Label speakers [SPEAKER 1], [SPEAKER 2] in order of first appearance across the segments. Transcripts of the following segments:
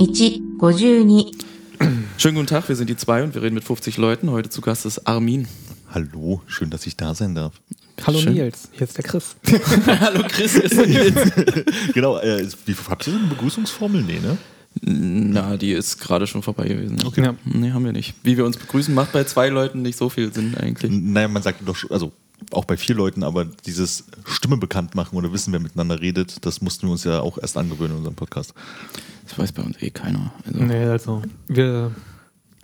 [SPEAKER 1] 1、52。
[SPEAKER 2] Schönen guten Tag, wir sind die zwei und wir reden mit 50 Leuten. Heute zu Gast ist Armin.
[SPEAKER 3] Hallo, schön, dass ich da sein darf.
[SPEAKER 4] Hallo
[SPEAKER 2] Schön.
[SPEAKER 4] Nils, hier ist der Chris.
[SPEAKER 2] Hallo Chris, ist
[SPEAKER 3] genau, äh, ist- wie habt ihr so eine Begrüßungsformel? Nee, ne?
[SPEAKER 2] Na, die ist gerade schon vorbei gewesen.
[SPEAKER 4] Okay. Ja.
[SPEAKER 2] Nee, haben wir nicht. Wie wir uns begrüßen, macht bei zwei Leuten nicht so viel Sinn eigentlich.
[SPEAKER 3] N- Naja, man sagt doch, schon- also auch bei vier Leuten, aber dieses Stimme bekannt machen oder wissen, wer miteinander redet, das mussten wir uns ja auch erst angewöhnen in unserem Podcast.
[SPEAKER 2] Das weiß bei uns eh keiner. Also,
[SPEAKER 4] Nee, also, wir.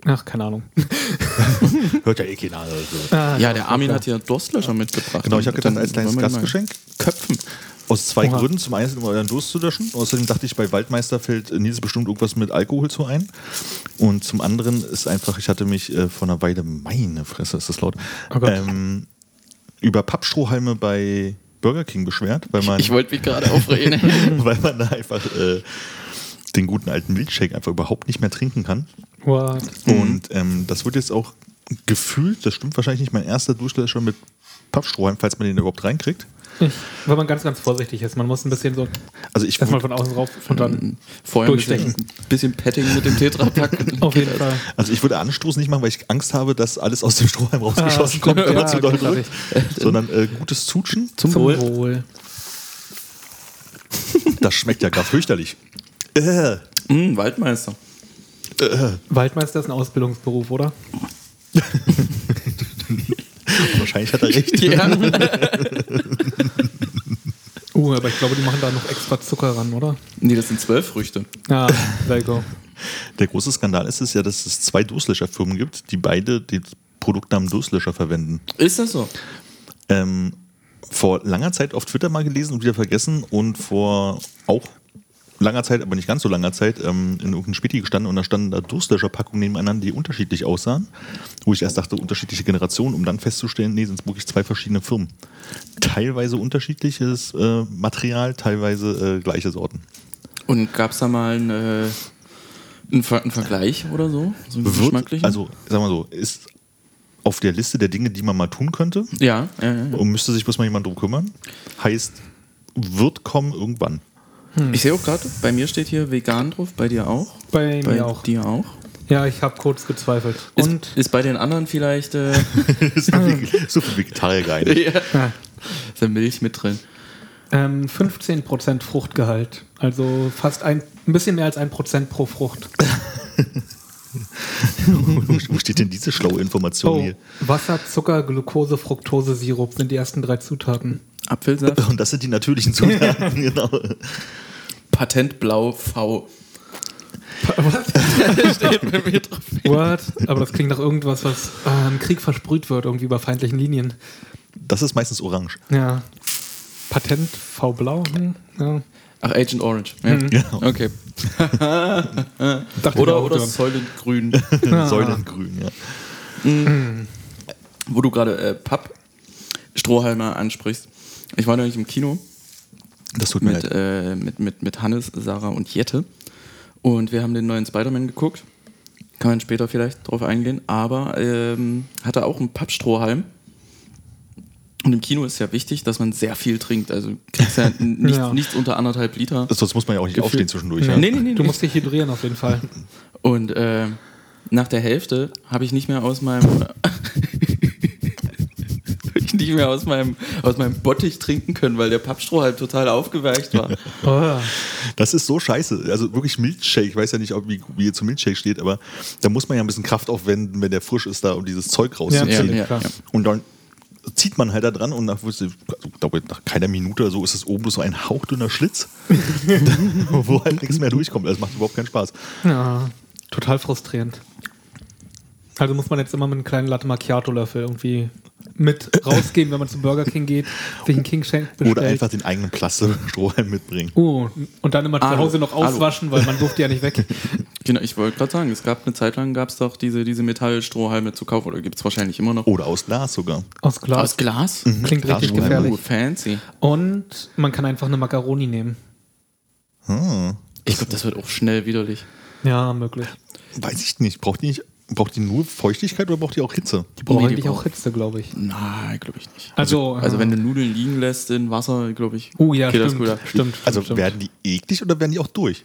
[SPEAKER 4] Ach, keine Ahnung.
[SPEAKER 3] Hört ja eh keiner. Also.
[SPEAKER 4] Ah,
[SPEAKER 2] Ja, der Armin hat ja Durstlöscher mitgebracht.
[SPEAKER 3] Genau, ich habe gedacht,
[SPEAKER 2] Dann
[SPEAKER 3] als kleines
[SPEAKER 2] wollen wir die mal
[SPEAKER 3] Gastgeschenk.
[SPEAKER 2] Köpfen.
[SPEAKER 3] Aus zwei
[SPEAKER 4] Oha.
[SPEAKER 3] Gründen. Zum einen, um euren Durst zu löschen. Außerdem dachte ich, bei Waldmeister fällt äh, Nils bestimmt irgendwas mit Alkohol zu ein. Und zum anderen ist einfach, ich hatte mich äh, vor einer Weile, meine Fresse, ist das laut,
[SPEAKER 4] Oh Gott.
[SPEAKER 3] ähm, über Pappstrohhalme bei Burger King beschwert, weil man,
[SPEAKER 2] Ich wollte mich gerade aufreden.
[SPEAKER 3] weil man da einfach äh, den guten alten Milchshake einfach überhaupt nicht mehr trinken kann.
[SPEAKER 4] What?
[SPEAKER 2] Mhm.
[SPEAKER 3] Und ähm, das wird jetzt auch gefühlt, das stimmt wahrscheinlich nicht, mein erster Duschlöscher mit Pappstrohhalm, falls man den überhaupt reinkriegt.
[SPEAKER 4] Ich, wenn man ganz, ganz vorsichtig ist, man muss ein bisschen so
[SPEAKER 3] Also ich
[SPEAKER 4] erstmal
[SPEAKER 3] würd-
[SPEAKER 4] von außen rauf und dann
[SPEAKER 2] Vorher ein bisschen, bisschen Petting mit dem Tetrapack.
[SPEAKER 4] auf jeden Fall.
[SPEAKER 3] Also ich würde Anstoß nicht machen, weil ich Angst habe, dass alles aus dem Strohhalm rausgeschossen
[SPEAKER 4] Ah,
[SPEAKER 3] kommt, wenn man
[SPEAKER 4] ja,
[SPEAKER 3] zu doll
[SPEAKER 4] großartig.
[SPEAKER 3] drückt, sondern äh, gutes Zutschen.
[SPEAKER 2] Zum Wohl.
[SPEAKER 3] Das schmeckt ja gar fürchterlich. Äh,
[SPEAKER 2] Mm, Waldmeister.
[SPEAKER 4] Waldmeister ist ein Ausbildungsberuf, oder?
[SPEAKER 3] wahrscheinlich hat er recht.
[SPEAKER 2] Ja.
[SPEAKER 4] Uh, aber ich glaube, die machen da noch extra Zucker ran, oder?
[SPEAKER 2] Nee, das sind zwölf Früchte.
[SPEAKER 4] Ja, there you go.
[SPEAKER 3] Der große Skandal ist es ja, dass es zwei Durstlöscher-Firmen gibt, die beide den Produktnamen Durstlöscher verwenden.
[SPEAKER 2] Ist das so?
[SPEAKER 3] Ähm, vor langer Zeit auf Twitter mal gelesen und wieder vergessen und vor auch langer Zeit, aber nicht ganz so langer Zeit, ähm, in irgendeinem Späti gestanden und da standen da Durstlöscherpackungen nebeneinander, die unterschiedlich aussahen, wo ich erst dachte, unterschiedliche Generationen, um dann festzustellen, nee, sind es wirklich zwei verschiedene Firmen. Teilweise unterschiedliches äh, Material, teilweise äh, gleiche Sorten.
[SPEAKER 2] Und gab es da mal einen, äh, einen, Ver einen Vergleich oder so? So einen
[SPEAKER 3] Wird,
[SPEAKER 2] geschmacklichen?
[SPEAKER 3] also, sag mal so, ist auf der Liste der Dinge, die man mal tun könnte
[SPEAKER 2] Ja, ja, ja. ja.
[SPEAKER 3] und müsste sich bloß mal jemand drum kümmern, heißt, wird kommen irgendwann.
[SPEAKER 4] Hm.
[SPEAKER 2] Ich sehe auch gerade, bei mir steht hier vegan drauf, bei dir auch.
[SPEAKER 4] Bei,
[SPEAKER 2] bei
[SPEAKER 4] mir auch.
[SPEAKER 2] dir auch.
[SPEAKER 4] Ja, ich habe kurz gezweifelt.
[SPEAKER 2] Ist,
[SPEAKER 4] Und
[SPEAKER 2] ist bei den anderen vielleicht äh,
[SPEAKER 3] ist so viel, so viel Vegetarier geil.
[SPEAKER 2] ja.
[SPEAKER 4] ja,
[SPEAKER 2] ist da Milch mit drin.
[SPEAKER 4] äh, ähm, 15% Fruchtgehalt. Also fast ein, ein bisschen mehr als 1% pro Frucht.
[SPEAKER 3] Wo steht denn diese schlaue Information
[SPEAKER 4] Oh,
[SPEAKER 3] hier?
[SPEAKER 4] Wasser, Zucker, Glucose, Fructose, Sirup sind die ersten drei Zutaten.
[SPEAKER 2] Apfelsaft,
[SPEAKER 3] Und das sind die natürlichen Zutaten, genau.
[SPEAKER 2] Patentblau V.
[SPEAKER 4] Was?
[SPEAKER 2] Steht bei mir drauf.
[SPEAKER 4] What? Aber das klingt nach irgendwas, was äh, im Krieg versprüht wird, irgendwie über feindlichen Linien.
[SPEAKER 3] Das ist meistens orange.
[SPEAKER 4] Ja. Patent V-Blau? Hm, ja.
[SPEAKER 2] Ach, Agent Orange. Ja.
[SPEAKER 3] Genau.
[SPEAKER 2] Okay.
[SPEAKER 4] Mhm. Dachte ich
[SPEAKER 2] Oder,
[SPEAKER 4] auch
[SPEAKER 2] oder
[SPEAKER 4] dran.
[SPEAKER 2] Soylent Grün.
[SPEAKER 3] Säulengrün, ja.
[SPEAKER 2] wo du gerade äh, Papp-Strohhalme ansprichst. Ich war neulich im Kino
[SPEAKER 3] Das tut mir
[SPEAKER 2] mit,
[SPEAKER 3] leid.
[SPEAKER 2] äh, mit, mit, mit Hannes, Sarah und Jette. Und wir haben den neuen Spider-Man geguckt. Kann man später vielleicht drauf eingehen. Aber ähm, hatte auch einen Pappstrohhalm. Und im Kino ist ja wichtig, dass man sehr viel trinkt. Also du kriegst ja, nicht,
[SPEAKER 4] Ja.
[SPEAKER 2] nichts unter anderthalb Liter.
[SPEAKER 3] Sonst muss man ja auch nicht
[SPEAKER 2] äh, Gefühl-
[SPEAKER 3] aufstehen zwischendurch.
[SPEAKER 4] Ja.
[SPEAKER 3] Ja.
[SPEAKER 2] Nee, nee, nee,
[SPEAKER 4] Du
[SPEAKER 2] nee.
[SPEAKER 4] musst dich hydrieren auf jeden Fall.
[SPEAKER 2] Und äh, nach der Hälfte habe ich nicht mehr aus meinem ich nicht mehr aus meinem aus meinem Bottich trinken können, weil der Pappstrohhalm total aufgeweicht war.
[SPEAKER 4] Oh.
[SPEAKER 3] Das ist so scheiße. Also wirklich Milchshake. Ich weiß ja nicht, ob, wie, wie ihr zu Milchshake steht, aber da muss man ja ein bisschen Kraft aufwenden, wenn der frisch ist, da um dieses Zeug
[SPEAKER 4] Ja,
[SPEAKER 3] rauszuziehen.
[SPEAKER 4] ja,
[SPEAKER 2] ja,
[SPEAKER 4] klar.
[SPEAKER 2] ja.
[SPEAKER 3] Und dann zieht man halt da dran und nach, also, ich glaube, nach keiner Minute oder so ist es oben bloß so ein hauchdünner Schlitz, wo halt nichts mehr durchkommt. Das macht überhaupt keinen Spaß.
[SPEAKER 4] Ja, total frustrierend. Also muss man jetzt immer mit einem kleinen Latte Macchiato-Löffel irgendwie mit rausgehen, wenn man zum Burger King geht, sich einen King Shank bestellt.
[SPEAKER 3] Oder einfach den eigenen Plastikstrohhalm mitbringen.
[SPEAKER 4] Oh, und dann immer zu
[SPEAKER 2] Alu.
[SPEAKER 4] Hause noch
[SPEAKER 2] Alu.
[SPEAKER 4] auswaschen, weil man durfte ja nicht weg.
[SPEAKER 2] Genau, ich wollte gerade sagen, es gab eine Zeit lang gab es doch diese, diese Metallstrohhalme zu kaufen oder gibt es wahrscheinlich immer noch.
[SPEAKER 3] Oder aus Glas sogar.
[SPEAKER 4] Aus Glas.
[SPEAKER 2] Aus Glas?
[SPEAKER 4] Oh, Klingt
[SPEAKER 3] Glas-
[SPEAKER 4] richtig
[SPEAKER 2] Oh,
[SPEAKER 4] gefährlich.
[SPEAKER 2] fancy.
[SPEAKER 4] Und man kann einfach eine Macaroni nehmen.
[SPEAKER 2] Ich glaube, das wird auch schnell widerlich.
[SPEAKER 4] Ja, möglich.
[SPEAKER 3] Weiß ich nicht. Braucht die, nicht, braucht die nur Feuchtigkeit oder braucht die auch Hitze?
[SPEAKER 4] Die brauchen
[SPEAKER 2] Nee, die
[SPEAKER 4] eigentlich auch
[SPEAKER 2] brauchen-
[SPEAKER 4] Hitze, glaube ich.
[SPEAKER 2] Nein, glaube ich nicht.
[SPEAKER 4] Also,
[SPEAKER 2] Also
[SPEAKER 4] äh,
[SPEAKER 2] wenn du Nudeln liegen lässt in Wasser, glaube ich,
[SPEAKER 4] Oh ja,
[SPEAKER 2] geht das
[SPEAKER 4] stimmt,
[SPEAKER 2] gut ab.
[SPEAKER 4] stimmt.
[SPEAKER 3] Also
[SPEAKER 4] stimmt.
[SPEAKER 3] werden die eklig oder werden die auch durch?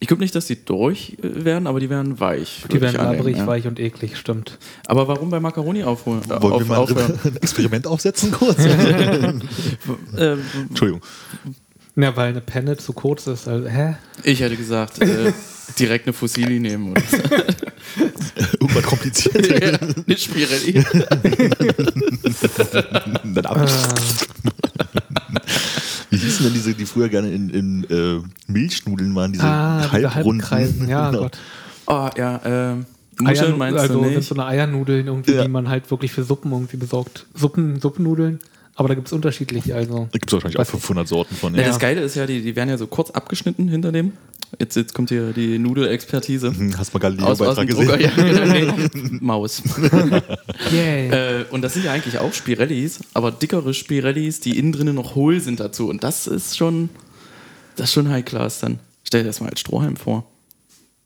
[SPEAKER 2] Ich glaube nicht, dass die durch äh, werden, aber die werden weich.
[SPEAKER 4] Die
[SPEAKER 2] würd
[SPEAKER 4] werden
[SPEAKER 2] ich annehmen,
[SPEAKER 4] labrig,
[SPEAKER 2] ja.
[SPEAKER 4] weich und eklig, stimmt.
[SPEAKER 2] Aber warum bei Macaroni aufholen? äh,
[SPEAKER 3] Wollen wir
[SPEAKER 2] auf-
[SPEAKER 3] mal
[SPEAKER 2] aufhören?
[SPEAKER 3] ein Experiment aufsetzen kurz?
[SPEAKER 2] Ähm,
[SPEAKER 3] Entschuldigung.
[SPEAKER 4] Na, weil eine Penne zu kurz ist. Also, hä?
[SPEAKER 2] ich hätte gesagt, äh, direkt eine Fossili nehmen. Oder so.
[SPEAKER 3] Irgendwas kompliziert.
[SPEAKER 2] Ja, Eine Spirelli.
[SPEAKER 3] Dann ab. Wie hießen denn diese, die früher gerne in, in äh, Milchnudeln waren, diese
[SPEAKER 4] Ah, diese
[SPEAKER 3] Halbrunden?
[SPEAKER 4] Halbkreisen. Ja,
[SPEAKER 3] Genau.
[SPEAKER 4] Gott.
[SPEAKER 2] Oh, ja, ähm, Muscheln
[SPEAKER 4] Eiern-
[SPEAKER 2] meinst
[SPEAKER 4] also,
[SPEAKER 2] du
[SPEAKER 4] sind
[SPEAKER 2] nicht?
[SPEAKER 4] so eine Eiernudeln irgendwie,
[SPEAKER 3] Ja.
[SPEAKER 4] die man halt wirklich für Suppen irgendwie besorgt. Suppen, Suppennudeln. Aber da gibt es unterschiedliche, also.
[SPEAKER 3] Da gibt es wahrscheinlich
[SPEAKER 4] Weiß
[SPEAKER 3] auch 500 Sorten von.
[SPEAKER 2] Ja.
[SPEAKER 3] Ja.
[SPEAKER 2] Das Geile ist ja, die, die werden ja so kurz abgeschnitten hinter dem. Jetzt, jetzt kommt hier die Nudelexpertise.
[SPEAKER 4] Hm.
[SPEAKER 3] Hast mal
[SPEAKER 2] Aus, aus
[SPEAKER 3] Galileo-Beitrag
[SPEAKER 2] dem
[SPEAKER 3] gesehen?
[SPEAKER 2] Drucker, ja, genau, nee. Maus.
[SPEAKER 4] Yay.
[SPEAKER 2] Äh, und das sind ja eigentlich auch Spirellis, aber dickere Spirellis, die innen drinnen noch hohl sind dazu. Und das ist schon, das ist schon High Class dann. Stell dir das mal als Strohhalm vor.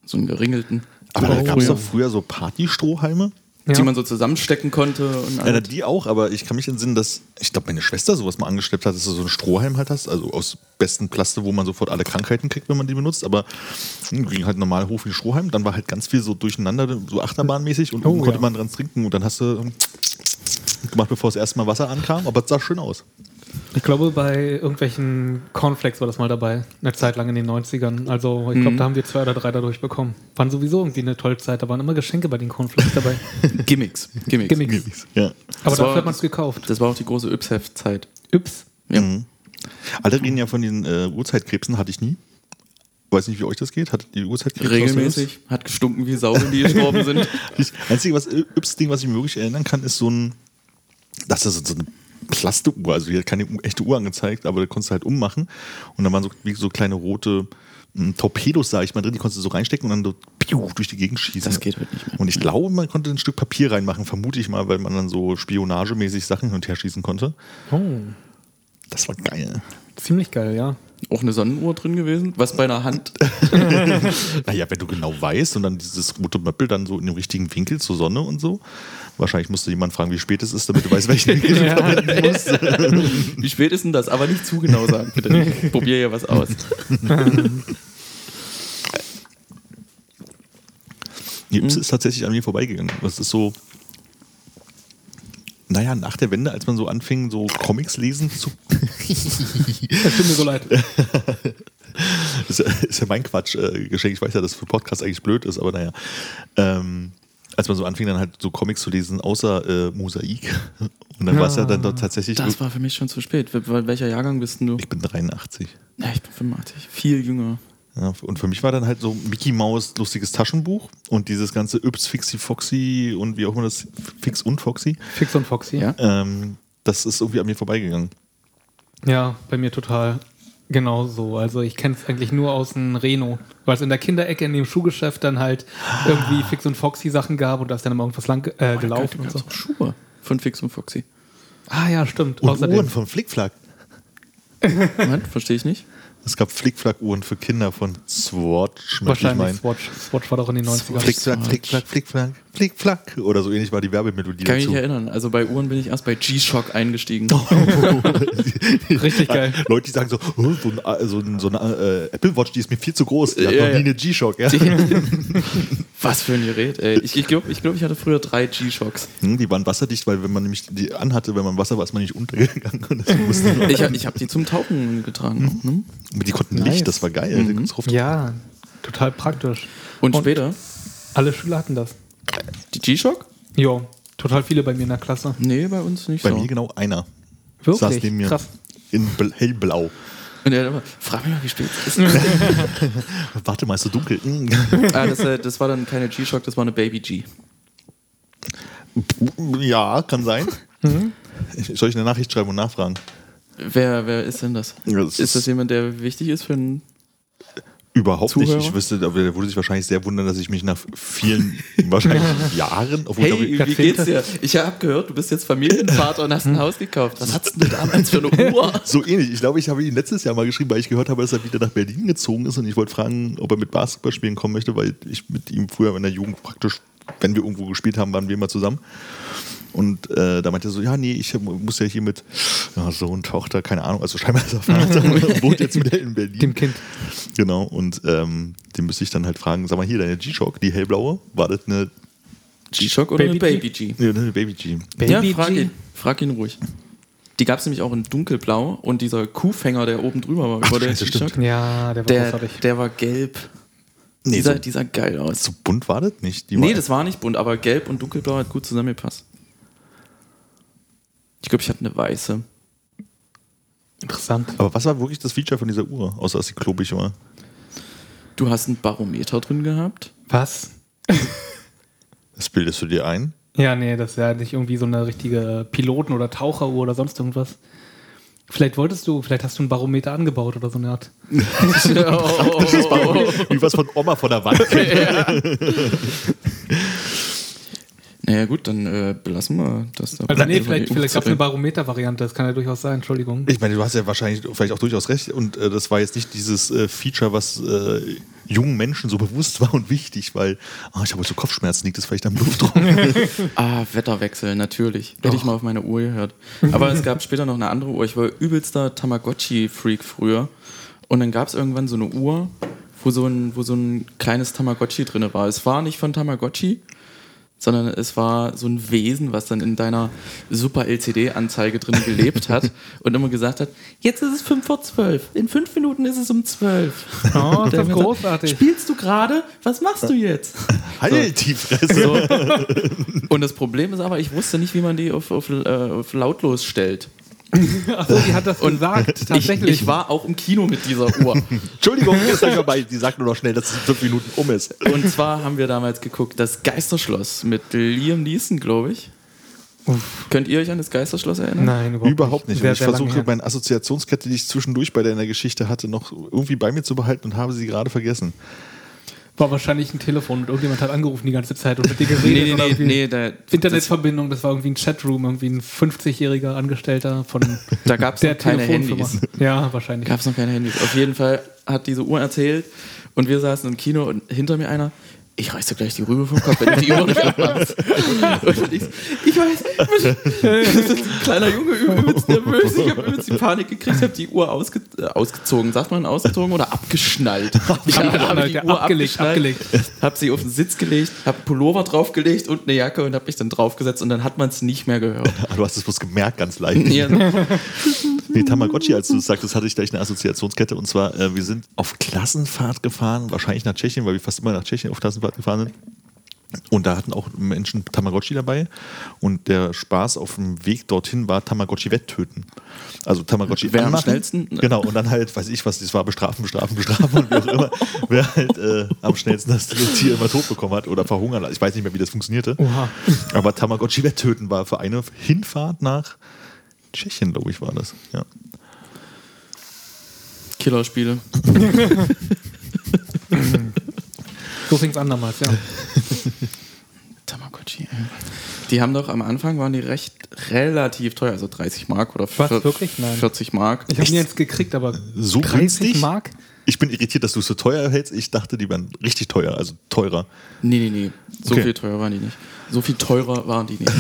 [SPEAKER 2] So einen geringelten.
[SPEAKER 3] Aber da
[SPEAKER 2] Oh,
[SPEAKER 3] gab es
[SPEAKER 2] ja.
[SPEAKER 3] doch früher so Partystrohhalme.
[SPEAKER 4] ja.
[SPEAKER 2] Die man so zusammenstecken konnte. Und
[SPEAKER 3] Ja,
[SPEAKER 2] alles.
[SPEAKER 3] na, Äh, die auch, aber ich kann mich entsinnen, dass ich glaube, meine Schwester sowas mal angeschleppt hat, dass du so einen Strohhalm halt hast, also aus besten Plaste, wo man sofort alle Krankheiten kriegt, wenn man die benutzt, aber hm, ging halt normal hoch wie ein Strohhalm, dann war halt ganz viel so durcheinander, so achterbahnmäßig und
[SPEAKER 4] Oh,
[SPEAKER 3] oben konnte
[SPEAKER 4] ja.
[SPEAKER 3] man dran trinken und dann hast du ähm, gemacht, bevor das erste Mal Wasser ankam, aber es sah schön aus.
[SPEAKER 4] Ich glaube, bei irgendwelchen Cornflakes war das mal dabei. Eine Zeit lang in den 90ern. Also,
[SPEAKER 2] Mhm.
[SPEAKER 4] ich glaube, da haben wir zwei oder drei dadurch bekommen. Waren sowieso irgendwie eine tolle Zeit. Da waren immer Geschenke bei den Cornflakes dabei.
[SPEAKER 2] Gimmicks. Gimmicks.
[SPEAKER 4] Gimmicks.
[SPEAKER 3] Ja.
[SPEAKER 4] Aber
[SPEAKER 2] Das war-
[SPEAKER 4] dafür hat man es gekauft.
[SPEAKER 2] Das war auch die große Yps-Heft-Zeit.
[SPEAKER 4] Yps.
[SPEAKER 3] Mhm.
[SPEAKER 2] Ja.
[SPEAKER 3] Alle reden ja von den äh, Urzeitkrebsen, hatte ich nie. Weiß nicht, wie euch das geht. Hattet ihr Urzeitkrebs?
[SPEAKER 2] Regelmäßig. Hat gestunken wie Sau, wenn die gestorben sind.
[SPEAKER 3] Ich, einzige was, übste Ding, was ich mir wirklich erinnern kann, ist so ein, das ist so eine Plastikuhr, also hier hat keine u- echte Uhr angezeigt, aber da konntest du halt ummachen und dann waren so, wie so kleine rote m, Torpedos, sag ich mal, drin, die konntest du so reinstecken und dann so piu, durch die Gegend schießen.
[SPEAKER 2] Das geht heute nicht mehr.
[SPEAKER 3] Und ich glaube, man konnte ein Stück Papier reinmachen, vermute ich mal, weil man dann so spionagemäßig Sachen hin und her schießen konnte.
[SPEAKER 4] Oh,
[SPEAKER 3] Das war geil.
[SPEAKER 4] ziemlich geil, ja.
[SPEAKER 2] Auch eine Sonnenuhr drin gewesen. Was bei einer Hand.
[SPEAKER 3] Naja, wenn du genau weißt und dann dieses rote Möppel dann so in dem richtigen Winkel zur Sonne und so. Wahrscheinlich musste jemand fragen, wie spät es ist, damit du weißt, welchen Winkel du
[SPEAKER 2] Wie spät ist denn das? Aber nicht zu genau sagen, bitte. Ich probiere ja was aus.
[SPEAKER 3] Die Yps ist tatsächlich an mir vorbeigegangen. Das ist so. Naja, nach der Wende, als man so anfing, so Comics lesen zu.
[SPEAKER 4] Es tut mir so leid.
[SPEAKER 3] ist, ja, ist ja mein Quatsch, äh, Geschenk. Ich weiß ja, dass für Podcast eigentlich blöd ist, aber naja. Ähm, als man so anfing, dann halt so Comics zu lesen, außer äh, Mosaik. Und dann war es ja dann dort tatsächlich.
[SPEAKER 2] Das war für mich schon zu spät. Wel- wel- Welcher Jahrgang bist denn du?
[SPEAKER 3] ich bin 83.
[SPEAKER 2] Ja, ich bin 85. Viel jünger.
[SPEAKER 3] Ja, und für mich war dann halt so Mickey Maus lustiges Taschenbuch und dieses ganze Yps, Fixi, Foxy und wie auch immer das Fix und Foxy.
[SPEAKER 4] Fix und Foxy.
[SPEAKER 2] Ja.
[SPEAKER 3] Ähm, das ist irgendwie an mir vorbeigegangen.
[SPEAKER 4] Ja, bei mir total genau so. Also ich kenne es eigentlich nur aus dem Reno, weil es in der Kinderecke in dem Schuhgeschäft dann halt
[SPEAKER 2] Ah.
[SPEAKER 4] irgendwie Fix und Foxy Sachen gab und da ist dann immer irgendwas lang
[SPEAKER 2] Oh
[SPEAKER 4] äh, gelaufen und so.
[SPEAKER 2] auch Schuhe von Fix und Foxy.
[SPEAKER 4] Ah ja, stimmt.
[SPEAKER 3] Und
[SPEAKER 4] Außerdem.
[SPEAKER 3] Uhren von Flickflack.
[SPEAKER 2] Moment, verstehe ich nicht.
[SPEAKER 3] Es gab Flickflack-Uhren für Kinder von Swatch, möchte ich
[SPEAKER 4] Wahrscheinlich
[SPEAKER 3] meinen.
[SPEAKER 4] Swatch. Swatch war doch in den 90ern.
[SPEAKER 2] Swatch.
[SPEAKER 3] Flickflack,
[SPEAKER 2] Swatch.
[SPEAKER 3] Flickflack, Flickflack, Flickflack. Oder so ähnlich war die Werbemelodie
[SPEAKER 2] Kann ich mich
[SPEAKER 3] dazu.
[SPEAKER 2] nicht erinnern. Also bei Uhren bin ich erst bei G-Shock eingestiegen.
[SPEAKER 4] Richtig geil.
[SPEAKER 3] Leute, die sagen so, oh, so, ein, so, ein, so eine äh, Apple Watch, die ist mir viel zu groß. Die hat
[SPEAKER 2] Ja,
[SPEAKER 3] noch
[SPEAKER 2] ja.
[SPEAKER 3] nie eine G-Shock. Ja?
[SPEAKER 2] Was für ein Gerät, ey. Ich, ich glaube, ich, glaub, ich hatte früher drei G-Shocks.
[SPEAKER 3] Hm, die waren wasserdicht, weil wenn man nämlich die anhatte, wenn man Wasser war, ist man nicht untergegangen. Und deswegen musste man,
[SPEAKER 2] Ich, hab- ich habe die zum Tauchen getragen. Ne?
[SPEAKER 3] die konnten
[SPEAKER 4] Nice.
[SPEAKER 3] Licht, das war geil. Die konntest drauf-
[SPEAKER 4] Mhm. Ja, total praktisch.
[SPEAKER 2] Und, später?
[SPEAKER 4] Alle Schüler hatten das.
[SPEAKER 2] Die G-Shock?
[SPEAKER 4] Jo, total viele bei mir in der Klasse.
[SPEAKER 2] Nee, bei uns nicht
[SPEAKER 3] Bei
[SPEAKER 2] so.
[SPEAKER 3] mir genau einer.
[SPEAKER 4] Wirklich?
[SPEAKER 3] Saß neben mir.
[SPEAKER 4] Krass.
[SPEAKER 3] In bl- hellblau.
[SPEAKER 2] Und er hat immer, frag mich mal, wie spät es ist.
[SPEAKER 3] Warte mal, ist so dunkel. Hm.
[SPEAKER 2] ah, das, äh, das war dann keine G-Shock, das war eine Baby-G.
[SPEAKER 3] ja, kann sein.
[SPEAKER 2] Hm?
[SPEAKER 3] Soll ich eine Nachricht schreiben und nachfragen?
[SPEAKER 2] Wer, wer ist denn das?
[SPEAKER 3] Ja, das
[SPEAKER 2] ist, das
[SPEAKER 3] ist-
[SPEAKER 2] jemand, der wichtig ist für einen
[SPEAKER 3] Überhaupt
[SPEAKER 2] Zuhörer?
[SPEAKER 3] nicht. Ich wüsste, aber der würde sich wahrscheinlich sehr wundern, dass ich mich nach vielen, wahrscheinlich Jahren, obwohl ich
[SPEAKER 2] Hey,
[SPEAKER 3] glaube,
[SPEAKER 2] wie geht's dir? Ich habe gehört, du bist jetzt Familienvater und hast
[SPEAKER 4] Hm?
[SPEAKER 2] ein Haus gekauft. Was hast du denn damals für eine Uhr?
[SPEAKER 3] so ähnlich. Ich glaube, ich habe ihn letztes Jahr mal geschrieben, weil ich gehört habe, dass er wieder nach Berlin gezogen ist und ich wollte fragen, ob er mit Basketball spielen kommen möchte, weil ich mit ihm früher in der Jugend praktisch, wenn wir irgendwo gespielt haben, waren wir immer zusammen. Und äh, da meinte er so, ja, nee, ich muss ja hier mit ja, Sohn, Tochter, keine Ahnung, also scheinbar ist er Vater und wohnt jetzt wieder in Berlin.
[SPEAKER 4] Dem Kind.
[SPEAKER 3] Genau, und ähm, Den müsste ich dann halt fragen, sag mal hier, deine G-Shock, die hellblaue, war das eine,
[SPEAKER 2] G-Shock oder
[SPEAKER 4] Baby
[SPEAKER 2] eine Baby G?
[SPEAKER 3] nee, eine Baby G?
[SPEAKER 2] Ja,
[SPEAKER 4] Baby
[SPEAKER 2] frag
[SPEAKER 4] G.
[SPEAKER 2] ihn, frag ihn ruhig. Die gab es nämlich auch in dunkelblau und dieser Kuhfänger, der oben drüber war, über der
[SPEAKER 3] scheiße, stimmt.
[SPEAKER 2] G-Shock,
[SPEAKER 4] Ja, der war
[SPEAKER 2] der,
[SPEAKER 4] großartig.
[SPEAKER 2] der war gelb.
[SPEAKER 3] Nee,
[SPEAKER 2] Die
[SPEAKER 3] so,
[SPEAKER 2] sah, die sah geil aus.
[SPEAKER 3] so bunt war das nicht. Die
[SPEAKER 2] Nee,
[SPEAKER 3] war-
[SPEAKER 2] das war nicht bunt, aber gelb und dunkelblau hat gut zusammengepasst. Ich glaube, ich hatte eine weiße.
[SPEAKER 4] Interessant.
[SPEAKER 3] aber was war wirklich das Feature von dieser Uhr, außer dass sie klobig war?
[SPEAKER 2] Du hast einen Barometer drin gehabt.
[SPEAKER 4] Was?
[SPEAKER 3] Das bildest du dir ein?
[SPEAKER 4] Ja, nee, das ist ja nicht irgendwie so eine richtige Piloten- oder Taucheruhr oder sonst irgendwas. Vielleicht wolltest du, vielleicht hast du einen Barometer angebaut oder so eine Art. Oh.
[SPEAKER 3] Wie was von Oma von der Wand.
[SPEAKER 2] Naja, gut, dann äh, belassen wir das da.
[SPEAKER 4] Also nee, vielleicht, vielleicht gab es eine Barometer-Variante, das kann ja durchaus sein, Entschuldigung.
[SPEAKER 3] Ich meine, du hast ja wahrscheinlich vielleicht auch durchaus recht und äh, das war jetzt nicht dieses äh, Feature, was äh, jungen Menschen so bewusst war und wichtig, weil ah, ich habe so Kopfschmerzen, liegt das vielleicht am Luftdruck?
[SPEAKER 2] Ah, Wetterwechsel, natürlich. Hätte ich mal auf meine Uhr gehört. Aber es gab später noch eine andere Uhr. Ich war übelster Tamagotchi-Freak früher. Und dann gab es irgendwann so eine Uhr, wo so, ein, wo so ein kleines Tamagotchi drin war. Es war nicht von Tamagotchi, sondern es war so ein Wesen, was dann in deiner super LCD-Anzeige drin gelebt hat und immer gesagt hat, jetzt ist es 5 vor 12, in 5 Minuten ist es um 12.
[SPEAKER 4] Oh, ist
[SPEAKER 2] Der
[SPEAKER 4] das
[SPEAKER 2] hat gesagt,
[SPEAKER 4] großartig.
[SPEAKER 2] Spielst du gerade? Was machst du jetzt?
[SPEAKER 3] halt die Fresse!
[SPEAKER 2] So. Und das Problem ist aber, ich wusste nicht, wie man die auf, auf, äh, auf lautlos stellt.
[SPEAKER 4] Achso, die hat das gesagt,
[SPEAKER 2] Ich,
[SPEAKER 4] tatsächlich.
[SPEAKER 2] ich war auch im Kino mit dieser Uhr.
[SPEAKER 3] Entschuldigung, jetzt sag ich vorbei. Die sagt nur noch schnell, dass es in fünf Minuten um ist.
[SPEAKER 2] Und zwar haben wir damals geguckt, das Geisterschloss mit Liam Neeson, glaube ich. Könnt ihr euch an das Geisterschloss erinnern?
[SPEAKER 4] Nein, überhaupt,
[SPEAKER 3] Überhaupt nicht. Und
[SPEAKER 4] Sehr,
[SPEAKER 3] ich
[SPEAKER 4] sehr lange
[SPEAKER 3] versuche,
[SPEAKER 4] her.
[SPEAKER 3] meine Assoziationskette, die ich zwischendurch bei deiner Geschichte hatte, noch irgendwie bei mir zu behalten und habe sie gerade vergessen.
[SPEAKER 4] War wahrscheinlich ein Telefon und irgendjemand hat angerufen die ganze Zeit und mit dir geredet.
[SPEAKER 2] Nee,
[SPEAKER 4] oder
[SPEAKER 2] nee, nee,
[SPEAKER 4] irgendwie
[SPEAKER 2] nee da,
[SPEAKER 4] Internetverbindung, das war irgendwie ein Chatroom, irgendwie ein 50-jähriger Angestellter von
[SPEAKER 2] da gab es
[SPEAKER 4] der
[SPEAKER 2] noch keine
[SPEAKER 4] Telefonfirma.
[SPEAKER 2] Handys.
[SPEAKER 4] Ja, wahrscheinlich.
[SPEAKER 2] Gab es noch keine Handys. Auf jeden Fall hat diese Uhr erzählt und wir saßen im Kino und hinter mir einer, ich reiß dir gleich die Rübe vom Kopf, wenn du die Uhr nicht anmachst. Und ich, so, ich weiß, das ist ein kleiner Junge, übelst nervös, ich habe übelst die Panik gekriegt, habe die Uhr ausge, äh, ausgezogen, sagt man ausgezogen oder abgeschnallt. Ich hab-
[SPEAKER 4] Abgeschnallt,
[SPEAKER 2] hab die
[SPEAKER 4] ja,
[SPEAKER 2] Uhr
[SPEAKER 4] abgelegt,
[SPEAKER 2] abgeschnallt, Hab sie auf den Sitz gelegt, hab einen Pullover draufgelegt und eine Jacke und hab mich dann draufgesetzt und dann hat man es nicht mehr gehört.
[SPEAKER 3] Ah, Du hast es bloß gemerkt, ganz leicht. Nee, Tamagotchi, als du es sagtest, hatte ich gleich eine Assoziationskette. Und zwar, äh, wir sind auf Klassenfahrt gefahren, wahrscheinlich nach Tschechien, weil wir fast immer nach Tschechien auf Klassenfahrt gefahren sind. Und da hatten auch Menschen Tamagotchi dabei. Und der Spaß auf dem Weg dorthin war Tamagotchi wetttöten. Also Tamagotchi
[SPEAKER 2] Wer am
[SPEAKER 3] anmachen.
[SPEAKER 2] schnellsten?
[SPEAKER 3] Genau, und dann halt, weiß ich was, das war bestrafen, bestrafen, bestrafen und wie auch immer. Wer halt äh, am schnellsten das Tier immer tot bekommen hat oder verhungern. Ich weiß nicht mehr, wie das funktionierte.
[SPEAKER 4] Oha.
[SPEAKER 3] Aber Tamagotchi wetttöten war für eine Hinfahrt nach Tschechien, glaube ich, war das. Ja.
[SPEAKER 2] Killerspiele.
[SPEAKER 4] So fing es an damals, ja.
[SPEAKER 2] Tamagotchi. ey. Die haben doch am Anfang waren die recht relativ teuer, also 30 Mark oder
[SPEAKER 4] Was,
[SPEAKER 2] vier-
[SPEAKER 4] wirklich? Nein.
[SPEAKER 2] 40 Mark.
[SPEAKER 4] Ich habe ihn jetzt gekriegt, aber
[SPEAKER 3] So
[SPEAKER 4] 30
[SPEAKER 3] günstig?
[SPEAKER 4] Mark?
[SPEAKER 3] Ich bin irritiert, dass du es so teuer hältst. Ich dachte, die wären richtig teuer, also teurer.
[SPEAKER 2] Nee, nee, nee. So
[SPEAKER 3] Okay.
[SPEAKER 2] viel teuer waren die nicht. So viel teurer waren die nicht.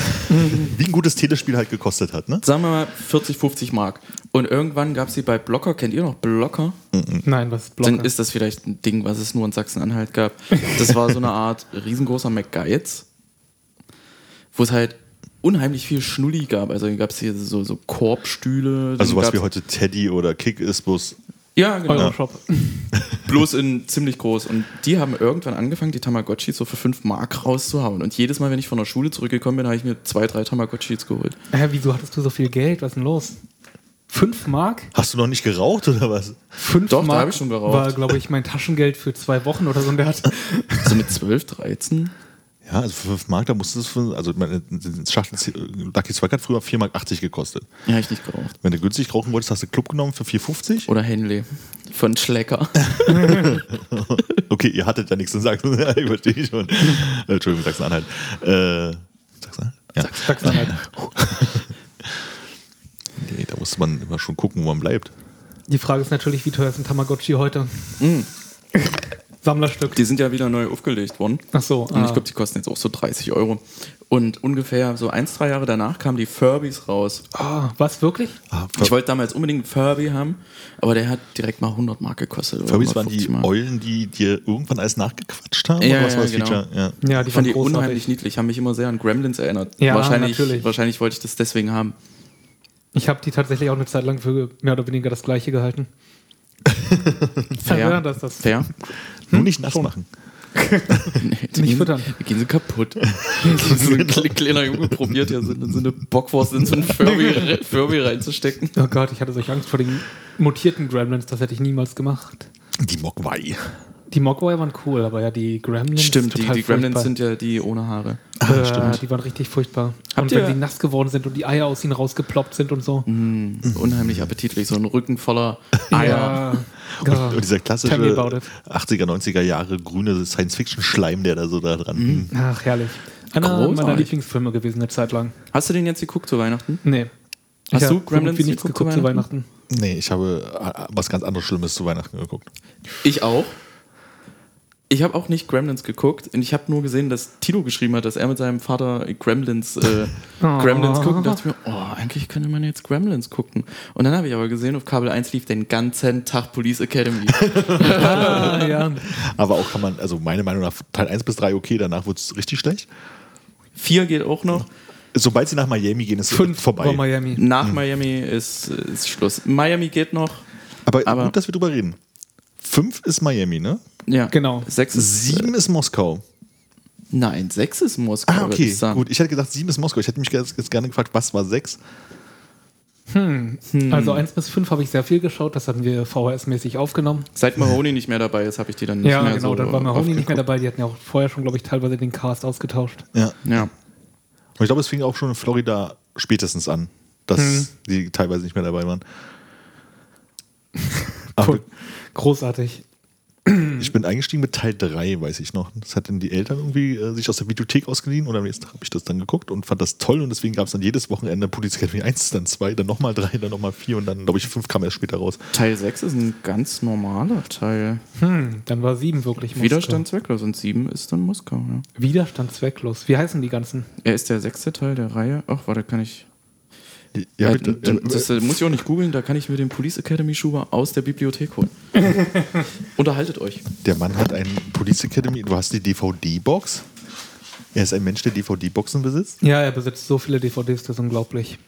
[SPEAKER 3] Wie ein gutes Telespiel halt gekostet hat, ne?
[SPEAKER 2] Sagen wir mal 40, 50 Mark. Und irgendwann gab es die bei Blocker. Kennt ihr noch Blocker?
[SPEAKER 4] Nein, was Blocker?
[SPEAKER 2] Dann ist das vielleicht ein Ding, was es nur in Sachsen-Anhalt gab. Das war so eine Art riesengroßer McGuides, wo es halt unheimlich viel Schnulli gab. Also gab es hier so, so Korbstühle.
[SPEAKER 3] Also
[SPEAKER 2] dann
[SPEAKER 3] was wie
[SPEAKER 2] gab's-
[SPEAKER 3] heute Teddy oder Kick ist bloß.
[SPEAKER 2] Ja, genau.
[SPEAKER 4] Euroshop.
[SPEAKER 2] Bloß in ziemlich groß. Und die haben irgendwann angefangen, die Tamagotchis so für 5 Mark rauszuhauen. Und jedes Mal, wenn ich von der Schule zurückgekommen bin, habe ich mir zwei, drei Tamagotchis geholt.
[SPEAKER 4] Hä, wieso hattest du so viel Geld? Was ist denn los? 5 Mark?
[SPEAKER 3] Hast du noch nicht geraucht oder was?
[SPEAKER 4] 5
[SPEAKER 2] Doch, da
[SPEAKER 4] Mark
[SPEAKER 2] hab ich schon geraucht.
[SPEAKER 4] war, glaube ich, mein Taschengeld für zwei Wochen oder so. Und der hat
[SPEAKER 2] So Also mit 12, 13.
[SPEAKER 3] Ja, also für 5 Mark, da musstest du, also meine, das Schachtel äh, Lucky Strike hat früher 4,80 Mark gekostet.
[SPEAKER 2] Ja, habe ich nicht geraucht.
[SPEAKER 3] Wenn du günstig rauchen wolltest, hast du Club genommen für 4,50.
[SPEAKER 2] Oder Henley von Schlecker.
[SPEAKER 3] Okay, ihr hattet ja nichts zu sagen. Ja, ich verstehe schon. Äh, Entschuldigung, Sachsen-Anhalt. Äh, Sachsen-Anhalt? Ja.
[SPEAKER 4] Sachsen-Anhalt.
[SPEAKER 3] Nee, da musste man immer schon gucken, wo man bleibt.
[SPEAKER 2] Mm.
[SPEAKER 4] Die Frage ist natürlich, wie teuer ist ein Tamagotchi heute? Sammlerstück.
[SPEAKER 2] Die sind ja wieder neu aufgelegt worden.
[SPEAKER 4] Ach so,
[SPEAKER 2] Und ich
[SPEAKER 4] ah.
[SPEAKER 2] glaube, die kosten jetzt auch so 30 Euro. Und ungefähr so ein, zwei Jahre danach kamen die Furbies raus.
[SPEAKER 4] Ah, was wirklich?
[SPEAKER 3] Ah,
[SPEAKER 2] Ich wollte damals unbedingt einen Furby haben, aber der hat direkt mal 100 Mark gekostet. oder
[SPEAKER 3] Furbies waren
[SPEAKER 2] 150
[SPEAKER 3] die
[SPEAKER 2] Mark.
[SPEAKER 3] Eulen, die dir irgendwann alles nachgequatscht haben?
[SPEAKER 2] Ja,
[SPEAKER 3] oder was
[SPEAKER 2] ja,
[SPEAKER 3] war das
[SPEAKER 2] genau.
[SPEAKER 3] Feature? Ja.
[SPEAKER 4] Ja, die
[SPEAKER 2] Ich fand die
[SPEAKER 4] waren großartig.
[SPEAKER 2] unheimlich niedlich, haben mich immer sehr an Gremlins erinnert.
[SPEAKER 4] Ja,
[SPEAKER 2] wahrscheinlich,
[SPEAKER 4] natürlich.
[SPEAKER 2] wahrscheinlich wollte ich das deswegen haben.
[SPEAKER 4] Ich habe die tatsächlich auch eine Zeit lang für mehr oder weniger das gleiche gehalten. Verwirrend, dass das.
[SPEAKER 2] Fair?
[SPEAKER 3] Nur nicht nass machen.
[SPEAKER 2] Nee, die
[SPEAKER 4] Nicht
[SPEAKER 2] gehen-
[SPEAKER 4] füttern.
[SPEAKER 2] Die gehen so kaputt. so ein kle- kleiner Junge probiert ja so, eine- so eine Bockwurst in so einen Furby, Furby reinzustecken.
[SPEAKER 4] Oh Gott, ich hatte solche Angst vor den mutierten Gremlins, das hätte ich niemals gemacht.
[SPEAKER 3] Die Mogwai.
[SPEAKER 4] Die Mogwai waren cool, aber ja, die Gremlins.
[SPEAKER 2] Stimmt, die,
[SPEAKER 4] total
[SPEAKER 2] die Gremlins
[SPEAKER 4] furchtbar.
[SPEAKER 2] sind ja die ohne Haare.
[SPEAKER 4] äh, Die waren richtig furchtbar. und
[SPEAKER 2] ihr-
[SPEAKER 4] wenn die nass geworden sind und die Eier aus ihnen rausgeploppt sind und so.
[SPEAKER 2] Unheimlich appetitlich, so ein Rücken voller Eier.
[SPEAKER 4] Ja.
[SPEAKER 3] Und dieser klassische
[SPEAKER 4] Tell me about it.
[SPEAKER 3] 80er, 90er Jahre grüne Science-Fiction-Schleim, der da so da dran hing.
[SPEAKER 4] Ach, herrlich. Einer
[SPEAKER 2] Großartig.
[SPEAKER 4] meiner Lieblingsfilme gewesen eine Zeit lang.
[SPEAKER 2] Hast du den jetzt geguckt zu Weihnachten?
[SPEAKER 4] Nee.
[SPEAKER 2] Hast
[SPEAKER 4] Ich
[SPEAKER 2] du
[SPEAKER 4] hab so
[SPEAKER 2] Gremlins
[SPEAKER 4] gut wie nichts
[SPEAKER 2] geguckt zu
[SPEAKER 4] geguckt zu Weihnachten?
[SPEAKER 3] Nee, ich habe äh, was ganz anderes Schlimmes zu Weihnachten geguckt.
[SPEAKER 2] Ich auch. Ich habe auch nicht Gremlins geguckt und ich habe nur gesehen, dass Tilo geschrieben hat, dass er mit seinem Vater Gremlins, äh,
[SPEAKER 4] Oh.
[SPEAKER 2] Gremlins guckt. Und dachte ich mir, oh, eigentlich könnte man jetzt Gremlins gucken. Und dann habe ich aber gesehen, auf Kabel 1 lief den ganzen Tag Police Academy.
[SPEAKER 4] Ah, ja.
[SPEAKER 3] Aber auch kann man, also meiner Meinung nach, Teil 1 bis 3 okay, danach wird es richtig schlecht.
[SPEAKER 2] Vier geht auch noch.
[SPEAKER 3] Sobald sie nach Miami gehen, ist es
[SPEAKER 4] Fünf war
[SPEAKER 3] vorbei.
[SPEAKER 4] Miami.
[SPEAKER 2] Nach Miami ist, ist Schluss. Miami geht noch.
[SPEAKER 3] Aber,
[SPEAKER 2] Aber-
[SPEAKER 3] gut, dass wir drüber reden. Fünf ist Miami, ne?
[SPEAKER 2] Ja.
[SPEAKER 4] Genau.
[SPEAKER 2] Sechs ist,
[SPEAKER 3] Sieben ist Moskau.
[SPEAKER 2] nein, sechs ist Moskau.
[SPEAKER 3] Ah,
[SPEAKER 2] würde
[SPEAKER 3] okay,
[SPEAKER 2] ich sagen.
[SPEAKER 3] gut. Ich hätte gedacht, sieben ist Moskau. Ich hätte mich jetzt jetzt gerne gefragt, was war sechs?
[SPEAKER 4] Also 1 bis 5 habe ich sehr viel geschaut, das hatten wir VHS-mäßig aufgenommen.
[SPEAKER 2] Seit Mahoney nicht mehr dabei ist, habe ich die dann nicht
[SPEAKER 4] Ja,
[SPEAKER 2] mehr
[SPEAKER 4] genau,
[SPEAKER 2] so
[SPEAKER 4] dann war Mahoney nicht
[SPEAKER 2] aufgeguckt.
[SPEAKER 4] mehr dabei. Die hatten ja auch vorher schon, glaube ich, teilweise den Cast ausgetauscht.
[SPEAKER 3] Ja.
[SPEAKER 2] Ja.
[SPEAKER 3] Und ich glaube, es fing auch schon in Florida spätestens an, dass
[SPEAKER 2] Hm.
[SPEAKER 3] die teilweise nicht mehr dabei waren. Aber
[SPEAKER 4] Cool. Großartig.
[SPEAKER 3] ich bin eingestiegen mit Teil 3, weiß ich noch. Das hatten die Eltern irgendwie äh, sich aus der Bibliothek ausgeliehen und am nächsten Tag habe ich das dann geguckt und fand das toll und deswegen gab es dann jedes Wochenende Police Academy 1, dann 2, dann nochmal 3, dann nochmal 4 und dann, glaube ich, 5 kam erst später raus.
[SPEAKER 2] Teil 6 ist ein ganz normaler Teil.
[SPEAKER 4] Hm, dann war 7 wirklich Moskau.
[SPEAKER 2] Widerstand zwecklos und 7 ist dann Moskau. Ja.
[SPEAKER 4] Widerstand zwecklos. Wie heißen die ganzen?
[SPEAKER 2] Er ist der sechste Teil der Reihe. Ach, warte, kann ich.
[SPEAKER 3] Ja,
[SPEAKER 2] Äh,
[SPEAKER 3] bitte.
[SPEAKER 2] d- das äh, muss ich auch nicht googeln, da kann ich mir den Police Academy Schuber aus der Bibliothek holen. Unterhaltet euch.
[SPEAKER 3] Der Mann hat ein Police Academy, du hast die DVD-Box. Er ist ein Mensch, der DVD-Boxen besitzt.
[SPEAKER 4] Ja, er besitzt so viele DVDs, das ist unglaublich.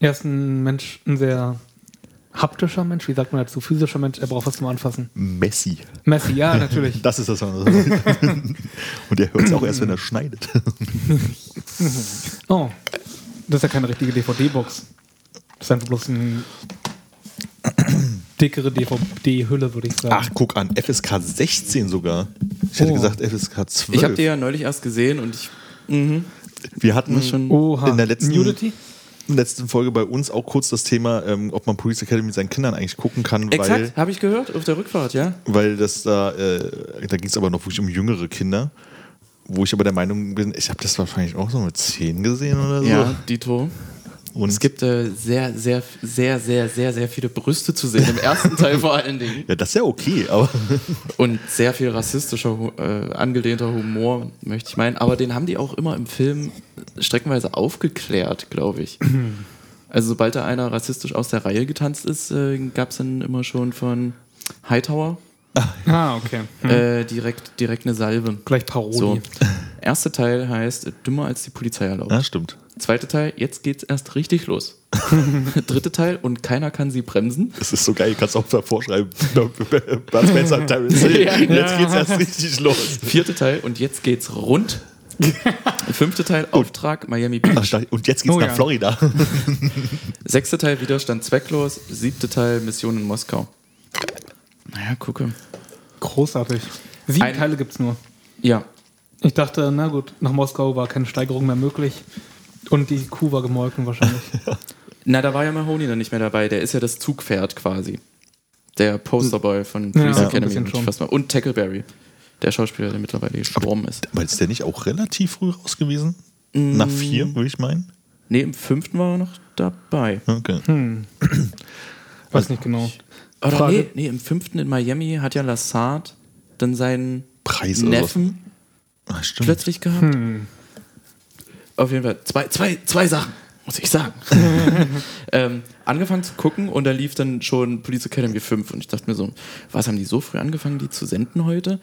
[SPEAKER 4] Er ist ein Mensch, ein sehr haptischer Mensch, wie sagt man dazu? Physischer Mensch, er braucht was zum Anfassen.
[SPEAKER 3] Messi.
[SPEAKER 4] Messi, ja, natürlich.
[SPEAKER 3] Das ist das. und er hört es auch erst, wenn er schneidet.
[SPEAKER 4] Oh, das ist ja keine richtige DVD-Box. Das ist einfach bloß eine dickere DVD-Hülle, würde ich sagen.
[SPEAKER 3] Ach, guck an, FSK 16 sogar. Ich hätte
[SPEAKER 4] Oh.
[SPEAKER 3] gesagt FSK 12.
[SPEAKER 2] Ich habe die ja neulich erst gesehen und ich. Mhm.
[SPEAKER 3] Wir hatten schon
[SPEAKER 4] Oha.
[SPEAKER 3] in der letzten,
[SPEAKER 4] Nudity?
[SPEAKER 3] letzten Folge bei uns auch kurz das Thema, ähm, ob man Police Academy mit seinen Kindern eigentlich gucken kann, weil,
[SPEAKER 2] Exakt, habe ich gehört auf der Rückfahrt, ja?
[SPEAKER 3] weil das da, äh, da ging es aber noch wirklich um jüngere Kinder. Wo ich aber der Meinung bin, ich habe das wahrscheinlich auch so mit 10 gesehen oder so.
[SPEAKER 2] Ja, Dito.
[SPEAKER 3] Und
[SPEAKER 2] Es gibt äh, sehr, sehr, sehr, sehr, sehr, sehr viele Brüste zu sehen, im ersten Teil vor allen Dingen.
[SPEAKER 3] Ja, das ist ja okay, aber
[SPEAKER 2] Und sehr viel rassistischer, Hu- äh, angelehnter Humor, möchte ich meinen. Aber den haben die auch immer im Film streckenweise aufgeklärt, glaube ich. Also sobald da einer rassistisch aus der Reihe getanzt ist, äh, gab es dann immer schon von Hightower
[SPEAKER 4] Ah, okay.
[SPEAKER 2] äh, direkt, direkt eine Salve.
[SPEAKER 4] Gleich Parodie.
[SPEAKER 2] So. Erster Teil heißt äh, Dümmer als die Polizei erlaubt.
[SPEAKER 3] ja, stimmt.
[SPEAKER 2] Zweiter Teil, jetzt geht's erst richtig los. Dritter Teil und keiner kann sie bremsen.
[SPEAKER 3] Das ist so geil, kannst auch davor schreiben. Bud Spencer und Terence Hill.
[SPEAKER 2] Ja.
[SPEAKER 4] genau.
[SPEAKER 3] Jetzt geht's erst richtig los.
[SPEAKER 2] Vierter Teil und jetzt geht's rund. Fünfter Teil Auftrag Miami
[SPEAKER 3] Ach,
[SPEAKER 2] Beach.
[SPEAKER 3] stark. Und jetzt geht's
[SPEAKER 4] Oh,
[SPEAKER 3] nach
[SPEAKER 4] ja.
[SPEAKER 3] Florida.
[SPEAKER 2] Sechster Teil Widerstand zwecklos. Siebter Teil Mission in Moskau. Naja, gucke.
[SPEAKER 4] Großartig. Sieben
[SPEAKER 2] Ein-
[SPEAKER 4] Teile gibt es nur.
[SPEAKER 2] Ja,
[SPEAKER 4] Ich dachte, na gut, nach Moskau war keine Steigerung mehr möglich. Und die Kuh war gemolken wahrscheinlich.
[SPEAKER 2] na da war ja Mahoney dann nicht mehr dabei. Der ist ja das Zugpferd quasi. Der Posterboy von Police
[SPEAKER 4] Ja, ein
[SPEAKER 2] Academy.
[SPEAKER 4] bisschen
[SPEAKER 2] würde ich
[SPEAKER 4] schon.
[SPEAKER 2] fast mal- Und Tackleberry, der Schauspieler, der mittlerweile gestorben ist.
[SPEAKER 3] Aber ist der nicht auch relativ früh raus gewesen?
[SPEAKER 2] Mm.
[SPEAKER 3] Nach vier, würde ich meinen.
[SPEAKER 2] Nee, im fünften war er noch dabei.
[SPEAKER 3] Okay.
[SPEAKER 4] Hm. Weiß nicht genau.
[SPEAKER 2] Oder
[SPEAKER 4] Frage.
[SPEAKER 2] nee, nee, im fünften in Miami hat ja Lassard dann seinen
[SPEAKER 3] Preis oder sowas.
[SPEAKER 2] Neffen
[SPEAKER 3] Ah, stimmt.
[SPEAKER 2] plötzlich gehabt. Auf jeden Fall zwei, zwei, zwei Sachen, muss ich sagen. ähm, angefangen zu gucken und da lief dann schon Police Academy 5 und ich dachte mir so, was haben die so früh angefangen, die zu senden heute?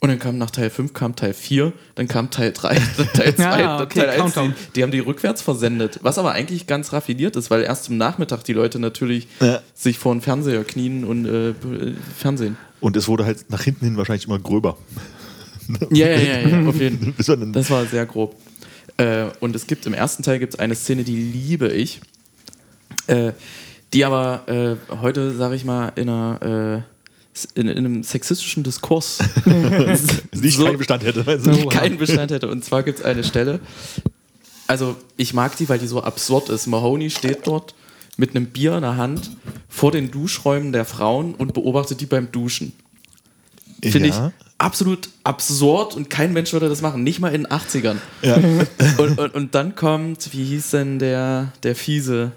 [SPEAKER 2] Und dann kam nach Teil 5 kam Teil 4, dann kam Teil 3, dann Teil 2,
[SPEAKER 4] Ah,
[SPEAKER 2] dann
[SPEAKER 4] okay,
[SPEAKER 2] Teil 1. Die,
[SPEAKER 4] Countdown.
[SPEAKER 2] die haben die rückwärts versendet, was aber eigentlich ganz raffiniert ist, weil erst zum Nachmittag die Leute natürlich
[SPEAKER 3] Ja.
[SPEAKER 2] sich vor den Fernseher knien und äh, Fernsehen.
[SPEAKER 3] Und es wurde halt nach hinten hin wahrscheinlich immer gröber.
[SPEAKER 2] Ja, ja, ja, ja auf jeden Fall.
[SPEAKER 3] Bis man dann-
[SPEAKER 2] Das war sehr grob. Äh, und es gibt im ersten Teil gibt's eine Szene, die liebe ich, äh, die aber äh, heute, sage ich mal, in, einer, äh, in, in einem sexistischen Diskurs
[SPEAKER 3] nicht
[SPEAKER 2] so-
[SPEAKER 3] keinen Bestand hätte.
[SPEAKER 2] die
[SPEAKER 4] Oha.
[SPEAKER 2] keinen Bestand hätte. Und zwar gibt es eine Stelle, also ich mag die, weil die so absurd ist. Mahoney steht dort mit einem Bier in der Hand vor den Duschräumen der Frauen und beobachtet die beim Duschen. Finde
[SPEAKER 3] Ja.
[SPEAKER 2] ich absolut absurd und kein Mensch würde das machen, nicht mal in den 80ern. Und, und, und dann kommt, wie hieß denn der, der Fiese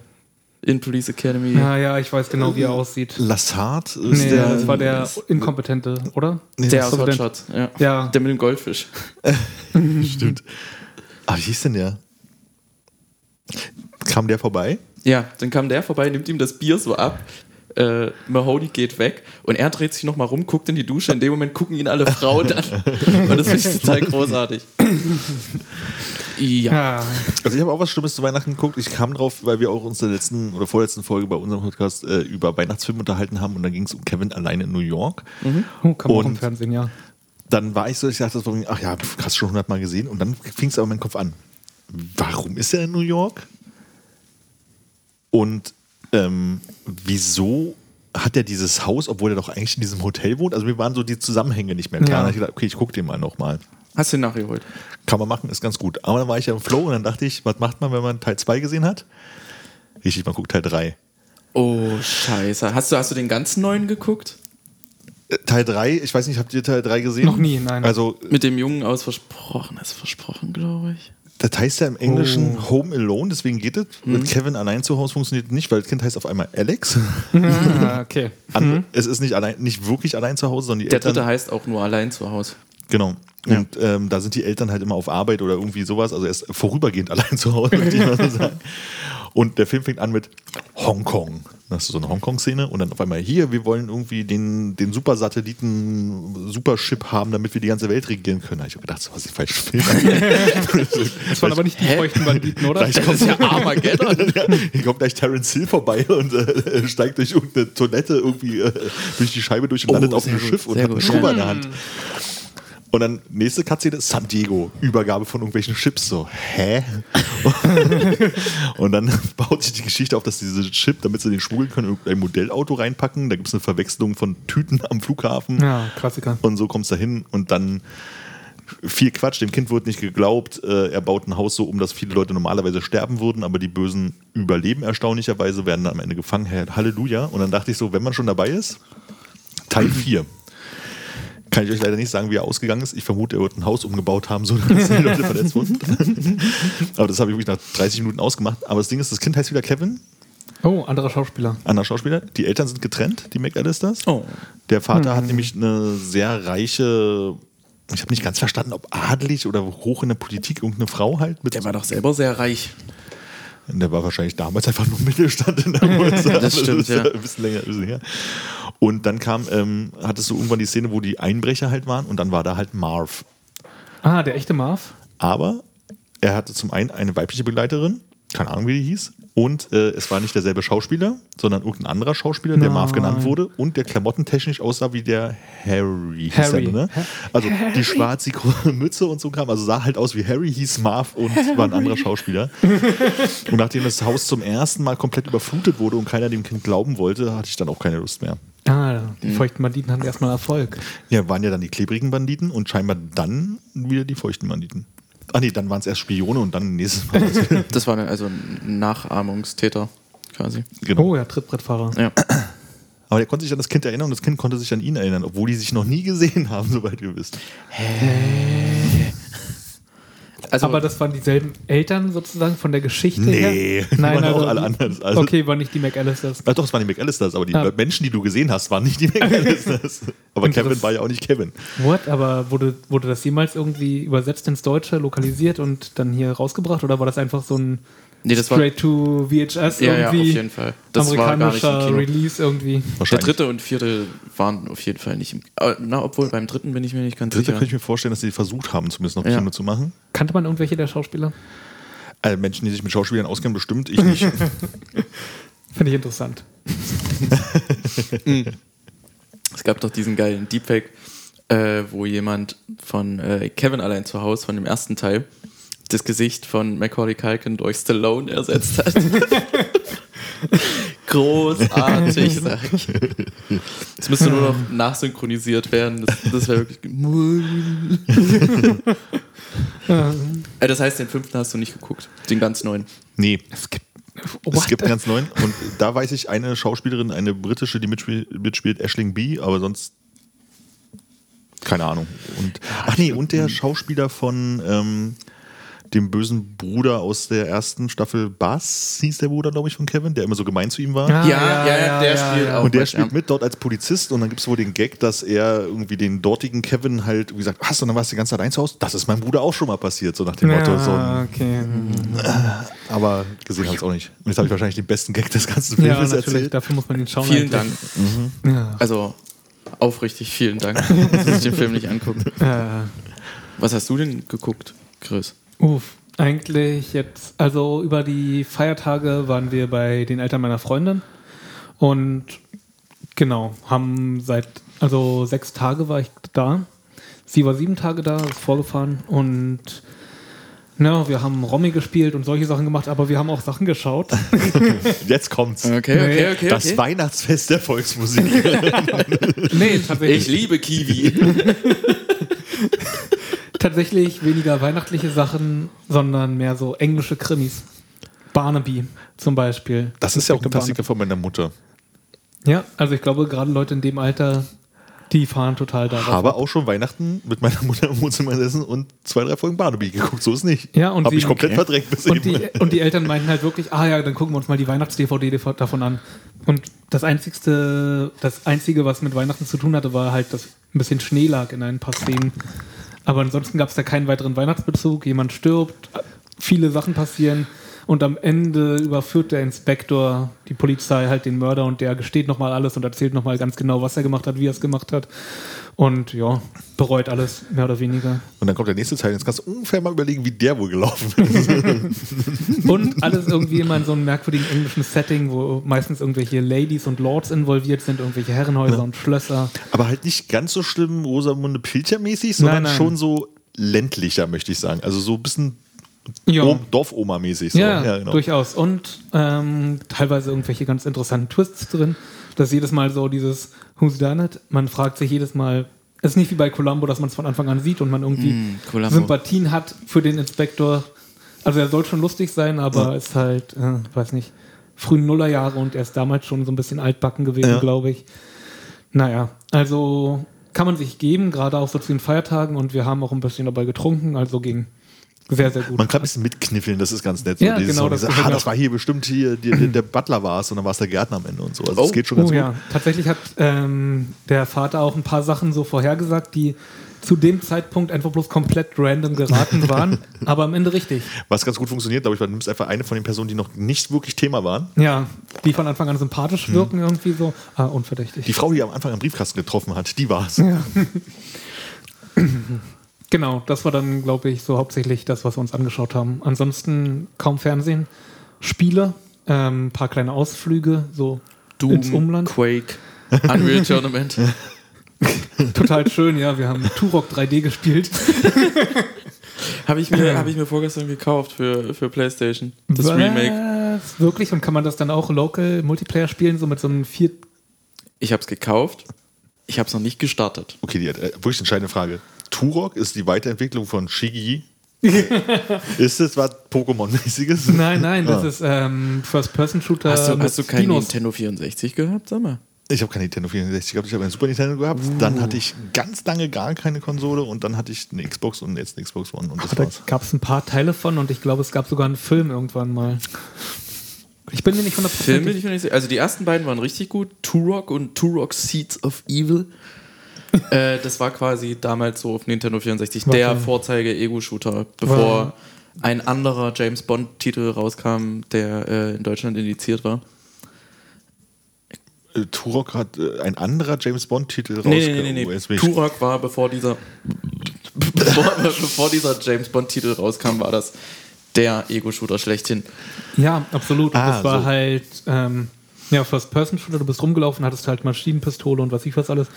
[SPEAKER 2] in Police Academy?
[SPEAKER 4] Ja, ja, ich weiß genau, wie er aussieht.
[SPEAKER 3] Lassard ist
[SPEAKER 4] Nee,
[SPEAKER 3] der.
[SPEAKER 4] das war der Inkompetente, oder?
[SPEAKER 2] Der aus
[SPEAKER 4] was war denn-
[SPEAKER 2] Hotshot, ja.
[SPEAKER 4] Ja.
[SPEAKER 2] Der mit dem Goldfisch.
[SPEAKER 3] Stimmt. Ah, wie hieß denn der? Kam der vorbei?
[SPEAKER 2] Ja, dann kam der vorbei, nimmt ihm das Bier so ab. Äh, Mahoney geht weg und er dreht sich nochmal rum, guckt in die Dusche. In dem Moment gucken ihn alle Frauen an. Und das finde ich total großartig. Ja.
[SPEAKER 4] Ja,
[SPEAKER 3] Also ich habe auch was Schlimmes zu Weihnachten geguckt. Ich kam drauf, weil wir auch uns der letzten oder vorletzten Folge bei unserem Podcast äh, über Weihnachtsfilme unterhalten haben und dann ging es um Kevin allein in New York.
[SPEAKER 4] oh, kann man auch im
[SPEAKER 3] Und-
[SPEAKER 4] Fernsehen, ja.
[SPEAKER 3] Dann war ich so, ich dachte, das war irgendwie, ach ja, pf, hast du schon hundertmal gesehen und dann fing es aber in meinem Kopf an. Warum ist er in New York? Und ähm, wieso hat er dieses Haus, obwohl er doch eigentlich in diesem Hotel wohnt? Also mir waren so die Zusammenhänge nicht mehr klar.
[SPEAKER 4] Ja.
[SPEAKER 3] Dann hab ich gedacht, okay, ich gucke den mal nochmal.
[SPEAKER 2] Hast du ihn nachgeholt?
[SPEAKER 3] Kann man machen, ist ganz gut. Aber dann war ich ja im Flow und dann dachte ich, was macht man, wenn man Teil 2 gesehen hat? Richtig, man guckt Teil 3.
[SPEAKER 2] Oh, scheiße. Hast du, hast du den ganzen neuen geguckt?
[SPEAKER 3] Äh, Teil 3, ich weiß nicht, habt ihr Teil 3 gesehen?
[SPEAKER 4] Noch nie, nein.
[SPEAKER 3] Also,
[SPEAKER 2] Mit dem Jungen aus Versprochen ist Versprochen, glaube ich.
[SPEAKER 3] das heißt ja im Englischen
[SPEAKER 4] Oh.
[SPEAKER 3] Home Alone, deswegen geht es.
[SPEAKER 4] Mhm.
[SPEAKER 3] Mit Kevin allein zu Hause funktioniert nicht, weil das Kind heißt auf einmal Alex.
[SPEAKER 4] Ah, okay.
[SPEAKER 3] An, Es ist nicht, allein, nicht wirklich allein zu Hause, sondern die
[SPEAKER 2] Der
[SPEAKER 3] Eltern.
[SPEAKER 2] dritte heißt auch nur allein zu Hause.
[SPEAKER 3] Genau. Und ähm, da sind die Eltern halt immer auf Arbeit oder irgendwie sowas. Also er ist vorübergehend allein zu Hause, möchte ich mal so sagen. Und der Film fängt an mit Hongkong. Das ist so eine Hongkong-Szene. Und dann auf einmal hier, wir wollen irgendwie den, den Supersatelliten, Supership haben, damit wir die ganze Welt regieren können. Da habe ich gedacht, so was ist falsch Film.
[SPEAKER 4] Das waren aber nicht die feuchten Banditen, oder?
[SPEAKER 3] Gleich kommt, ja
[SPEAKER 2] Armageddon.
[SPEAKER 3] hier kommt gleich Terence Hill vorbei und äh, steigt durch irgendeine Toilette irgendwie äh, durch die Scheibe durch und
[SPEAKER 2] Oh,
[SPEAKER 3] landet auf
[SPEAKER 2] sehr
[SPEAKER 3] dem
[SPEAKER 2] gut,
[SPEAKER 3] Schiff und
[SPEAKER 2] sehr
[SPEAKER 3] hat einen
[SPEAKER 2] gut.
[SPEAKER 3] Schrubber in der Hand. Und dann nächste Cutscene ist San Diego, Übergabe von irgendwelchen Chips. So, hä? und dann baut sich die Geschichte auf, dass diese Chip, damit sie den schmuggeln können, in irgendein Modellauto reinpacken. Da gibt es eine Verwechslung von Tüten am Flughafen.
[SPEAKER 4] Ja, Klassiker.
[SPEAKER 3] Und so kommst du hin und dann viel Quatsch. Dem Kind wurde nicht geglaubt. Äh, er baut ein Haus so um, dass viele Leute normalerweise sterben würden, aber die Bösen überleben erstaunlicherweise, werden dann am Ende gefangen. Herr- Halleluja. Und dann dachte ich so, wenn man schon dabei ist, Teil 4. Kann ich euch leider nicht sagen, wie er ausgegangen ist. Ich vermute, er wird ein Haus umgebaut haben, so dass die Leute verletzt wurden. aber das habe ich wirklich nach 30 Minuten ausgemacht. Aber das Ding ist, das Kind heißt wieder Kevin,
[SPEAKER 4] Oh, anderer Schauspieler.
[SPEAKER 3] anderer Schauspieler. Die Eltern sind getrennt, die McAllisters.
[SPEAKER 2] Oh.
[SPEAKER 3] Der Vater hat nämlich eine sehr reiche, ich habe nicht ganz verstanden, ob adelig oder hoch in der Politik irgendeine Frau halt. Mit
[SPEAKER 2] Der war doch selber sehr reich.
[SPEAKER 3] der war wahrscheinlich damals einfach nur Mittelstand in der USA.
[SPEAKER 2] Das stimmt,
[SPEAKER 3] ist, äh,
[SPEAKER 2] ja.
[SPEAKER 3] Ein bisschen länger, ein bisschen her. Und dann kam, ähm, hattest du irgendwann die Szene, wo die Einbrecher halt waren und dann war da halt Marv.
[SPEAKER 4] Ah, der echte Marv?
[SPEAKER 3] Aber er hatte zum einen eine weibliche Begleiterin, keine Ahnung, wie die hieß. Und äh, es war nicht derselbe Schauspieler, sondern irgendein anderer Schauspieler, der Marv genannt wurde und der klamottentechnisch aussah wie der Harry. hieß
[SPEAKER 4] Harry.
[SPEAKER 3] Er, ne? Also die schwarze große Mütze und so kam. Also sah halt aus wie Harry, hieß Marv und war ein anderer Schauspieler. und nachdem das Haus zum ersten Mal komplett überflutet wurde und keiner dem Kind glauben wollte, hatte ich dann auch keine Lust mehr.
[SPEAKER 4] Ah, die
[SPEAKER 2] Hm.
[SPEAKER 4] feuchten Banditen hatten erstmal Erfolg.
[SPEAKER 3] Ja, waren ja dann die klebrigen Banditen und scheinbar dann wieder die feuchten Banditen. Ah nee, dann waren es erst Spione und dann nächstes Mal.
[SPEAKER 2] Das war also ein Nachahmungstäter quasi.
[SPEAKER 3] Genau.
[SPEAKER 4] Oh ja, Trittbrettfahrer.
[SPEAKER 2] Ja.
[SPEAKER 3] Aber der konnte sich an das Kind erinnern und das Kind konnte sich an ihn erinnern, obwohl die sich noch nie gesehen haben, soweit wir wissen.
[SPEAKER 2] Also,
[SPEAKER 4] aber das waren dieselben Eltern sozusagen von der Geschichte
[SPEAKER 3] Nee,
[SPEAKER 4] her?
[SPEAKER 3] die
[SPEAKER 4] Nein,
[SPEAKER 3] waren
[SPEAKER 4] also,
[SPEAKER 3] auch alle anders. Also-
[SPEAKER 4] okay, waren nicht die McAllisters.
[SPEAKER 3] Ach Ah, doch, es waren die McAllisters, aber die
[SPEAKER 4] Ah.
[SPEAKER 3] Menschen, die du gesehen hast, waren nicht die McAllisters. aber
[SPEAKER 4] Und das-
[SPEAKER 3] Kevin war ja auch nicht Kevin.
[SPEAKER 4] What? Aber wurde, wurde das jemals irgendwie übersetzt ins Deutsche, lokalisiert und dann hier rausgebracht? Oder war das einfach so ein
[SPEAKER 2] nee, das war
[SPEAKER 4] straight to VHS
[SPEAKER 2] Ja, ja, auf
[SPEAKER 4] irgendwie?
[SPEAKER 2] jeden Fall. Das war gar nicht
[SPEAKER 4] amerikanischer
[SPEAKER 2] im Kino.
[SPEAKER 4] Release irgendwie.
[SPEAKER 2] Der
[SPEAKER 3] Wahrscheinlich.
[SPEAKER 2] dritte und vierte waren auf jeden Fall nicht im äh, Na, obwohl beim dritten bin ich mir nicht ganz
[SPEAKER 3] Dritte
[SPEAKER 2] sicher.
[SPEAKER 3] könnte ich mir vorstellen, dass sie versucht haben, zumindest noch
[SPEAKER 2] Ja.
[SPEAKER 3] Kino zu machen.
[SPEAKER 4] Kannte man irgendwelche der Schauspieler?
[SPEAKER 3] Also Menschen, die sich mit Schauspielern auskennen, bestimmt. Ich nicht.
[SPEAKER 4] Finde ich interessant.
[SPEAKER 2] es gab doch diesen geilen Deepfake, äh, wo jemand von äh, Kevin allein zu Hause, von dem ersten Teil, das Gesicht von Macaulay Culkin durch Stallone ersetzt hat. Großartig, sag ich. Das müsste nur noch nachsynchronisiert werden. Das, das wäre wirklich. Äh, das heißt, den fünften hast du nicht geguckt. Den ganz neuen.
[SPEAKER 3] nee.
[SPEAKER 4] Es gibt.
[SPEAKER 3] Es gibt einen ganz neuen. Und da weiß ich eine Schauspielerin, eine britische, die mitspiel, mitspielt, Ashling B., aber sonst keine Ahnung. Und, ach nee, und der Schauspieler von ähm, dem bösen Bruder aus der ersten Staffel, Bass hieß der Bruder, glaube ich, von Kevin, der immer so gemein zu ihm war.
[SPEAKER 4] Ah,
[SPEAKER 2] Ja, ja, ja, der spielt auch.
[SPEAKER 3] Und der
[SPEAKER 2] mit,
[SPEAKER 3] spielt
[SPEAKER 2] ja.
[SPEAKER 3] mit dort als Polizist und dann gibt es wohl den Gag, dass er irgendwie den dortigen Kevin halt irgendwie sagt, was, und dann warst du die ganze Zeit allein zu Hause? Das ist meinem Bruder auch schon mal passiert, so nach dem Motto. So
[SPEAKER 4] Ja,
[SPEAKER 3] ein,
[SPEAKER 4] Ah, okay.
[SPEAKER 2] Mhm.
[SPEAKER 3] aber gesehen habe ich auch nicht. Und jetzt habe ich wahrscheinlich den besten Gag des ganzen Films erzählt.
[SPEAKER 4] Dafür muss man ihn schauen.
[SPEAKER 2] Vielen
[SPEAKER 4] eigentlich.
[SPEAKER 2] Dank.
[SPEAKER 4] Ja.
[SPEAKER 2] Also aufrichtig vielen Dank, dass ich den Film nicht angucke.
[SPEAKER 4] Äh,
[SPEAKER 2] Was hast du denn geguckt, Chris?
[SPEAKER 4] uff. Eigentlich jetzt, also über die Feiertage waren wir bei den Eltern meiner Freundin und genau, haben seit, also sechs Tage war ich da. Sie war sieben Tage da, ist vorgefahren und na, wir haben Romy gespielt und solche Sachen gemacht, aber wir haben auch Sachen geschaut.
[SPEAKER 3] Jetzt kommt's.
[SPEAKER 4] okay,
[SPEAKER 2] okay.
[SPEAKER 3] Das Weihnachtsfest der Volksmusik.
[SPEAKER 4] nee, tatsächlich.
[SPEAKER 2] ich liebe Kiwi.
[SPEAKER 4] tatsächlich weniger weihnachtliche Sachen, sondern mehr so englische Krimis. Barnaby zum Beispiel.
[SPEAKER 3] Das ist ja auch ein
[SPEAKER 4] Inspektor
[SPEAKER 3] Klassiker von meiner Mutter.
[SPEAKER 4] Barnaby. Ja, also ich glaube, gerade Leute in dem Alter, die fahren total darauf.
[SPEAKER 3] Habe auch schon Weihnachten mit meiner Mutter im Wohnzimmer gesessen und zwei, drei Folgen Barnaby geguckt. So ist nicht.
[SPEAKER 4] Ja, und
[SPEAKER 3] Habe
[SPEAKER 4] sie-
[SPEAKER 3] ich komplett
[SPEAKER 4] okay.
[SPEAKER 3] verdrängt bis
[SPEAKER 4] und,
[SPEAKER 3] eben.
[SPEAKER 4] die, und die Eltern meinten halt wirklich, ah ja, dann gucken wir uns mal die Weihnachts-DVD davon an. Und das einzigste, das einzige, was mit Weihnachten zu tun hatte, war halt, dass ein bisschen Schnee lag in ein paar Szenen. Aber ansonsten gab es da keinen weiteren Weihnachtsbezug. Jemand stirbt, viele Sachen passieren. Und am Ende überführt der Inspektor die Polizei halt den Mörder und der gesteht nochmal alles und erzählt nochmal ganz genau, was er gemacht hat, wie er es gemacht hat. Und ja, bereut alles, mehr oder weniger.
[SPEAKER 3] Und dann kommt der nächste Teil. Jetzt kannst du ungefähr mal überlegen, wie der wohl gelaufen ist.
[SPEAKER 4] Und alles irgendwie immer in so einem merkwürdigen englischen Setting, wo meistens irgendwelche Ladies und Lords involviert sind, irgendwelche Herrenhäuser und Schlösser.
[SPEAKER 3] Aber halt nicht ganz so schlimm Rosamunde Pilcher-mäßig, sondern
[SPEAKER 4] Nein, nein.
[SPEAKER 3] schon so ländlicher, möchte ich sagen. Also so ein bisschen
[SPEAKER 4] Ja.
[SPEAKER 3] Om- Dorfoma-mäßig. So.
[SPEAKER 4] Ja,
[SPEAKER 3] Ja, genau.
[SPEAKER 4] durchaus. Und ähm, teilweise irgendwelche ganz interessanten Twists drin. Das ist jedes Mal so dieses Who's done it? Man fragt sich jedes Mal, es ist nicht wie bei Columbo, dass man es von Anfang an sieht und man irgendwie
[SPEAKER 3] Hm,
[SPEAKER 2] Mm, Columbo.
[SPEAKER 4] Sympathien hat für den Inspektor. Also er soll schon lustig sein, aber ist halt, äh, weiß nicht, frühen Nullerjahre und er ist damals schon so ein bisschen altbacken gewesen,
[SPEAKER 3] Ja.
[SPEAKER 4] glaube ich. Naja, also kann man sich geben, gerade auch so zu den Feiertagen und wir haben auch ein bisschen dabei getrunken, also ging sehr, sehr gut.
[SPEAKER 3] Man kann ein bisschen mitkniffeln, das ist ganz nett.
[SPEAKER 4] Ja,
[SPEAKER 3] dieses
[SPEAKER 4] genau,
[SPEAKER 3] so,
[SPEAKER 4] das
[SPEAKER 3] dieses,
[SPEAKER 4] gefällt
[SPEAKER 3] ah,
[SPEAKER 4] mir
[SPEAKER 3] das
[SPEAKER 4] auch.
[SPEAKER 3] war hier bestimmt hier, die, die, der Butler war es und dann war es der Gärtner am Ende und so. Also
[SPEAKER 2] Oh.
[SPEAKER 3] das geht schon ganz
[SPEAKER 4] Oh
[SPEAKER 3] gut.
[SPEAKER 4] ja, tatsächlich hat ähm, der Vater auch ein paar Sachen so vorhergesagt, die zu dem Zeitpunkt einfach bloß komplett random geraten waren, aber am Ende richtig.
[SPEAKER 3] Was ganz gut funktioniert, glaube ich, weil du nimmst einfach eine von den Personen, die noch nicht wirklich Thema waren.
[SPEAKER 4] Ja, die von Anfang an sympathisch wirken irgendwie so. Ah, unverdächtig.
[SPEAKER 3] Die Frau, die am Anfang am Briefkasten getroffen hat, die war es.
[SPEAKER 4] Genau, das war dann, glaube ich, so hauptsächlich das, was wir uns angeschaut haben. Ansonsten kaum Fernsehen, Spiele, ähm, ein paar kleine Ausflüge, so ins Umland.
[SPEAKER 2] Quake, Unreal Tournament.
[SPEAKER 4] Total schön, ja. Wir haben Turok 3D gespielt.
[SPEAKER 2] Habe ich, mir- hab ich mir vorgestern gekauft für, für PlayStation. Das Remake.
[SPEAKER 4] Was? Wirklich? Und kann man das dann auch local Multiplayer spielen, so mit so einem vier
[SPEAKER 2] Ich habe es gekauft. Ich habe es noch nicht gestartet.
[SPEAKER 3] Okay, die äh, wirklich entscheidende Frage. Turok ist die Weiterentwicklung von Shigi. ist das was Pokémon-mäßiges?
[SPEAKER 4] Nein, nein, das
[SPEAKER 3] Ah.
[SPEAKER 4] ist ähm, First-Person-Shooter.
[SPEAKER 2] Hast du,
[SPEAKER 4] mit
[SPEAKER 2] hast du keinen
[SPEAKER 4] Dinos.
[SPEAKER 2] Nintendo 64 gehabt? Sag mal.
[SPEAKER 3] Ich habe kein Nintendo 64 gehabt, ich habe einen Super Nintendo gehabt.
[SPEAKER 4] Oh.
[SPEAKER 3] Dann hatte ich ganz lange gar keine Konsole und dann hatte ich eine Xbox und jetzt eine Xbox One und das
[SPEAKER 4] Da
[SPEAKER 3] war's.
[SPEAKER 4] gab es ein paar Teile von und ich glaube, es gab sogar einen Film irgendwann mal. Ich bin mir nicht
[SPEAKER 2] Filme, die
[SPEAKER 4] hundertprozentig.
[SPEAKER 2] ich noch nicht so- Also die ersten beiden waren richtig gut. Turok und Turok Seeds of Evil. äh, das war quasi damals so auf Nintendo 64
[SPEAKER 4] War
[SPEAKER 2] der
[SPEAKER 4] geil.
[SPEAKER 2] Vorzeige-Ego-Shooter,
[SPEAKER 4] War-
[SPEAKER 2] bevor ein anderer James Bond-Titel rauskam, der äh, in Deutschland indiziert war.
[SPEAKER 3] Äh, Turok hat äh, ein anderer James Bond-Titel
[SPEAKER 2] Nee, nee, nee,
[SPEAKER 3] Oh,
[SPEAKER 2] nee.
[SPEAKER 3] jetzt bin ich-
[SPEAKER 2] Turok war bevor dieser bevor, bevor dieser James Bond-Titel rauskam, war das der Ego-Shooter schlechthin.
[SPEAKER 4] Ja, absolut. Und
[SPEAKER 3] Ah,
[SPEAKER 4] das war
[SPEAKER 3] so.
[SPEAKER 4] halt ähm, ja, First-Person-Shooter, du bist rumgelaufen, hattest halt Maschinenpistole und was ich was alles.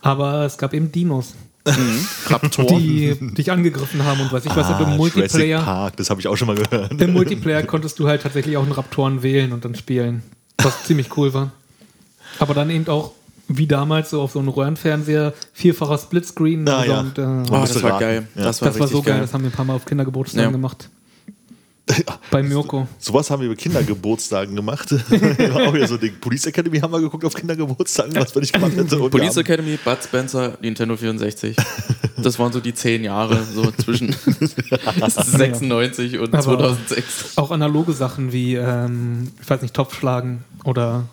[SPEAKER 4] Aber es gab eben Dinos,
[SPEAKER 2] Raptor.
[SPEAKER 4] die dich angegriffen haben und was ich was.
[SPEAKER 3] Ah,
[SPEAKER 4] Und Im
[SPEAKER 3] Jurassic
[SPEAKER 4] Multiplayer,
[SPEAKER 3] Park, das habe ich auch schon mal gehört.
[SPEAKER 4] im Multiplayer konntest du halt tatsächlich auch einen Raptoren wählen und dann spielen. Was ziemlich cool war. Aber dann eben auch, wie damals, so auf so einem Röhrenfernseher, vierfacher Splitscreen.
[SPEAKER 3] Ah,
[SPEAKER 4] also
[SPEAKER 3] ja.
[SPEAKER 4] Und,
[SPEAKER 2] Oh,
[SPEAKER 4] äh,
[SPEAKER 3] Musst
[SPEAKER 2] das
[SPEAKER 3] du
[SPEAKER 2] war
[SPEAKER 3] raten.
[SPEAKER 2] geil.
[SPEAKER 3] Ja.
[SPEAKER 2] Das war
[SPEAKER 4] das war
[SPEAKER 2] richtig
[SPEAKER 4] so geil.
[SPEAKER 2] geil.
[SPEAKER 4] das haben wir ein paar Mal auf Kindergeburtstagen
[SPEAKER 2] Ja.
[SPEAKER 4] gemacht. Bei Mirko.
[SPEAKER 3] Sowas haben wir bei Kindergeburtstagen gemacht. auch ja so die Police Academy haben wir geguckt auf Kindergeburtstagen, was wir nicht gemacht hätte. Und
[SPEAKER 2] Police
[SPEAKER 3] wir haben-
[SPEAKER 2] Academy, Bud Spencer, Nintendo 64. Das waren so die zehn Jahre, so zwischen 96 und
[SPEAKER 4] Aber-
[SPEAKER 2] 2006.
[SPEAKER 4] Auch analoge Sachen wie, ähm, ich weiß nicht, Topfschlagen oder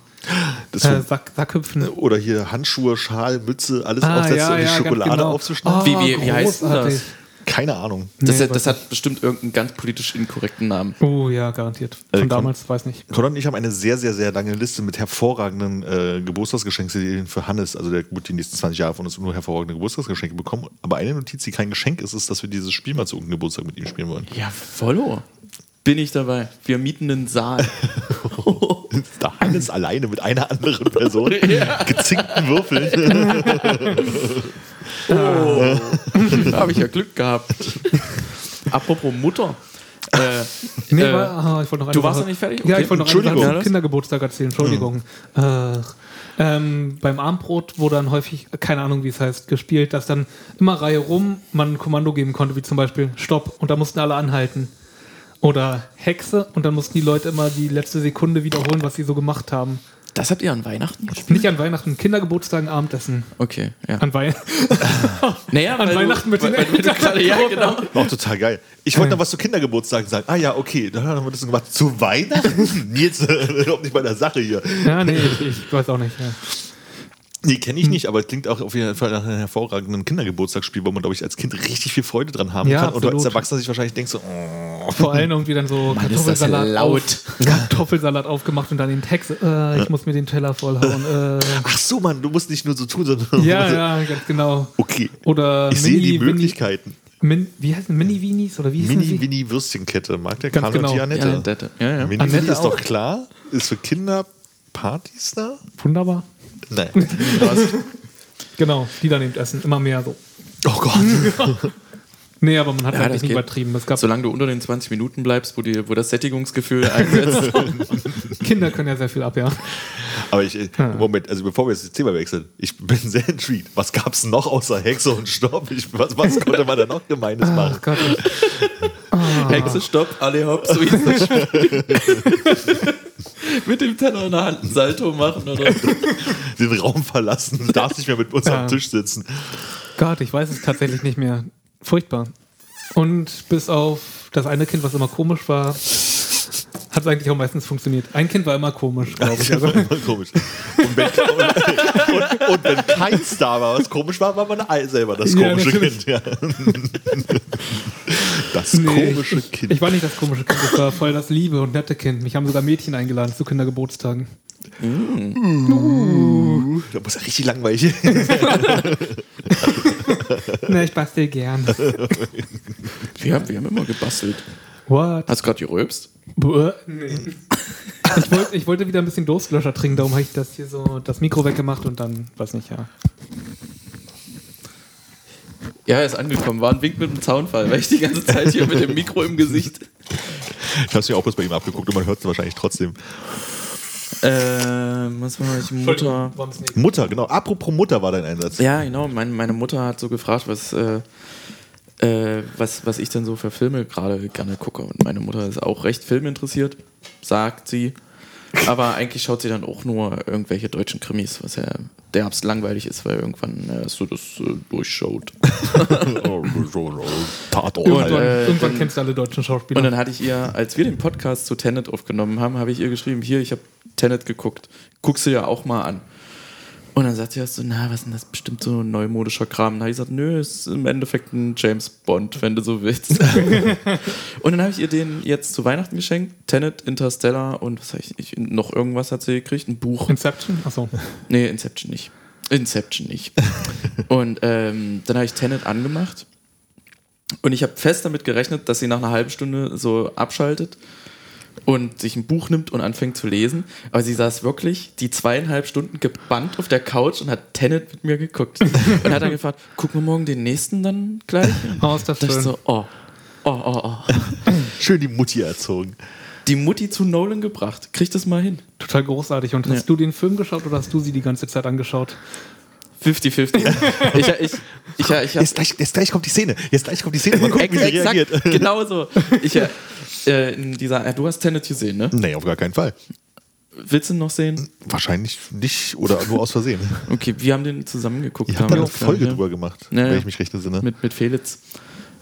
[SPEAKER 3] das
[SPEAKER 4] äh,
[SPEAKER 3] so-
[SPEAKER 4] Sack, Sackhüpfen.
[SPEAKER 3] oder hier Handschuhe, Schal, Mütze, alles
[SPEAKER 4] Ah,
[SPEAKER 3] aufsetzen
[SPEAKER 4] ja,
[SPEAKER 3] und die
[SPEAKER 4] ja, ganz
[SPEAKER 3] Schokolade
[SPEAKER 4] genau. Ah.
[SPEAKER 3] aufzuschneiden.
[SPEAKER 2] Wie- wie- wie heißt denn das?
[SPEAKER 4] großartig.
[SPEAKER 3] Keine Ahnung.
[SPEAKER 2] Das,
[SPEAKER 4] Nee,
[SPEAKER 2] hat- das hat bestimmt irgendeinen ganz politisch inkorrekten Namen.
[SPEAKER 4] Oh ja, garantiert.
[SPEAKER 3] Äh, komm.
[SPEAKER 4] Von damals, weiß nicht.
[SPEAKER 3] Conor und ich haben eine sehr, sehr, sehr lange Liste mit hervorragenden äh, Geburtstagsgeschenksideen für Hannes. Also der wird die nächsten 20 Jahre von uns nur hervorragende Geburtstagsgeschenke bekommen. Aber eine Notiz, die kein Geschenk ist, ist, dass wir dieses Spiel mal zu irgendeinem Geburtstag mit ihm spielen wollen.
[SPEAKER 2] Ja, Follow. Bin ich dabei. Wir mieten einen Saal.
[SPEAKER 3] Da Hannes alleine mit einer anderen Person, gezinkten Würfeln.
[SPEAKER 4] Ah.
[SPEAKER 2] Oh, da habe ich ja Glück gehabt. Apropos Mutter. Äh,
[SPEAKER 4] Nee,
[SPEAKER 2] äh,
[SPEAKER 4] aber, ah, ich wollte noch eine
[SPEAKER 2] du warst
[SPEAKER 4] Sache-
[SPEAKER 2] noch nicht fertig?
[SPEAKER 4] Ja,
[SPEAKER 2] Okay.
[SPEAKER 4] ich wollte noch
[SPEAKER 2] Ja,
[SPEAKER 3] Entschuldigung.
[SPEAKER 4] eine Sache zum
[SPEAKER 2] das- Mhm.
[SPEAKER 4] Kindergeburtstag erzählen. Entschuldigung. Ach. ähm, beim Armbrot wurde dann häufig, keine Ahnung wie es heißt, gespielt, dass dann immer Reihe rum man ein Kommando geben konnte, wie zum Beispiel Stopp und da mussten alle anhalten. Oder Hexe und dann mussten die Leute immer die letzte Sekunde wiederholen, was sie so gemacht haben.
[SPEAKER 2] das habt ihr an Weihnachten gespielt?
[SPEAKER 4] Nicht an Weihnachten, Kindergeburtstagen, Abendessen.
[SPEAKER 2] Okay, ja.
[SPEAKER 4] An, Wei
[SPEAKER 2] naja,
[SPEAKER 4] an Weihnachten mit den
[SPEAKER 2] weil, weil du
[SPEAKER 4] Eltern.
[SPEAKER 2] gerade, ja, genau.
[SPEAKER 3] War auch total geil. Ich wollte noch was zu Kindergeburtstagen sagen. Ah ja, okay, dann haben wir das gemacht. Zu Weihnachten? Jetzt, überhaupt nicht bei der Sache hier.
[SPEAKER 4] Ja, nee, ich, ich weiß auch nicht. Ja.
[SPEAKER 3] Nee, kenne
[SPEAKER 4] Hm.
[SPEAKER 3] ich nicht, aber es klingt auch auf jeden Fall nach einem hervorragenden Kindergeburtstagsspiel, wo man, glaube ich, als Kind richtig viel Freude dran haben
[SPEAKER 4] Ja,
[SPEAKER 3] kann. Und du als
[SPEAKER 4] absolut.
[SPEAKER 3] Erwachsener sich wahrscheinlich denkst so, oh.
[SPEAKER 4] Vor allem irgendwie dann so
[SPEAKER 2] ist das
[SPEAKER 4] Kartoffelsalat,
[SPEAKER 2] laut.
[SPEAKER 4] Auf, Kartoffelsalat aufgemacht und dann den Text, äh, ich muss mir den Teller vollhauen.
[SPEAKER 3] Ach so, Mann, du musst nicht nur so tun, sondern.
[SPEAKER 4] Äh, ja, ja, ganz genau.
[SPEAKER 3] Okay.
[SPEAKER 4] Oder
[SPEAKER 3] Ich sehe die
[SPEAKER 4] Mini-
[SPEAKER 3] Möglichkeiten.
[SPEAKER 4] Mini, Min, wie heißen Mini-Winis oder wie hießen
[SPEAKER 3] Mini,
[SPEAKER 4] sie?
[SPEAKER 3] Winnie Würstchenkette. Mag der
[SPEAKER 4] Ganz
[SPEAKER 3] Karl und
[SPEAKER 4] genau.
[SPEAKER 3] die
[SPEAKER 2] Ja,
[SPEAKER 3] Annette.
[SPEAKER 2] Annette. Ja, ja.
[SPEAKER 3] Mini Winnie
[SPEAKER 4] Annette
[SPEAKER 3] ist doch
[SPEAKER 4] auch.
[SPEAKER 3] klar. Ist für Kinder Partys da?
[SPEAKER 4] Wunderbar.
[SPEAKER 3] Nein.
[SPEAKER 4] Genau, die dann eben essen. Immer mehr so.
[SPEAKER 3] oh Gott.
[SPEAKER 4] Nee, aber man hat
[SPEAKER 2] Ja, das
[SPEAKER 4] eigentlich nicht
[SPEAKER 2] geht.
[SPEAKER 4] übertrieben. Es gab,
[SPEAKER 2] Solange du unter den 20 Minuten bleibst, wo, die, wo das Sättigungsgefühl einsetzt.
[SPEAKER 4] Kinder können ja sehr viel ab, ja.
[SPEAKER 3] Aber ich, äh, Moment, also bevor wir jetzt das Thema wechseln, ich bin sehr intrigued. Was gab es noch außer Hexe und Stopp? Ich, was, was konnte man da noch Gemeines machen?
[SPEAKER 4] Ach Gott. Ah.
[SPEAKER 2] Hexe, stopp, alle hopp, so hieß das Spiel. Mit dem Teller in der Hand einen Salto machen oder
[SPEAKER 3] Den Raum verlassen, du darfst nicht mehr mit uns
[SPEAKER 4] Ja.
[SPEAKER 3] am Tisch sitzen.
[SPEAKER 4] Gott, ich weiß es tatsächlich nicht mehr. Furchtbar. Und bis auf das eine Kind, was immer komisch war, hat es eigentlich auch meistens funktioniert. Ein Kind war immer komisch, glaube ich. Also
[SPEAKER 3] Das war immer komisch. Und wenn, und, und, und wenn keins da war, was komisch war, war man all- selber das
[SPEAKER 4] Ja,
[SPEAKER 3] komische
[SPEAKER 4] natürlich.
[SPEAKER 3] Kind. Ja. Das
[SPEAKER 4] Nee,
[SPEAKER 3] komische
[SPEAKER 4] ich,
[SPEAKER 3] Kind.
[SPEAKER 4] Ich war nicht das komische Kind, ich war voll das liebe und nette Kind. Mich haben sogar Mädchen eingeladen zu Kindergeburtstagen.
[SPEAKER 3] da muss ja richtig langweilig.
[SPEAKER 4] Ne, ich bastel gern.
[SPEAKER 2] Wir haben, wir haben immer gebastelt.
[SPEAKER 4] What?
[SPEAKER 2] Hast du gerade gerülpst?
[SPEAKER 4] Buh, äh, nee. Ich, wollt, ich wollte wieder ein bisschen Durstlöscher trinken, darum habe ich das hier so, das Mikro weggemacht und dann, weiß nicht, ja.
[SPEAKER 2] Ja, er ist angekommen. War ein Wink mit dem Zaunfall, weil ich die ganze Zeit hier mit dem Mikro im Gesicht.
[SPEAKER 3] Ich hab's mir auch bloß bei ihm abgeguckt und man hört es wahrscheinlich trotzdem.
[SPEAKER 2] Ähm, was war ich? Mutter.
[SPEAKER 4] Warm's nicht.
[SPEAKER 3] Mutter, genau. Apropos Mutter war dein Einsatz.
[SPEAKER 2] Ja, genau. Mein, meine Mutter hat so gefragt, was, äh, äh, was, was ich denn so für Filme gerade gerne gucke. Und meine Mutter ist auch recht filminteressiert, sagt sie. Aber eigentlich schaut sie dann auch nur irgendwelche deutschen Krimis, was ja derbst langweilig ist, weil irgendwann äh, so das äh, durchschaut.
[SPEAKER 3] Tatort.
[SPEAKER 2] Und,
[SPEAKER 3] halt.
[SPEAKER 2] äh,
[SPEAKER 4] Irgendwann
[SPEAKER 2] dann-
[SPEAKER 4] kennst du alle deutschen Schauspieler.
[SPEAKER 2] Und dann hatte ich ihr, als wir den Podcast zu Tenet aufgenommen haben, habe ich ihr geschrieben, hier, ich habe Tenet geguckt. Guckst du ja auch mal an. Und dann sagt sie erst so, na, was ist denn das? Bestimmt so ein neumodischer Kram. Und dann habe ich gesagt, nö, ist im Endeffekt ein James Bond, wenn du so willst. und dann habe ich ihr den jetzt zu Weihnachten geschenkt. Tenet, Interstellar und was habe ich, ich, noch irgendwas hat sie gekriegt, ein Buch.
[SPEAKER 4] Inception? Achso.
[SPEAKER 2] Nee, Inception nicht. Inception nicht. und ähm, dann habe ich Tenet angemacht. Und ich habe fest damit gerechnet, dass sie nach einer halben Stunde so abschaltet und sich ein Buch nimmt und anfängt zu lesen. Aber sie saß wirklich die zweieinhalb Stunden gebannt auf der Couch und hat Tenet mit mir geguckt. und hat dann gefragt, gucken wir morgen den nächsten dann gleich?
[SPEAKER 4] Oh, ist das
[SPEAKER 2] Da ich
[SPEAKER 4] schön.
[SPEAKER 2] so, oh, oh, oh, oh.
[SPEAKER 3] Schön die Mutti erzogen.
[SPEAKER 2] Die Mutti zu Nolan gebracht. Krieg das mal hin.
[SPEAKER 4] Total großartig. Und hast
[SPEAKER 2] Ja.
[SPEAKER 4] du den Film geschaut oder hast du sie die ganze Zeit angeschaut?
[SPEAKER 2] 50-50. ich, ich, ich, ich, ich hab-
[SPEAKER 3] Jetzt gleich, jetzt gleich kommt die Szene. Jetzt gleich kommt die Szene. Mal gucken, wie sie
[SPEAKER 2] Exakt,
[SPEAKER 3] reagiert.
[SPEAKER 2] Genau so. Ich, äh, äh, in dieser, äh, du hast Tenet gesehen, ne?
[SPEAKER 3] Nee, auf gar keinen Fall.
[SPEAKER 2] Willst du ihn noch sehen?
[SPEAKER 3] Wahrscheinlich nicht oder nur aus Versehen.
[SPEAKER 2] Okay, wir haben den zusammengeguckt.
[SPEAKER 3] Ihr habt da eine
[SPEAKER 2] damals, glaub ich,
[SPEAKER 3] Folge
[SPEAKER 2] ne?
[SPEAKER 3] drüber gemacht,
[SPEAKER 2] Ja, ja.
[SPEAKER 3] wenn ich mich recht entsinne.
[SPEAKER 2] Mit, mit Felix.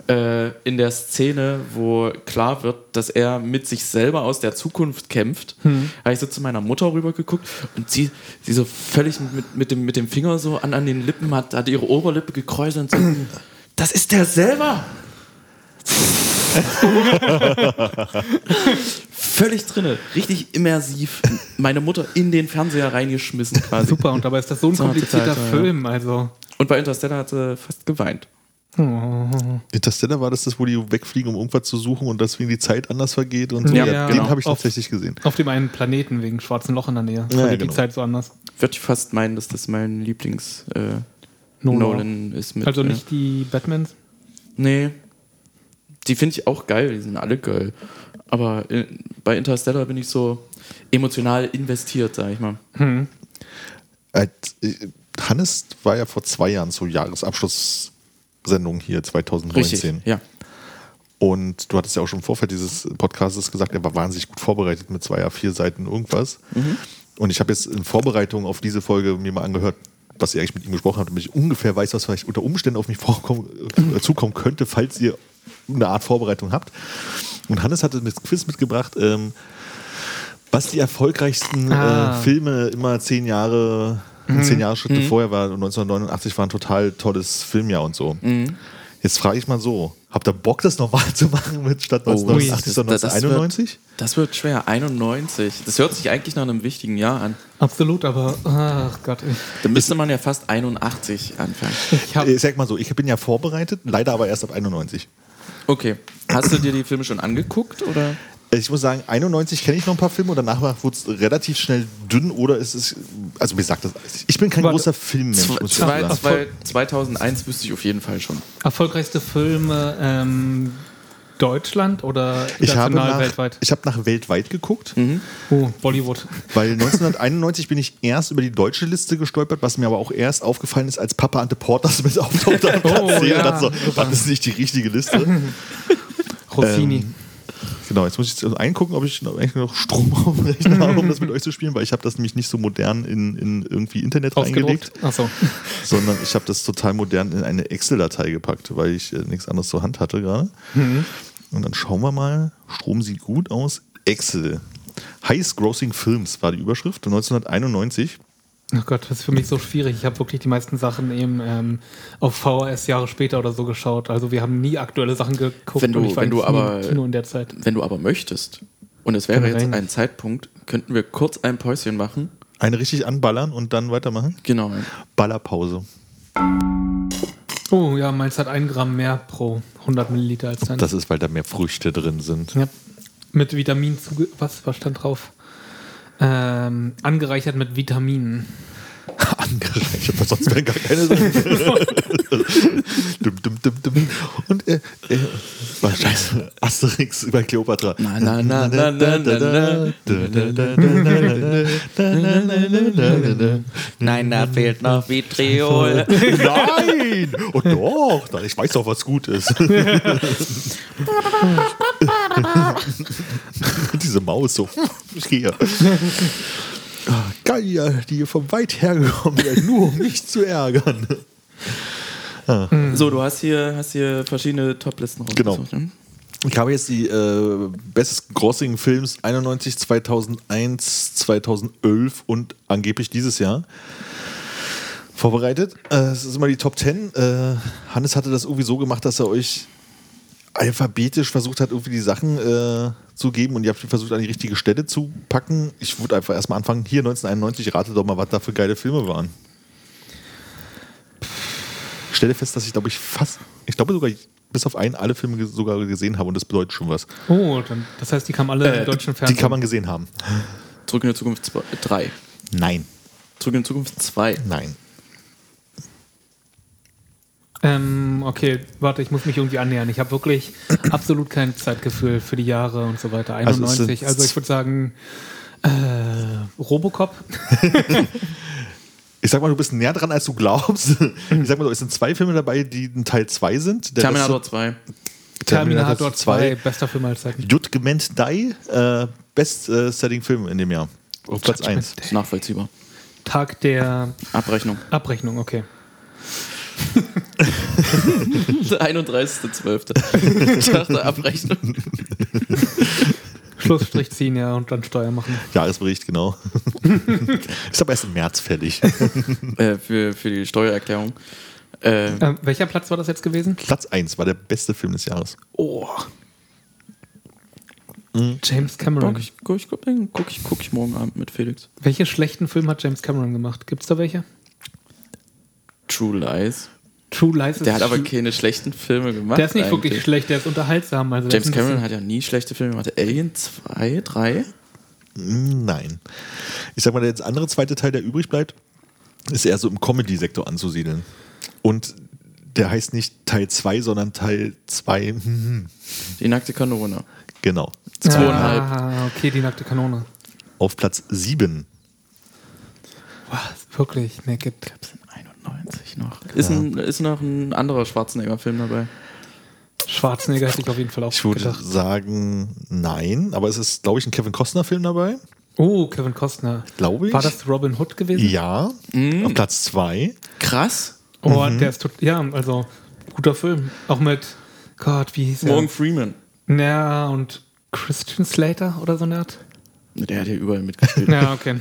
[SPEAKER 2] Äh, in der Szene, wo klar wird, dass er mit sich selber aus der Zukunft kämpft,
[SPEAKER 3] Hm.
[SPEAKER 2] habe ich so zu meiner Mutter rübergeguckt und sie, sie so völlig mit, mit, dem, mit dem Finger so an, an den Lippen hat, hat ihre Oberlippe gekräuselt und so: Das ist der selber! völlig drinne, richtig immersiv. Meine Mutter in den Fernseher reingeschmissen quasi.
[SPEAKER 4] Super, und dabei ist das so ein
[SPEAKER 2] So,
[SPEAKER 4] komplizierter
[SPEAKER 2] total, Also ja.
[SPEAKER 4] Film. Also.
[SPEAKER 2] Und bei Interstellar hat sie fast geweint.
[SPEAKER 4] Oh.
[SPEAKER 3] Interstellar war das, das, wo die wegfliegen, um irgendwas zu suchen und deswegen die Zeit anders vergeht und so.
[SPEAKER 4] Ja,
[SPEAKER 3] Ja,
[SPEAKER 4] ja,
[SPEAKER 3] den
[SPEAKER 4] genau.
[SPEAKER 3] habe ich
[SPEAKER 4] Auf-
[SPEAKER 3] tatsächlich gesehen.
[SPEAKER 4] Auf dem einen Planeten wegen schwarzen Loch in der Nähe.
[SPEAKER 3] Ja,
[SPEAKER 4] Ja, die
[SPEAKER 3] genau.
[SPEAKER 4] Zeit so anders.
[SPEAKER 2] Würde ich fast meinen, dass das mein Lieblings äh,
[SPEAKER 4] Nolan.
[SPEAKER 2] Nolan. ist mit.
[SPEAKER 4] Also
[SPEAKER 2] äh,
[SPEAKER 4] nicht die Batmans.
[SPEAKER 2] Nee. Die finde ich auch geil, die sind alle geil. Aber äh, bei Interstellar bin ich so emotional investiert, sag ich mal.
[SPEAKER 3] Äh, äh, Hannes war ja vor zwei Jahren zur Jahresabschlusssendung hier 2019.
[SPEAKER 2] Ja.
[SPEAKER 3] Und du hattest ja auch schon im Vorfeld dieses Podcasts gesagt, er war wahnsinnig gut vorbereitet mit zwei, vier Seiten irgendwas. Und ich habe jetzt in Vorbereitung auf diese Folge mir mal angehört, was ihr eigentlich mit ihm gesprochen habt, damit ich ungefähr weiß, was vielleicht unter Umständen auf mich vorkommen, äh, zukommen könnte, falls ihr eine Art Vorbereitung habt. Und Hannes hatte ein Quiz mitgebracht, ähm, was die erfolgreichsten
[SPEAKER 4] Ah.
[SPEAKER 3] äh, Filme immer zehn Jahre, zehn Jahre Schritte vorher war. Und 1989 war ein total tolles Filmjahr und so. Jetzt frage ich mal so: Habt ihr Bock, das normal zu machen mit statt
[SPEAKER 4] Oh,
[SPEAKER 2] Oh, das,
[SPEAKER 3] 1989,
[SPEAKER 2] das,
[SPEAKER 3] sondern
[SPEAKER 2] das, wird,
[SPEAKER 3] 1991?
[SPEAKER 2] das wird schwer. 91. Das hört sich eigentlich nach einem wichtigen Jahr an.
[SPEAKER 4] Absolut, aber ach Gott, ich,
[SPEAKER 2] Da müsste man ja fast 81 anfangen.
[SPEAKER 4] ich
[SPEAKER 2] Äh.
[SPEAKER 4] habe
[SPEAKER 3] Ich sag mal so, ich bin ja vorbereitet, leider aber erst ab 91.
[SPEAKER 2] Okay. Hast du dir die Filme schon angeguckt oder?
[SPEAKER 3] Also Ich muss sagen, 91 kenne ich noch ein paar Filme und danach wurde es relativ schnell dünn oder es ist, also mir sagt das, ich bin kein
[SPEAKER 4] Warte.
[SPEAKER 3] großer Filmmensch, muss ich
[SPEAKER 2] Zwei-
[SPEAKER 3] sagen.
[SPEAKER 2] zwei- 2001 wüsste ich auf jeden Fall schon.
[SPEAKER 4] erfolgreichste Filme ähm, Deutschland oder
[SPEAKER 3] Ich habe, nach,
[SPEAKER 4] weltweit?
[SPEAKER 3] ich habe nach weltweit geguckt,
[SPEAKER 4] Oh, Bollywood.
[SPEAKER 2] Ähm,
[SPEAKER 3] weil 1991 bin ich erst über die deutsche Liste gestolpert, was mir aber auch erst aufgefallen ist, als Papa Ante Portas mit auftaucht. auf
[SPEAKER 4] Oh,
[SPEAKER 3] Platz 10.
[SPEAKER 4] ja,
[SPEAKER 3] Und dachte so,
[SPEAKER 4] super.
[SPEAKER 3] das ist nicht die richtige Liste.
[SPEAKER 4] Rossini.
[SPEAKER 3] Ähm, Genau, jetzt muss ich jetzt eingucken, ob ich noch- eigentlich noch Strom auf dem Rechner habe, um das mit euch zu spielen, weil ich habe das nämlich nicht so modern in, in irgendwie Internet reingelegt,
[SPEAKER 4] Ausgedruckt. Achso.
[SPEAKER 3] sondern ich habe das total modern in eine Excel-Datei gepackt, weil ich äh, nichts anderes zur Hand hatte gerade. Und dann schauen wir mal, Strom sieht gut aus, Excel. Highest Grossing Films war die Überschrift 1991.
[SPEAKER 4] Ach Gott, das ist für mich so schwierig. Ich habe wirklich die meisten Sachen eben ähm, auf VHS Jahre später oder so geschaut. Also wir haben nie aktuelle Sachen geguckt.
[SPEAKER 2] Wenn du-
[SPEAKER 4] und ich war
[SPEAKER 2] wenn du
[SPEAKER 4] eigentlich nie im
[SPEAKER 2] aber- äh,
[SPEAKER 4] Kino in der Zeit.
[SPEAKER 2] Wenn du aber möchtest, und es wäre
[SPEAKER 4] Können wir
[SPEAKER 2] jetzt
[SPEAKER 4] rein.
[SPEAKER 2] ein Zeitpunkt, könnten wir kurz ein Päuschen machen.
[SPEAKER 3] Eine richtig anballern und dann weitermachen.
[SPEAKER 2] Genau.
[SPEAKER 3] Ballerpause.
[SPEAKER 4] Oh ja, meins hat ein Gramm mehr pro 100 Milliliter als dein.
[SPEAKER 3] Das ist, weil da mehr Früchte drin sind.
[SPEAKER 4] Ja. Mit Vitamin zuge... Was, was stand drauf? Ähm, angereichert mit Vitaminen.
[SPEAKER 3] angereichert, weil sonst wären gar keine drin. dum, dum, dum, dum. Und äh, äh, was scheiße, Asterix über Cleopatra.
[SPEAKER 2] Na, na, na, na, na, na, na. Nein, da fehlt noch Vitriol.
[SPEAKER 3] Nein! Und doch, na, ich weiß doch, was gut ist. diese Maus so. Hier. Ah, Geier, die hier von weit hergekommen sind, nur um mich zu ärgern.
[SPEAKER 2] So, du hast hier, hast hier verschiedene Top-Listen
[SPEAKER 3] Genau.
[SPEAKER 2] rausgesucht, ne?
[SPEAKER 3] Ich habe jetzt die äh, besten grossing Films 91, 2001, 2011 und angeblich dieses Jahr vorbereitet. Äh, Es ist immer die Top 10. Äh, Hannes hatte das irgendwie so gemacht, dass er euch alphabetisch versucht hat, irgendwie die Sachen äh, zu geben und ihr habt versucht, an die richtige Stelle zu packen. Ich würde einfach erstmal anfangen. Hier 1991, rate doch mal, was da für geile Filme waren. Ich stelle fest, dass ich glaube ich fast, ich glaube sogar bis auf einen alle Filme ges- sogar gesehen habe und das bedeutet schon was.
[SPEAKER 4] Oh, dann, das heißt, Äh, die kamen alle im deutschen
[SPEAKER 3] Die
[SPEAKER 4] Fernsehen.
[SPEAKER 3] kann man gesehen haben.
[SPEAKER 2] Zurück in die Zukunft 2, 3.
[SPEAKER 3] Nein.
[SPEAKER 2] Zurück in die Zukunft 2.
[SPEAKER 3] Nein.
[SPEAKER 4] ähm, okay, warte, ich muss mich irgendwie annähern. Ich habe wirklich absolut kein Zeitgefühl für die Jahre und so weiter.
[SPEAKER 3] Also es sind
[SPEAKER 4] 91, also, ich würde sagen äh, Robocop.
[SPEAKER 3] Ich sag mal, du bist näher dran, als du glaubst. Ich sag mal so, es sind zwei Filme dabei, die ein Teil 2 sind. Der
[SPEAKER 2] Terminator 2.
[SPEAKER 3] letzte-
[SPEAKER 4] Terminator 2, bester Film aller Zeiten.
[SPEAKER 3] Jut Gement Dai, äh, Best-Selling-Film in dem Jahr. Auf Platz 1.
[SPEAKER 2] Ist nachvollziehbar.
[SPEAKER 4] Tag der
[SPEAKER 2] Abrechnung.
[SPEAKER 4] Abrechnung, okay.
[SPEAKER 2] 31.12. Tag der Abrechnung.
[SPEAKER 4] Schlussstrich ziehen, ja, und dann Steuer machen.
[SPEAKER 3] Jahresbericht, genau. ist aber erst im März fällig.
[SPEAKER 2] äh, für, für die Steuererklärung. Äh,
[SPEAKER 4] Ähm, welcher Platz war das jetzt gewesen?
[SPEAKER 3] Platz 1 war der beste Film des Jahres.
[SPEAKER 2] oh.
[SPEAKER 4] James
[SPEAKER 2] Guck
[SPEAKER 4] Cameron.
[SPEAKER 2] ich, guck, ich, guck, den- guck, ich, guck ich morgen Abend mit Felix.
[SPEAKER 4] Welche schlechten Filme hat James Cameron gemacht? Gibt es da welche?
[SPEAKER 2] True Lies.
[SPEAKER 4] True Lies ist
[SPEAKER 2] Der hat aber
[SPEAKER 4] schl-
[SPEAKER 2] keine schlechten Filme gemacht.
[SPEAKER 4] Der ist nicht wirklich
[SPEAKER 2] eigentlich.
[SPEAKER 4] schlecht, der ist unterhaltsam. Also der
[SPEAKER 2] James
[SPEAKER 4] ist ein
[SPEAKER 2] Cameron
[SPEAKER 4] bisschen-
[SPEAKER 2] hat ja nie schlechte Filme gemacht. Alien 2, 3?
[SPEAKER 3] Nein. Ich sag mal, der jetzt andere zweite Teil, der übrig bleibt, ist eher so im Comedy-Sektor anzusiedeln. Und der heißt nicht Teil 2, sondern Teil 2.
[SPEAKER 2] Die nackte Kanone.
[SPEAKER 3] Genau.
[SPEAKER 2] zweieinhalb.
[SPEAKER 4] Ah, okay, die nackte Kanone.
[SPEAKER 3] Auf Platz 7.
[SPEAKER 4] Was? Wirklich, naked.
[SPEAKER 2] 91 noch. Ist, ein, ist noch ein anderer Schwarzenegger-Film dabei.
[SPEAKER 4] Schwarzenegger hätte ich auf jeden Fall auch
[SPEAKER 3] Ich würde
[SPEAKER 4] gedacht.
[SPEAKER 3] sagen, nein. Aber es ist, glaube ich, ein Kevin Costner-Film dabei.
[SPEAKER 4] Oh, Kevin Costner.
[SPEAKER 3] Glaube ich.
[SPEAKER 4] War das Robin Hood gewesen?
[SPEAKER 3] Ja.
[SPEAKER 4] Mhm.
[SPEAKER 3] Auf Platz 2.
[SPEAKER 2] Krass.
[SPEAKER 4] Oh, der ist tot. Ja, also guter Film. Auch mit Gott, wie hieß
[SPEAKER 2] Morgan Freeman.
[SPEAKER 4] er? Ja, und Christian Slater oder so eine Art?
[SPEAKER 2] Der hat ja überall mitgespielt.
[SPEAKER 4] Ja, okay.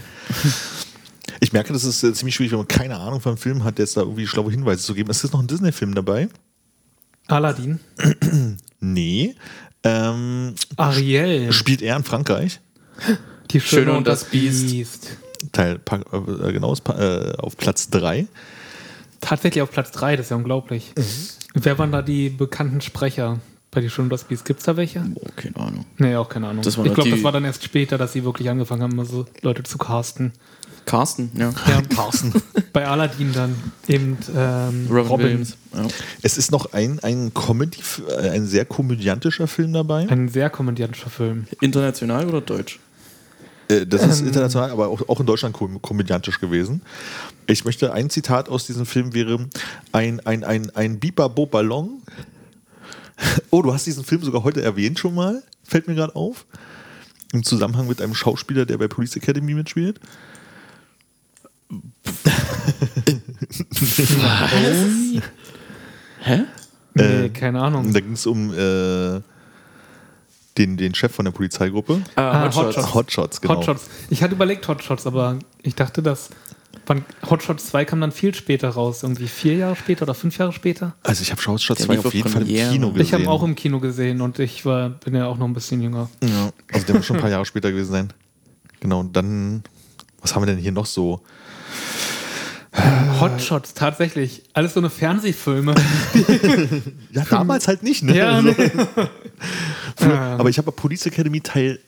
[SPEAKER 3] Ich merke, das ist äh, ziemlich schwierig, wenn man keine Ahnung vom Film hat, jetzt da irgendwie schlaue Hinweise zu geben. Ist jetzt noch ein Disney-Film dabei?
[SPEAKER 4] Aladdin.
[SPEAKER 3] Nee. Ähm,
[SPEAKER 4] Ariel.
[SPEAKER 3] spielt er in Frankreich?
[SPEAKER 4] Die Schöne,
[SPEAKER 2] Schöne
[SPEAKER 4] und,
[SPEAKER 2] und
[SPEAKER 4] das,
[SPEAKER 2] das
[SPEAKER 4] Biest.
[SPEAKER 2] Biest.
[SPEAKER 3] Teil, pa- äh, genau, ist pa- äh, auf Platz 3.
[SPEAKER 4] Tatsächlich auf Platz 3, das ist ja unglaublich. Wer waren da die bekannten Sprecher bei Die Schöne und das Biest? Gibt es da welche?
[SPEAKER 2] Oh, keine Ahnung.
[SPEAKER 4] Nee, auch keine Ahnung.
[SPEAKER 2] Das waren
[SPEAKER 4] ich glaube,
[SPEAKER 2] die-
[SPEAKER 4] das war dann erst später, dass sie wirklich angefangen haben, so Leute zu casten.
[SPEAKER 2] Carsten, ja.
[SPEAKER 4] Ja, casten. Bei Aladdin dann eben ähm,
[SPEAKER 2] Robin,
[SPEAKER 4] Robin.
[SPEAKER 2] Williams. Ja.
[SPEAKER 3] Es ist noch ein, ein Comedy, äh, ein sehr komödiantischer Film dabei.
[SPEAKER 4] Ein sehr komödiantischer Film.
[SPEAKER 2] International oder deutsch?
[SPEAKER 3] Äh, Das
[SPEAKER 4] Ähm.
[SPEAKER 3] ist international, aber auch, auch in Deutschland kom komödiantisch gewesen. Ich möchte ein Zitat aus diesem Film wäre ein ein ein ein Bibabo Ballon. Oh, du hast diesen Film sogar heute erwähnt schon mal. Fällt mir gerade auf. Im Zusammenhang mit einem Schauspieler, der bei Police Academy mitspielt.
[SPEAKER 2] Hä? Äh,
[SPEAKER 4] Nee, keine Ahnung.
[SPEAKER 3] Und da ging es um äh, den, den Chef von der Polizeigruppe.
[SPEAKER 4] Ah, Hotshots.
[SPEAKER 3] Hotshots, genau.
[SPEAKER 4] Hotshots. Ich hatte überlegt Hotshots, aber ich dachte, dass wann Hotshots 2 kam dann viel später raus. Irgendwie vier Jahre später oder fünf Jahre später.
[SPEAKER 3] Also ich habe Hotshots
[SPEAKER 2] Der
[SPEAKER 3] 2
[SPEAKER 2] lief
[SPEAKER 3] auf
[SPEAKER 2] auf
[SPEAKER 3] jeden Fall im
[SPEAKER 2] Premiere.
[SPEAKER 3] Kino gesehen.
[SPEAKER 4] Ich habe auch im Kino gesehen und ich war, bin ja auch noch ein bisschen jünger.
[SPEAKER 3] Ja, also der muss schon ein paar Jahre später gewesen sein. Genau, und dann, was haben wir denn hier noch so?
[SPEAKER 4] Hotshots, tatsächlich. Alles so eine Fernsehfilme.
[SPEAKER 3] Ja, damals halt nicht, ne?
[SPEAKER 4] Ja,
[SPEAKER 3] also,
[SPEAKER 4] nee. Ah.
[SPEAKER 3] Aber ich habe Police Academy Teil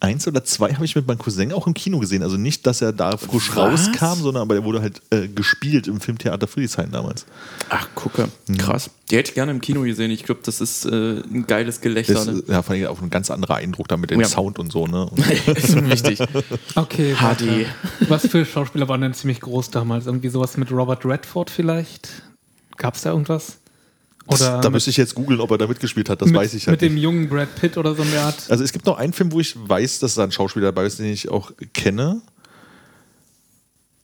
[SPEAKER 3] 1 oder 2 habe ich mit meinem Cousin auch im Kino gesehen. Also nicht, dass er da frisch
[SPEAKER 2] Was?
[SPEAKER 3] rauskam, sondern aber der wurde halt äh, gespielt im Filmtheater Friedrichshain damals.
[SPEAKER 2] Ach, gucke.
[SPEAKER 4] Mhm.
[SPEAKER 2] Krass. Die hätte ich gerne im Kino gesehen. Ich glaube, das ist äh, ein geiles Gelächter.
[SPEAKER 3] Das,
[SPEAKER 2] ne?
[SPEAKER 3] ist, ja, fand ich auch ein ganz anderer Eindruck da mit dem
[SPEAKER 2] Ja.
[SPEAKER 3] Sound und so, ne? Und
[SPEAKER 2] ist wichtig.
[SPEAKER 4] Okay. warte.
[SPEAKER 2] HD.
[SPEAKER 4] Was für Schauspieler waren denn ziemlich groß damals? Irgendwie sowas mit Robert Redford vielleicht? Gab es da irgendwas? Oder
[SPEAKER 3] da
[SPEAKER 4] mit-
[SPEAKER 3] müsste ich jetzt googeln, ob er da mitgespielt hat. Das
[SPEAKER 4] mit,
[SPEAKER 3] weiß ich halt
[SPEAKER 4] Mit dem
[SPEAKER 3] nicht.
[SPEAKER 4] jungen Brad Pitt oder so eine Art.
[SPEAKER 3] Also es gibt noch einen Film, wo ich weiß, dass da ein Schauspieler dabei ist, den ich auch kenne.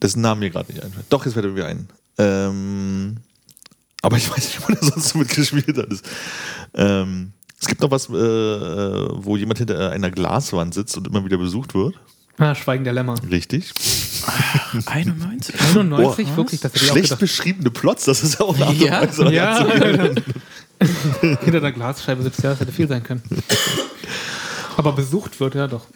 [SPEAKER 3] Dessen Namen mir gerade nicht einfällt. Doch, jetzt fällt er mir ein. Ähm, aber ich weiß nicht, wo der sonst so mitgespielt hat. Das- Ähm, es gibt noch was, äh, äh, wo jemand hinter einer Glaswand sitzt und immer wieder besucht wird.
[SPEAKER 4] Ah, Schweigen der Lämmer.
[SPEAKER 3] Richtig.
[SPEAKER 2] 91?
[SPEAKER 4] 91,
[SPEAKER 2] Boah,
[SPEAKER 4] wirklich, das hätte ich auch
[SPEAKER 3] Schlecht
[SPEAKER 4] gedacht.
[SPEAKER 3] beschriebene Plots, das ist ja auch eine Art
[SPEAKER 2] Ja,
[SPEAKER 3] und Weise.
[SPEAKER 4] Ja.
[SPEAKER 3] reinzugehen.
[SPEAKER 4] Hinter der Glasscheibe sitzt ja, das hätte viel sein können. Aber besucht wird, ja doch.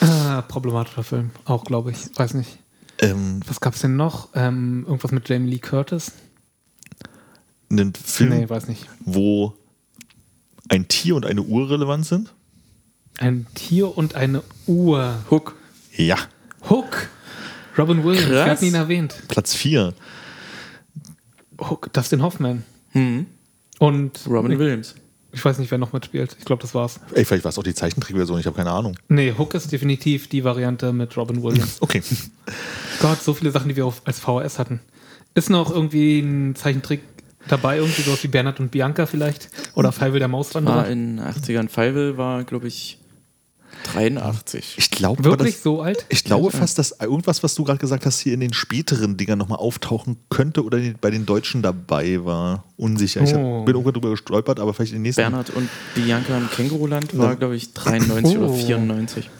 [SPEAKER 4] ah, problematischer Film, auch glaube ich. Weiß nicht.
[SPEAKER 3] Ähm,
[SPEAKER 4] Was gab's denn noch? Ähm, irgendwas mit Jamie Lee Curtis?
[SPEAKER 3] einen Film,
[SPEAKER 4] Nee, weiß nicht.
[SPEAKER 3] wo ein Tier und eine Uhr relevant sind.
[SPEAKER 4] Ein Tier und eine Uhr.
[SPEAKER 2] Hook.
[SPEAKER 3] Ja.
[SPEAKER 4] Hook! Robin Williams, wir
[SPEAKER 2] Krass.
[SPEAKER 4] hatten ihn erwähnt.
[SPEAKER 3] Platz 4.
[SPEAKER 4] Hook, Dustin Hoffman.
[SPEAKER 2] Hm.
[SPEAKER 4] Und
[SPEAKER 2] Robin Williams.
[SPEAKER 4] ich weiß nicht, wer noch mitspielt. Ich glaube, das war's.
[SPEAKER 3] Ey, vielleicht war es auch die Zeichentrickversion, ich habe keine Ahnung.
[SPEAKER 4] Nee, Hook ist definitiv die Variante mit Robin Williams.
[SPEAKER 3] Okay.
[SPEAKER 4] Gott, so viele Sachen, die wir auf, als VHS hatten. Ist noch irgendwie ein Zeichentrick dabei, irgendwie sowas wie Bernhard und Bianca vielleicht? Oder Feivel der
[SPEAKER 2] War
[SPEAKER 4] Mauswanderer?
[SPEAKER 2] in den 80ern. Feivel war, glaube ich, 83.
[SPEAKER 3] Ich glaube,
[SPEAKER 4] Wirklich
[SPEAKER 3] das-
[SPEAKER 4] so alt?
[SPEAKER 3] ich glaube fast, dass irgendwas, was du gerade gesagt hast, hier in den späteren Dingern nochmal auftauchen könnte oder die- bei den Deutschen dabei war. Unsicher. Ich
[SPEAKER 4] Oh.
[SPEAKER 3] hab, bin irgendwann drüber gestolpert, aber vielleicht in den nächsten.
[SPEAKER 2] Bernhard und Bianca im Känguruland war, glaube ich, 93
[SPEAKER 4] Oh.
[SPEAKER 2] oder 94.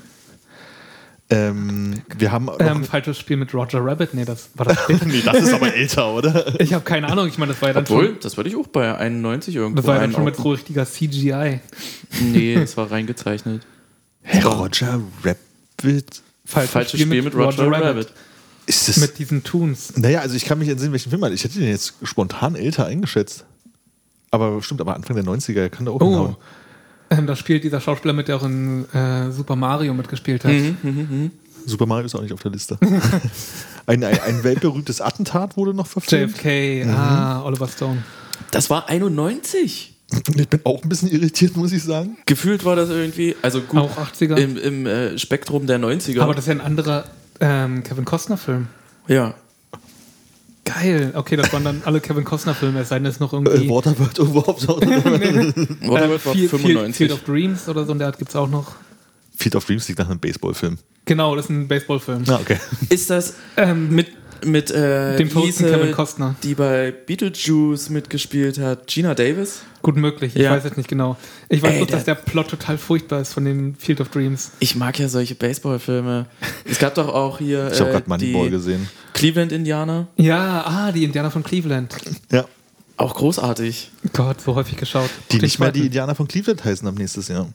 [SPEAKER 3] Ähm, wir haben. Noch,
[SPEAKER 4] Ähm, falsches Spiel mit Roger Rabbit? Nee, das war das später.
[SPEAKER 3] nee, das ist aber älter, oder?
[SPEAKER 4] Ich habe keine Ahnung. Ich meine, das war ja dann
[SPEAKER 2] Obwohl,
[SPEAKER 4] schon,
[SPEAKER 2] das würde ich auch bei 91 irgendwo
[SPEAKER 4] das war ja dann schon mit
[SPEAKER 2] einordnen.
[SPEAKER 4] so richtiger CGI.
[SPEAKER 2] Nee, das war reingezeichnet.
[SPEAKER 3] Herr Roger Rabbit.
[SPEAKER 4] Falsches,
[SPEAKER 2] Falsches Spiel mit Roger, Rabbit.
[SPEAKER 3] Ist das.
[SPEAKER 4] Mit diesen Toons.
[SPEAKER 3] naja, also ich kann mich entsinnen, welchen Film man. Ich hätte den jetzt spontan älter eingeschätzt. Aber stimmt, aber Anfang der 90er kann da auch.
[SPEAKER 4] Oh.
[SPEAKER 3] genau-
[SPEAKER 4] Ähm, da spielt dieser Schauspieler mit, der auch in äh, Super Mario mitgespielt hat.
[SPEAKER 3] Super Mario ist auch nicht auf der Liste. ein, ein, ein weltberühmtes Attentat wurde noch verfilmt.
[SPEAKER 4] JFK, ah, Oliver Stone.
[SPEAKER 2] Das war 91.
[SPEAKER 3] Ich bin auch ein bisschen irritiert, muss ich sagen.
[SPEAKER 2] Gefühlt war das irgendwie, also gut,
[SPEAKER 4] Auch 80er?
[SPEAKER 2] im, im äh, Spektrum der 90er.
[SPEAKER 4] Aber das ist ja ein anderer ähm, Kevin Costner-Film.
[SPEAKER 2] ja.
[SPEAKER 4] Geil. Okay, das waren dann alle Kevin Costner-Filme, es sei denn, es ist noch
[SPEAKER 3] Äh,
[SPEAKER 4] irgendwie. äh,
[SPEAKER 3] Waterbird irgendwo auf
[SPEAKER 2] Waterworld war
[SPEAKER 4] Field, Field,
[SPEAKER 2] 95.
[SPEAKER 4] Field of Dreams oder so, und der gibt es auch noch.
[SPEAKER 3] Field of Dreams liegt nach einem Baseballfilm.
[SPEAKER 4] Genau, das ist ein Baseballfilm.
[SPEAKER 3] Ah, okay.
[SPEAKER 2] Ist das
[SPEAKER 4] Ähm,
[SPEAKER 2] mit, mit äh,
[SPEAKER 4] Dem
[SPEAKER 2] wie hieß
[SPEAKER 4] verrückten
[SPEAKER 2] sie,
[SPEAKER 4] Kevin Costner.
[SPEAKER 2] die bei Beetlejuice mitgespielt hat, Gina Davis?
[SPEAKER 4] Gut möglich, ich
[SPEAKER 2] Ja.
[SPEAKER 4] weiß jetzt nicht genau. Ich weiß
[SPEAKER 2] Ey,
[SPEAKER 4] bloß, dass der
[SPEAKER 2] der-
[SPEAKER 4] Plot total furchtbar ist von dem Field of Dreams.
[SPEAKER 2] Ich mag ja solche Baseballfilme. es gab doch auch hier
[SPEAKER 3] Ich habe
[SPEAKER 2] äh,
[SPEAKER 3] gerade Moneyball
[SPEAKER 2] die
[SPEAKER 3] gesehen.
[SPEAKER 2] Cleveland-Indianer.
[SPEAKER 4] Ja, ah, die Indianer von Cleveland.
[SPEAKER 3] Ja.
[SPEAKER 2] Auch großartig.
[SPEAKER 4] Gott, so häufig geschaut.
[SPEAKER 3] Die
[SPEAKER 4] Den
[SPEAKER 3] nicht mehr die
[SPEAKER 4] zweiten.
[SPEAKER 3] Indianer von Cleveland heißen am nächstes Jahr.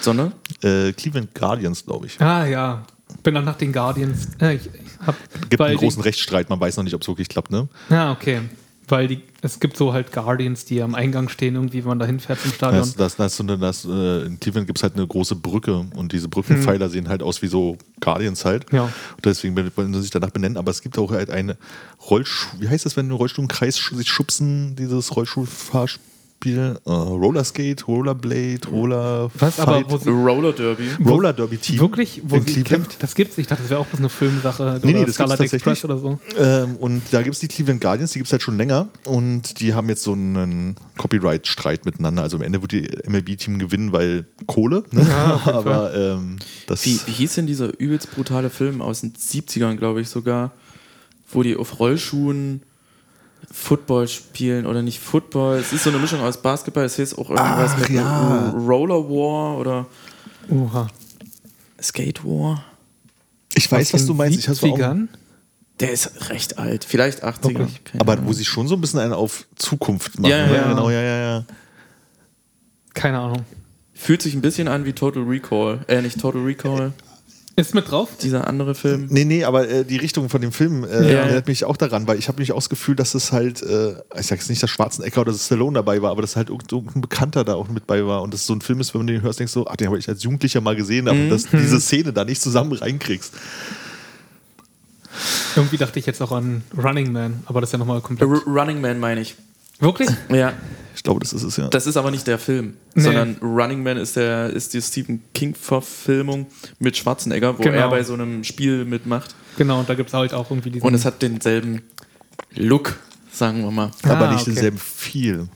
[SPEAKER 2] Sonne?
[SPEAKER 3] Äh, Cleveland Guardians, glaube ich.
[SPEAKER 4] Ah ja, bin dann nach den Guardians. Äh, ich, ich hab,
[SPEAKER 3] Gibt
[SPEAKER 4] weil
[SPEAKER 3] einen großen
[SPEAKER 4] die,
[SPEAKER 3] Rechtsstreit, man weiß noch nicht, ob es wirklich klappt, ne?
[SPEAKER 4] Ja, okay. Weil die, es gibt so halt Guardians, die am Eingang stehen, irgendwie, wenn man da hinfährt zum Stadion.
[SPEAKER 3] Das, das, das, das, das, äh, in Cleveland gibt es halt eine große Brücke und diese Brückenpfeiler sehen halt aus wie so Guardians halt.
[SPEAKER 4] Hm. Ja.
[SPEAKER 3] Und deswegen wollen sie sich danach benennen. Aber es gibt auch halt eine Rollschuh, wie heißt das, wenn Rollstuhl im Kreis sch- sich schubsen, dieses Rollschuhfahrspiel? Äh, Rollerskate, Rollerblade, Roller.
[SPEAKER 4] Was aber, wo sie
[SPEAKER 2] Roller Derby.
[SPEAKER 3] Roller Derby Team.
[SPEAKER 4] wirklich, wo
[SPEAKER 3] in
[SPEAKER 4] sie
[SPEAKER 3] Cleveland.
[SPEAKER 4] kämpft, das gibt's. Ich dachte, das wäre auch bloß eine Filmsache.
[SPEAKER 3] Nee,
[SPEAKER 4] oder
[SPEAKER 3] nee, das gibt's
[SPEAKER 4] Starlight Express
[SPEAKER 3] tatsächlich.
[SPEAKER 4] oder so.
[SPEAKER 3] Ähm, und da gibt es die Cleveland Guardians, die gibt es halt schon länger und die haben jetzt so einen Copyright-Streit miteinander. Also am Ende wird die MLB-Team gewinnen, weil Kohle. Ne? Aber ähm, das
[SPEAKER 2] Wie, wie hieß denn dieser übelst brutale Film aus den 70ern, glaube ich sogar, wo die auf Rollschuhen Football spielen oder nicht Football? Es ist so eine Mischung aus Basketball, es hieß auch irgendwas
[SPEAKER 3] Ach,
[SPEAKER 2] mit
[SPEAKER 3] ja.
[SPEAKER 2] einer Roller War oder
[SPEAKER 4] Oha.
[SPEAKER 2] Skate War.
[SPEAKER 3] ich weiß, was du meinst. Ich hab's auch,
[SPEAKER 4] Siegern?
[SPEAKER 2] Der ist recht alt, vielleicht 80er.
[SPEAKER 4] Wirklich?
[SPEAKER 2] Keine
[SPEAKER 3] aber
[SPEAKER 2] Ahnung.
[SPEAKER 3] wo sie schon so ein bisschen einen auf Zukunft machen.
[SPEAKER 2] Ja,
[SPEAKER 3] ne?
[SPEAKER 2] ja.
[SPEAKER 3] Genau, ja, ja, ja.
[SPEAKER 4] Keine Ahnung.
[SPEAKER 2] Fühlt sich ein bisschen an wie Total Recall. Äh, nicht Total Recall,
[SPEAKER 4] Ist mit drauf?
[SPEAKER 2] dieser andere Film.
[SPEAKER 3] Nee, nee, aber äh, die Richtung von dem Film äh,
[SPEAKER 2] Ja.
[SPEAKER 3] erinnert mich auch daran, weil ich habe mich auch das Gefühl, dass es halt, äh, ich sag jetzt nicht, dass Schwarzenegger oder dass Stallone dabei war, aber dass halt irgend- irgendein Bekannter da auch mit bei war und das so ein Film ist, wenn man den hörst, denkst du, ach, den habe ich als Jugendlicher mal gesehen,
[SPEAKER 4] Mhm.
[SPEAKER 3] aber dass du diese Szene da nicht zusammen reinkriegst.
[SPEAKER 4] Irgendwie dachte ich jetzt auch an Running Man, aber das ist ja nochmal komplett.
[SPEAKER 2] R Running Man meine ich.
[SPEAKER 4] Wirklich?
[SPEAKER 2] Ja,
[SPEAKER 3] Ich glaube, das ist es ja.
[SPEAKER 2] das ist aber nicht der Film,
[SPEAKER 4] Nee.
[SPEAKER 2] sondern Running Man ist, der, ist die Stephen King-Verfilmung mit Schwarzenegger, wo
[SPEAKER 4] Genau.
[SPEAKER 2] er bei so einem Spiel mitmacht.
[SPEAKER 4] Genau, und da gibt's halt auch irgendwie diesen.
[SPEAKER 2] Und es hat denselben Look. sagen wir mal.
[SPEAKER 3] aber
[SPEAKER 4] Ah,
[SPEAKER 3] nicht
[SPEAKER 4] okay.
[SPEAKER 3] denselben viel.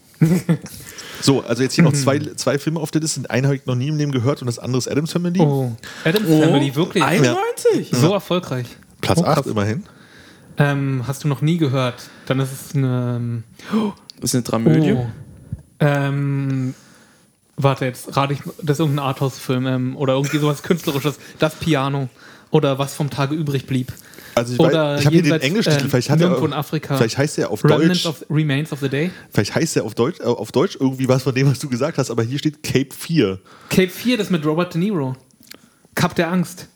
[SPEAKER 3] so, also jetzt hier
[SPEAKER 4] Mhm.
[SPEAKER 3] noch zwei, zwei Filme auf der Liste. Den einen habe ich noch nie im Leben gehört und das andere ist Adams Family.
[SPEAKER 4] Oh. Adams Family, wirklich.
[SPEAKER 2] 91?
[SPEAKER 4] So erfolgreich.
[SPEAKER 3] Platz
[SPEAKER 4] Oh, krass.
[SPEAKER 3] 8 immerhin.
[SPEAKER 4] Ähm, hast du noch nie gehört? Dann ist es eine. ähm,
[SPEAKER 2] Ist eine Dramödie.
[SPEAKER 4] Oh. Ähm, warte, jetzt rate ich. Das ist irgendein Arthouse-Film ähm, oder irgendwie sowas Künstlerisches. Das Piano oder was vom Tage übrig blieb.
[SPEAKER 3] Also ich, weiß- ich habe hier den
[SPEAKER 4] jenseits,
[SPEAKER 3] englischen Titel.
[SPEAKER 4] äh,
[SPEAKER 3] Vielleicht, hat er,
[SPEAKER 4] Nirgendwo in Afrika.
[SPEAKER 3] vielleicht heißt er auf
[SPEAKER 4] Remnants
[SPEAKER 3] Deutsch.
[SPEAKER 4] of Remains of the Day.
[SPEAKER 3] Vielleicht heißt er auf Deutsch, äh, auf Deutsch irgendwie was von dem, was du gesagt hast. Aber hier steht Cape 4.
[SPEAKER 4] Cape 4, das mit Robert De Niro. Cup der Angst.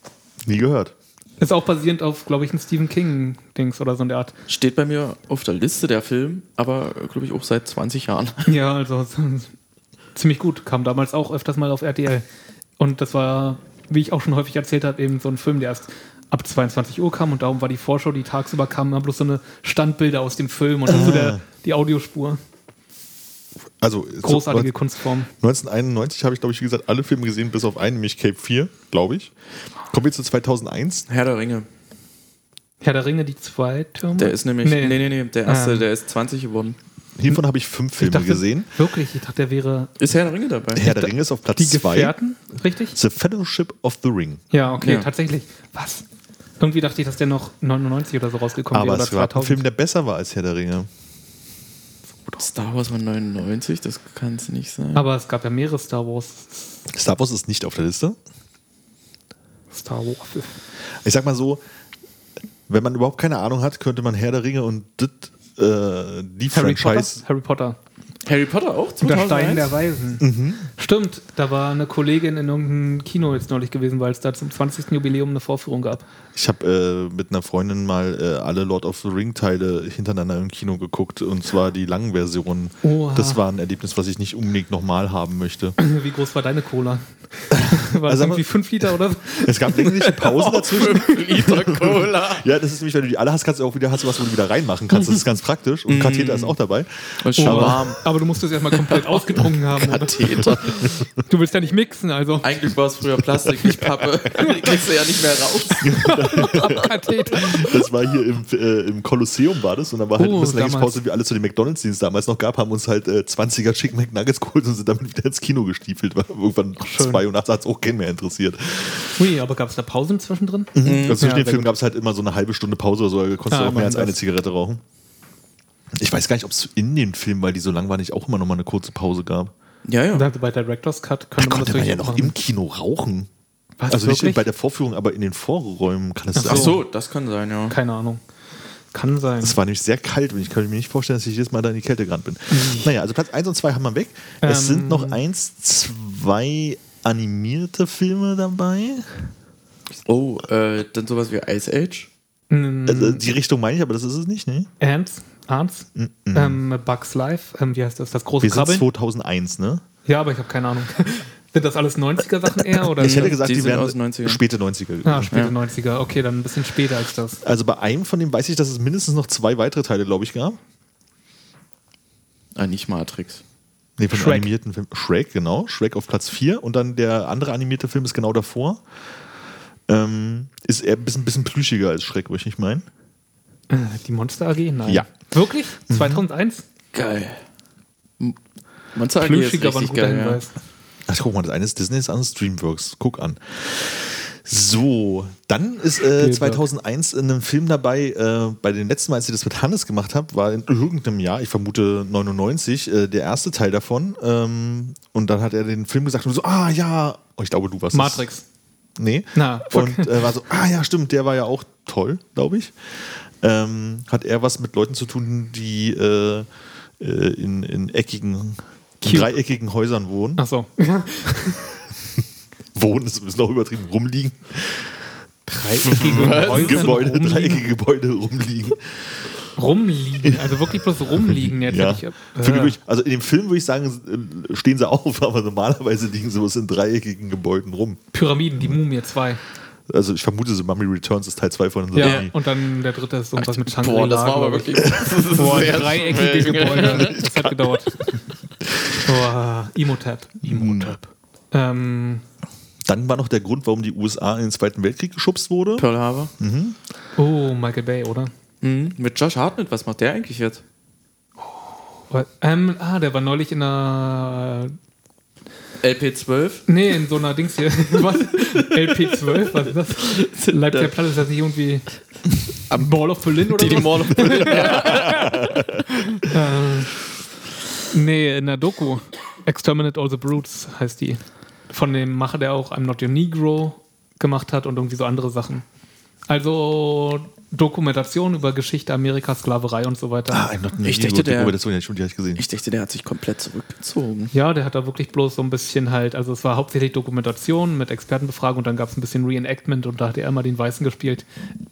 [SPEAKER 3] Nie gehört.
[SPEAKER 4] Ist auch basierend auf, glaube ich, ein Stephen King-Dings oder so in der Art.
[SPEAKER 2] Steht bei mir auf der Liste der Film, aber glaube ich auch seit 20 Jahren.
[SPEAKER 4] Ja, also ziemlich gut. Kam damals auch öfters mal auf RTL. Und das war, wie ich auch schon häufig erzählt habe, eben so ein Film, der erst ab 22 Uhr kam und darum war die Vorschau, die tagsüber kam, immer bloß so eine Standbilder aus dem Film und dann
[SPEAKER 3] Ah.
[SPEAKER 4] so der, die Audiospur.
[SPEAKER 3] Also
[SPEAKER 4] Großartige
[SPEAKER 3] so-
[SPEAKER 4] Kunstform.
[SPEAKER 3] 1991 habe ich, glaube ich, wie gesagt, alle Filme gesehen, bis auf einen, nämlich Cape 4, glaube ich. Kommen wir zu 2001.
[SPEAKER 2] Herr der Ringe.
[SPEAKER 4] Herr der Ringe, die zwei Türme.
[SPEAKER 2] Der ist nämlich. Nee, nee, nee, der erste,
[SPEAKER 4] Ähm.
[SPEAKER 2] der ist 20 geworden.
[SPEAKER 3] Hiervon habe ich fünf Filme
[SPEAKER 4] Ich dachte,
[SPEAKER 3] gesehen.
[SPEAKER 4] Wirklich, ich dachte, der wäre
[SPEAKER 2] Ist Herr der Ringe dabei?
[SPEAKER 3] Herr der Ringe ist auf Platz
[SPEAKER 4] die
[SPEAKER 3] 2.
[SPEAKER 4] Gefährten, richtig?
[SPEAKER 3] The Fellowship of the Ring.
[SPEAKER 4] Ja, okay,
[SPEAKER 2] Ja.
[SPEAKER 4] tatsächlich. Was? Irgendwie dachte ich, dass der noch 99 oder so rausgekommen
[SPEAKER 3] Aber
[SPEAKER 4] wäre
[SPEAKER 3] es war
[SPEAKER 4] oder
[SPEAKER 3] ein Film, der besser war als Herr der Ringe.
[SPEAKER 2] Star Wars war 99, das kann es nicht sein.
[SPEAKER 4] Aber es gab ja mehrere Star Wars.
[SPEAKER 3] Star Wars ist nicht auf der Liste.
[SPEAKER 4] Star Wars.
[SPEAKER 3] Ich sag mal so, wenn man überhaupt keine Ahnung hat, könnte man Herr der Ringe und dit, äh, die
[SPEAKER 4] Harry
[SPEAKER 3] Franchise.
[SPEAKER 4] Potter. Harry Potter.
[SPEAKER 2] Harry Potter auch?
[SPEAKER 4] Der Stein der
[SPEAKER 2] 2001?
[SPEAKER 4] Weisen.
[SPEAKER 3] Mhm.
[SPEAKER 4] Stimmt, da war eine Kollegin in irgendeinem Kino jetzt neulich gewesen, weil es da zum 20. Jubiläum eine Vorführung gab.
[SPEAKER 3] Ich habe äh, mit einer Freundin mal äh, alle Lord of the Ring-Teile hintereinander im Kino geguckt und zwar die langen Versionen.
[SPEAKER 4] Oha.
[SPEAKER 3] Das war ein Erlebnis, was ich nicht unbedingt nochmal haben möchte.
[SPEAKER 4] Wie groß war deine Cola? War das
[SPEAKER 3] Also, aber-
[SPEAKER 4] irgendwie 5 Liter oder so?
[SPEAKER 3] Es gab längliche Pausen dazwischen.
[SPEAKER 2] Liter Cola.
[SPEAKER 3] Ja, das ist nämlich, wenn du die alle hast, kannst du auch wieder, hast du was, wo du wieder reinmachen kannst. Das ist ganz praktisch. Und Katheter
[SPEAKER 4] Mm.
[SPEAKER 3] ist auch dabei.
[SPEAKER 2] Und schon
[SPEAKER 3] Aber
[SPEAKER 2] warm.
[SPEAKER 4] Aber du musst es erstmal komplett
[SPEAKER 3] Oh
[SPEAKER 4] ausgetrunken haben. Oder?
[SPEAKER 2] Katheter.
[SPEAKER 4] Du willst ja nicht mixen, also
[SPEAKER 2] Eigentlich war es früher Plastik, nicht Pappe. Die kriegst du ja nicht mehr raus.
[SPEAKER 4] Katheter.
[SPEAKER 3] das war hier im, äh, im Kolosseum war das. Und dann war halt
[SPEAKER 4] Oh,
[SPEAKER 3] ein bisschen längere
[SPEAKER 4] damals.
[SPEAKER 3] Pause, wie alle zu den McDonalds, die es damals noch gab, haben uns halt äh, 20er Chicken McNuggets geholt und sind damit wieder ins Kino gestiefelt. Weil irgendwann
[SPEAKER 4] schön.
[SPEAKER 3] zwei und nachts hat es auch keinen mehr interessiert.
[SPEAKER 4] Ui, aber gab es da Pausen zwischendrin?
[SPEAKER 3] Also zwischen
[SPEAKER 4] Mhm. Ja,
[SPEAKER 3] den
[SPEAKER 4] sehr
[SPEAKER 3] Filmen
[SPEAKER 4] gut.
[SPEAKER 3] gab es halt immer so eine halbe Stunde Pause oder so. Da konntest
[SPEAKER 4] Ah,
[SPEAKER 3] du auch mehr als
[SPEAKER 4] immerhin
[SPEAKER 3] eine
[SPEAKER 4] das.
[SPEAKER 3] Zigarette rauchen. Ich weiß gar nicht, ob es in den Filmen, weil die so lang waren, nicht auch immer noch mal eine kurze Pause gab.
[SPEAKER 2] Ja, ja.
[SPEAKER 4] Also bei Director's Cut könnte
[SPEAKER 3] Da
[SPEAKER 4] man
[SPEAKER 3] konnte man
[SPEAKER 4] das durchaus
[SPEAKER 3] ja noch
[SPEAKER 4] machen.
[SPEAKER 3] im Kino rauchen.
[SPEAKER 4] Was,
[SPEAKER 3] also
[SPEAKER 4] wirklich?
[SPEAKER 3] nicht bei der Vorführung, aber in den Vorräumen kann es sein.
[SPEAKER 2] Ach so, das kann sein, ja.
[SPEAKER 4] Keine Ahnung. Kann sein.
[SPEAKER 3] Es war nämlich sehr kalt und ich könnte mir nicht vorstellen, dass ich jedes Mal da in die Kälte gerannt bin. Naja, also Platz 1 und 2 haben wir weg. Es
[SPEAKER 4] Mhm. Ähm.
[SPEAKER 3] sind noch 1, 2 animierte Filme dabei.
[SPEAKER 2] Oh, äh, dann sowas wie Ice Age.
[SPEAKER 4] Mhm.
[SPEAKER 3] Also die Richtung meine ich, aber das ist es nicht, ne?
[SPEAKER 4] Ants, Ants, ähm, Bugs Life, ähm, wie heißt das? Das große
[SPEAKER 3] Mhm. Wir sind
[SPEAKER 4] Krabbeln?
[SPEAKER 3] 2001, ne?
[SPEAKER 4] Ja, aber ich habe keine Ahnung. Sind das alles 90er-Sachen eher? Oder
[SPEAKER 3] Ich hätte gesagt,
[SPEAKER 2] Hm, die
[SPEAKER 3] die,
[SPEAKER 2] sind aus den
[SPEAKER 3] wären
[SPEAKER 2] 90ern.
[SPEAKER 3] späte 90er.
[SPEAKER 4] ah, späte
[SPEAKER 2] Ja.
[SPEAKER 4] 90er. Okay, dann ein bisschen später als das.
[SPEAKER 3] Also bei einem von denen weiß ich, dass es mindestens noch zwei weitere Teile, glaube ich, gab.
[SPEAKER 2] Ah, nicht Matrix.
[SPEAKER 3] Nee, von
[SPEAKER 4] Shrek.
[SPEAKER 3] animierten Film. Shrek, genau. Shrek auf Platz 4. Und dann der andere animierte Film ist genau davor. Ähm, ist eher ein bisschen, bisschen plüschiger als Shrek, würde ich nicht meinen.
[SPEAKER 4] Äh, Die Monster AG? Nein.
[SPEAKER 3] Ja. Mhm.
[SPEAKER 4] Wirklich? 2001?
[SPEAKER 2] Geil. M- Monster AG
[SPEAKER 4] Plüschiger,
[SPEAKER 2] ist
[SPEAKER 4] aber
[SPEAKER 2] richtig
[SPEAKER 4] ein guter
[SPEAKER 2] geil. Ja.
[SPEAKER 4] Hinweis.
[SPEAKER 3] Ach, guck mal, das eine ist Disney, das andere ist Dreamworks. Guck an. So, dann ist äh,
[SPEAKER 4] Spielberg.
[SPEAKER 3] 2001 in einem Film dabei, äh, bei den letzten Mal, als ich das mit Hannes gemacht habe, war in irgendeinem Jahr, ich vermute 99, äh, der erste Teil davon. Ähm, und dann hat er den Film gesagt und so, ah ja, oh, ich glaube, du warst es.
[SPEAKER 4] Matrix.
[SPEAKER 3] Nee.
[SPEAKER 4] Na, fuck.
[SPEAKER 3] und äh, war so, ah ja, stimmt, der war ja auch toll, glaube ich. Ähm, hat er was mit Leuten zu tun, die äh, äh, in, in eckigen, in
[SPEAKER 4] Cute.
[SPEAKER 3] dreieckigen Häusern wohnen.
[SPEAKER 4] Ach so.
[SPEAKER 3] Wohnen ist ein bisschen auch übertrieben, rumliegen.
[SPEAKER 4] Dreieckige Häuser
[SPEAKER 3] Gebäude,
[SPEAKER 4] rumliegen.
[SPEAKER 3] dreieckige Gebäude rumliegen.
[SPEAKER 4] Rumliegen. Also wirklich bloß rumliegen. Jetzt
[SPEAKER 3] Ja.
[SPEAKER 4] hätte ich,
[SPEAKER 3] Finde
[SPEAKER 4] äh,
[SPEAKER 3] ich- Also in dem Film würde ich sagen, äh, stehen sie auf, aber normalerweise liegen sie bloß in dreieckigen Gebäuden rum.
[SPEAKER 4] Pyramiden, die Mumie 2.
[SPEAKER 3] Also ich vermute, so Mummy Returns ist Teil 2 von The
[SPEAKER 4] Ja.
[SPEAKER 3] Mummy.
[SPEAKER 4] Und dann der dritte ist irgendwas mit Shangri-La.
[SPEAKER 2] Boah, das war aber
[SPEAKER 4] glaub ich.
[SPEAKER 2] wirklich. das ist
[SPEAKER 4] Boah,
[SPEAKER 2] sehr
[SPEAKER 4] dreieckige
[SPEAKER 2] schnell.
[SPEAKER 4] Gebäude. ne? Das hat gedauert. Boah, Imotep. Imotep. Ähm,
[SPEAKER 3] Dann war noch der Grund, warum die USA in den Zweiten Weltkrieg geschubst wurde.
[SPEAKER 2] Pearl Harbor.
[SPEAKER 4] oh, Michael Bay, oder?
[SPEAKER 2] Mhm. Mit Josh Hartnett, was macht der eigentlich jetzt?
[SPEAKER 4] Weil- Ähm, ah, der war neulich in einer.
[SPEAKER 2] LP12.
[SPEAKER 4] Nee, in so einer Dings hier. Was? LP12, was ist das? Leipziger Platte ist das nicht irgendwie. Ball of Berlin oder
[SPEAKER 2] Die, die
[SPEAKER 4] so?
[SPEAKER 2] Mall of
[SPEAKER 4] Ähm, Nee, in der Doku. Exterminate All the Brutes heißt die. Von dem Macher, der auch I'm Not Your Negro gemacht hat und irgendwie so andere Sachen. Also Dokumentation über Geschichte Amerikas, Sklaverei und so
[SPEAKER 2] Ah,
[SPEAKER 4] weiter.
[SPEAKER 3] I'm not
[SPEAKER 2] Ich dachte, der-
[SPEAKER 3] Aber oh, das habe ich schon direkt gesehen.
[SPEAKER 2] Ich dachte, der hat sich komplett zurückgezogen.
[SPEAKER 4] Ja, der hat da wirklich bloß so ein bisschen halt, also es war hauptsächlich Dokumentation mit Expertenbefragung und dann gab es ein bisschen Reenactment und da hat er immer den Weißen gespielt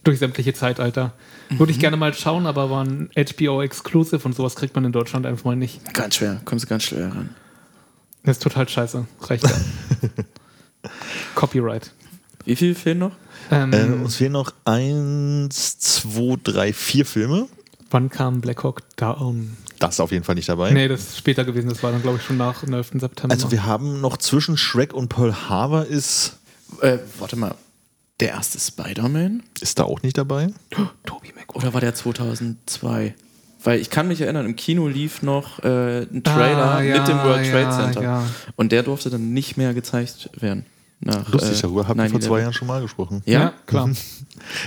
[SPEAKER 4] durch sämtliche Zeitalter. Würde ich gerne mal schauen, aber war ein HBO Exclusive und sowas kriegt man in Deutschland einfach mal nicht.
[SPEAKER 2] Ganz schwer, kommst du ganz schwer ran.
[SPEAKER 4] Das ist total scheiße. Reicht ja. Copyright.
[SPEAKER 2] Wie viel fehlen noch?
[SPEAKER 4] Ähm,
[SPEAKER 3] Äh, uns fehlen noch eins, zwei, drei, vier Filme.
[SPEAKER 4] Wann kam Black Hawk Down?
[SPEAKER 3] Das ist auf jeden Fall nicht dabei.
[SPEAKER 4] Nee, das ist später gewesen. Das war dann, glaube ich, schon nach dem 11. September.
[SPEAKER 3] Äh, Also wir haben noch zwischen Shrek und Pearl Harbor ist.
[SPEAKER 2] Äh, warte mal. Der erste Spider-Man?
[SPEAKER 3] Ist da auch nicht dabei?
[SPEAKER 4] Tobi Mac
[SPEAKER 2] Oder war der 2002? Weil ich kann mich erinnern, im Kino lief noch äh, ein Trailer
[SPEAKER 4] Ah, ja,
[SPEAKER 2] mit dem World Trade
[SPEAKER 4] ja,
[SPEAKER 2] Center.
[SPEAKER 4] ja.
[SPEAKER 2] Und der durfte dann nicht mehr gezeigt werden. Nach,
[SPEAKER 3] Lustig, darüber haben wir vor
[SPEAKER 2] 9/11.
[SPEAKER 3] zwei Jahren schon mal gesprochen.
[SPEAKER 2] Ja,
[SPEAKER 4] Äh, Ja, klar.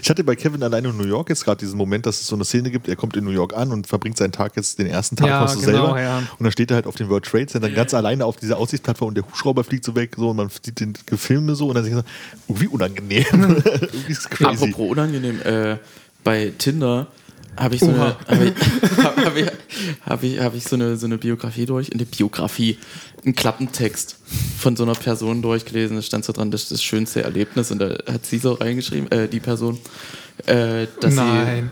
[SPEAKER 3] Ich hatte bei Kevin alleine in New York jetzt gerade diesen Moment, dass es so eine Szene gibt, er kommt in New York an und verbringt seinen Tag jetzt, den ersten Tag
[SPEAKER 4] Ja,
[SPEAKER 3] fast so
[SPEAKER 4] genau,
[SPEAKER 3] selber.
[SPEAKER 4] ja.
[SPEAKER 3] Und dann steht er halt auf dem World Trade Center ganz alleine auf dieser Aussichtsplattform und der Hubschrauber fliegt so weg so, und man sieht den Gefilme so und dann denkt man, so, irgendwie unangenehm. irgendwie ist es crazy.
[SPEAKER 2] Apropos unangenehm, äh, bei Tinder habe ich so eine,
[SPEAKER 4] Oha.
[SPEAKER 2] hab ich, hab ich, hab ich, hab ich so, eine, so eine Biografie durch, eine Biografie, einen Klappentext von so einer Person durchgelesen. Da stand so dran, das ist das schönste Erlebnis und da hat sie so reingeschrieben, äh, die Person, äh, dass sie
[SPEAKER 4] Nein.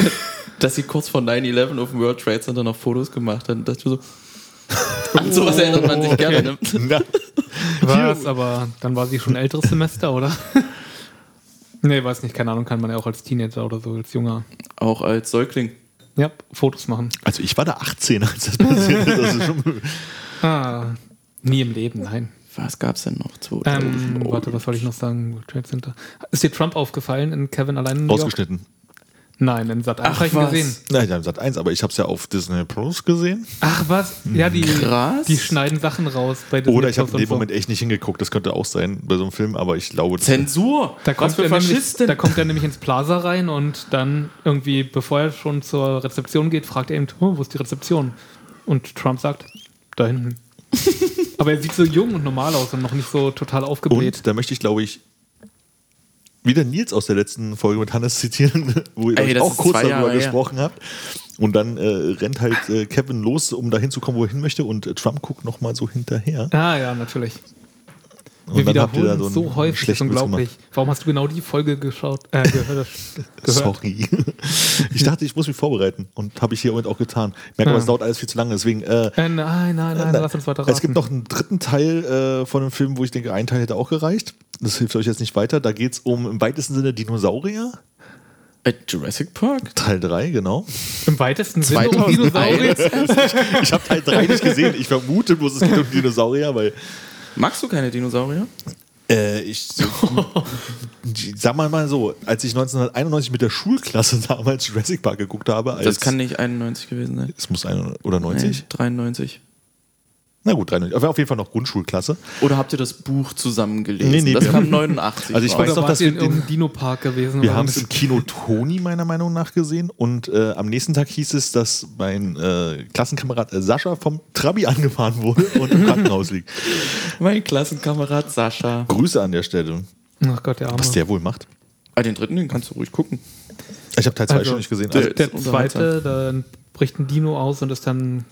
[SPEAKER 2] dass sie kurz vor 9-11 auf dem World Trade Center noch Fotos gemacht hat. Und dachte ich mir so, an sowas erinnert man
[SPEAKER 4] Oh,
[SPEAKER 2] sich gerne. Ne?
[SPEAKER 3] Na,
[SPEAKER 4] Was? Aber dann war sie schon älteres Semester, oder? nee, weiß nicht. Keine Ahnung. Kann man ja auch als Teenager oder so, als Junger.
[SPEAKER 2] Auch als Säugling.
[SPEAKER 4] Ja, Fotos machen.
[SPEAKER 3] also ich war da 18, als das passiert ist. Also schon,
[SPEAKER 4] Ah, nie im Leben, nein.
[SPEAKER 2] Was gab's denn noch? 2000?
[SPEAKER 4] Ähm, warte, was wollte ich noch sagen? World Trade Center. Ist dir Trump aufgefallen in Kevin allein in New York?
[SPEAKER 3] ausgeschnitten.
[SPEAKER 4] Nein, in Sat 1
[SPEAKER 2] Ach,
[SPEAKER 4] habe ich ihn
[SPEAKER 2] was.
[SPEAKER 4] gesehen.
[SPEAKER 3] Nein, dann Sat 1, aber ich habe es ja auf Disney Plus gesehen.
[SPEAKER 4] Ach was? Ja, die,
[SPEAKER 2] Krass.
[SPEAKER 4] die schneiden Sachen raus bei Disney
[SPEAKER 3] Oder ich habe
[SPEAKER 4] Plus
[SPEAKER 3] in
[SPEAKER 4] und
[SPEAKER 3] dem
[SPEAKER 4] so.
[SPEAKER 3] Moment echt nicht hingeguckt. Das könnte auch sein bei so einem Film, aber ich glaube.
[SPEAKER 2] Zensur!
[SPEAKER 4] Da kommt,
[SPEAKER 2] für
[SPEAKER 4] er nämlich,
[SPEAKER 2] Faschisten!
[SPEAKER 4] da kommt er nämlich ins Plaza rein und dann irgendwie, bevor er schon zur Rezeption geht, fragt er eben, oh, wo ist die Rezeption? Und Trump sagt, da hinten. Aber er sieht so jung und normal aus und noch nicht so total aufgebläht.
[SPEAKER 3] Und da möchte ich, glaube ich, wieder Nils aus der letzten Folge mit Hannes zitieren, wo ihr
[SPEAKER 2] Ey,
[SPEAKER 3] glaub ich,
[SPEAKER 2] das
[SPEAKER 3] auch
[SPEAKER 2] ist
[SPEAKER 3] kurz
[SPEAKER 2] zwei
[SPEAKER 3] darüber
[SPEAKER 2] Jahre her.
[SPEAKER 3] gesprochen habt. Und dann äh, rennt halt äh, Kevin los, um dahin zu kommen, wo er hin möchte. Und äh, Trump guckt nochmal so hinterher.
[SPEAKER 4] Ah ja, natürlich.
[SPEAKER 3] Und
[SPEAKER 4] Wir
[SPEAKER 3] dann habt ihr
[SPEAKER 4] wiederholen
[SPEAKER 3] da
[SPEAKER 4] so,
[SPEAKER 3] einen
[SPEAKER 4] so häufig, das ist
[SPEAKER 3] schlechten Witz
[SPEAKER 4] unglaublich. Warum hast du genau die Folge geschaut, äh, gehört? gehört?
[SPEAKER 3] Sorry. Ich dachte, ich muss mich vorbereiten. Und habe ich hiermit auch getan. Ich merke aber,
[SPEAKER 4] Ja.
[SPEAKER 3] es dauert alles viel zu lange. Deswegen, äh,
[SPEAKER 4] Äh, nein, nein, nein,
[SPEAKER 3] Na,
[SPEAKER 4] Hm. lass uns weiter
[SPEAKER 3] Es gibt noch einen dritten Teil äh, von einem Film, wo ich denke, ein Teil hätte auch gereicht. Das hilft euch jetzt nicht weiter. Da geht es um im weitesten Sinne Dinosaurier.
[SPEAKER 2] Äh, Jurassic Park?
[SPEAKER 3] Teil 3, genau.
[SPEAKER 4] Im weitesten Sinne um
[SPEAKER 2] 2001.
[SPEAKER 4] Dinosaurier.
[SPEAKER 3] Ich habe Teil 3 nicht gesehen. Ich vermute bloß, es geht um Dinosaurier, weil
[SPEAKER 2] Magst du keine Dinosaurier?
[SPEAKER 3] äh, ich. sag mal mal so, als ich 1991 mit der Schulklasse damals Jurassic Park geguckt habe, als.
[SPEAKER 2] Das kann nicht 91 gewesen sein.
[SPEAKER 3] Es muss ein oder
[SPEAKER 2] Nee,
[SPEAKER 3] 90?
[SPEAKER 2] 93.
[SPEAKER 3] Na gut, 93. Aber auf jeden Fall noch Grundschulklasse.
[SPEAKER 2] Oder habt ihr das Buch zusammengelesen?
[SPEAKER 3] Nee, nee,
[SPEAKER 2] das
[SPEAKER 3] wir-
[SPEAKER 2] kam 89.
[SPEAKER 3] Also ich
[SPEAKER 2] raus.
[SPEAKER 3] weiß
[SPEAKER 4] Oder
[SPEAKER 3] noch,
[SPEAKER 4] wart
[SPEAKER 3] dass
[SPEAKER 4] ihr
[SPEAKER 3] wir
[SPEAKER 4] in
[SPEAKER 3] den-
[SPEAKER 4] irgendeinem Dino-Park gewesen?
[SPEAKER 3] Wir
[SPEAKER 4] oder
[SPEAKER 3] haben
[SPEAKER 4] was?
[SPEAKER 3] es im Kino Toni meiner Meinung nach gesehen und äh, am nächsten Tag hieß es, dass mein äh, Klassenkamerad äh, Sascha vom Trabi angefahren wurde und im Krankenhaus liegt.
[SPEAKER 2] Mein Klassenkamerad Sascha.
[SPEAKER 3] Grüße an der Stelle.
[SPEAKER 4] Ach Gott, der Arme.
[SPEAKER 3] Was der wohl macht.
[SPEAKER 2] Ah, den dritten, den kannst du ruhig gucken.
[SPEAKER 3] Ich habe Teil 2
[SPEAKER 4] Also,
[SPEAKER 3] schon nicht gesehen.
[SPEAKER 2] der-
[SPEAKER 3] Also,
[SPEAKER 4] Der
[SPEAKER 2] Ist
[SPEAKER 4] zweite, dann bricht ein Dino aus und ist dann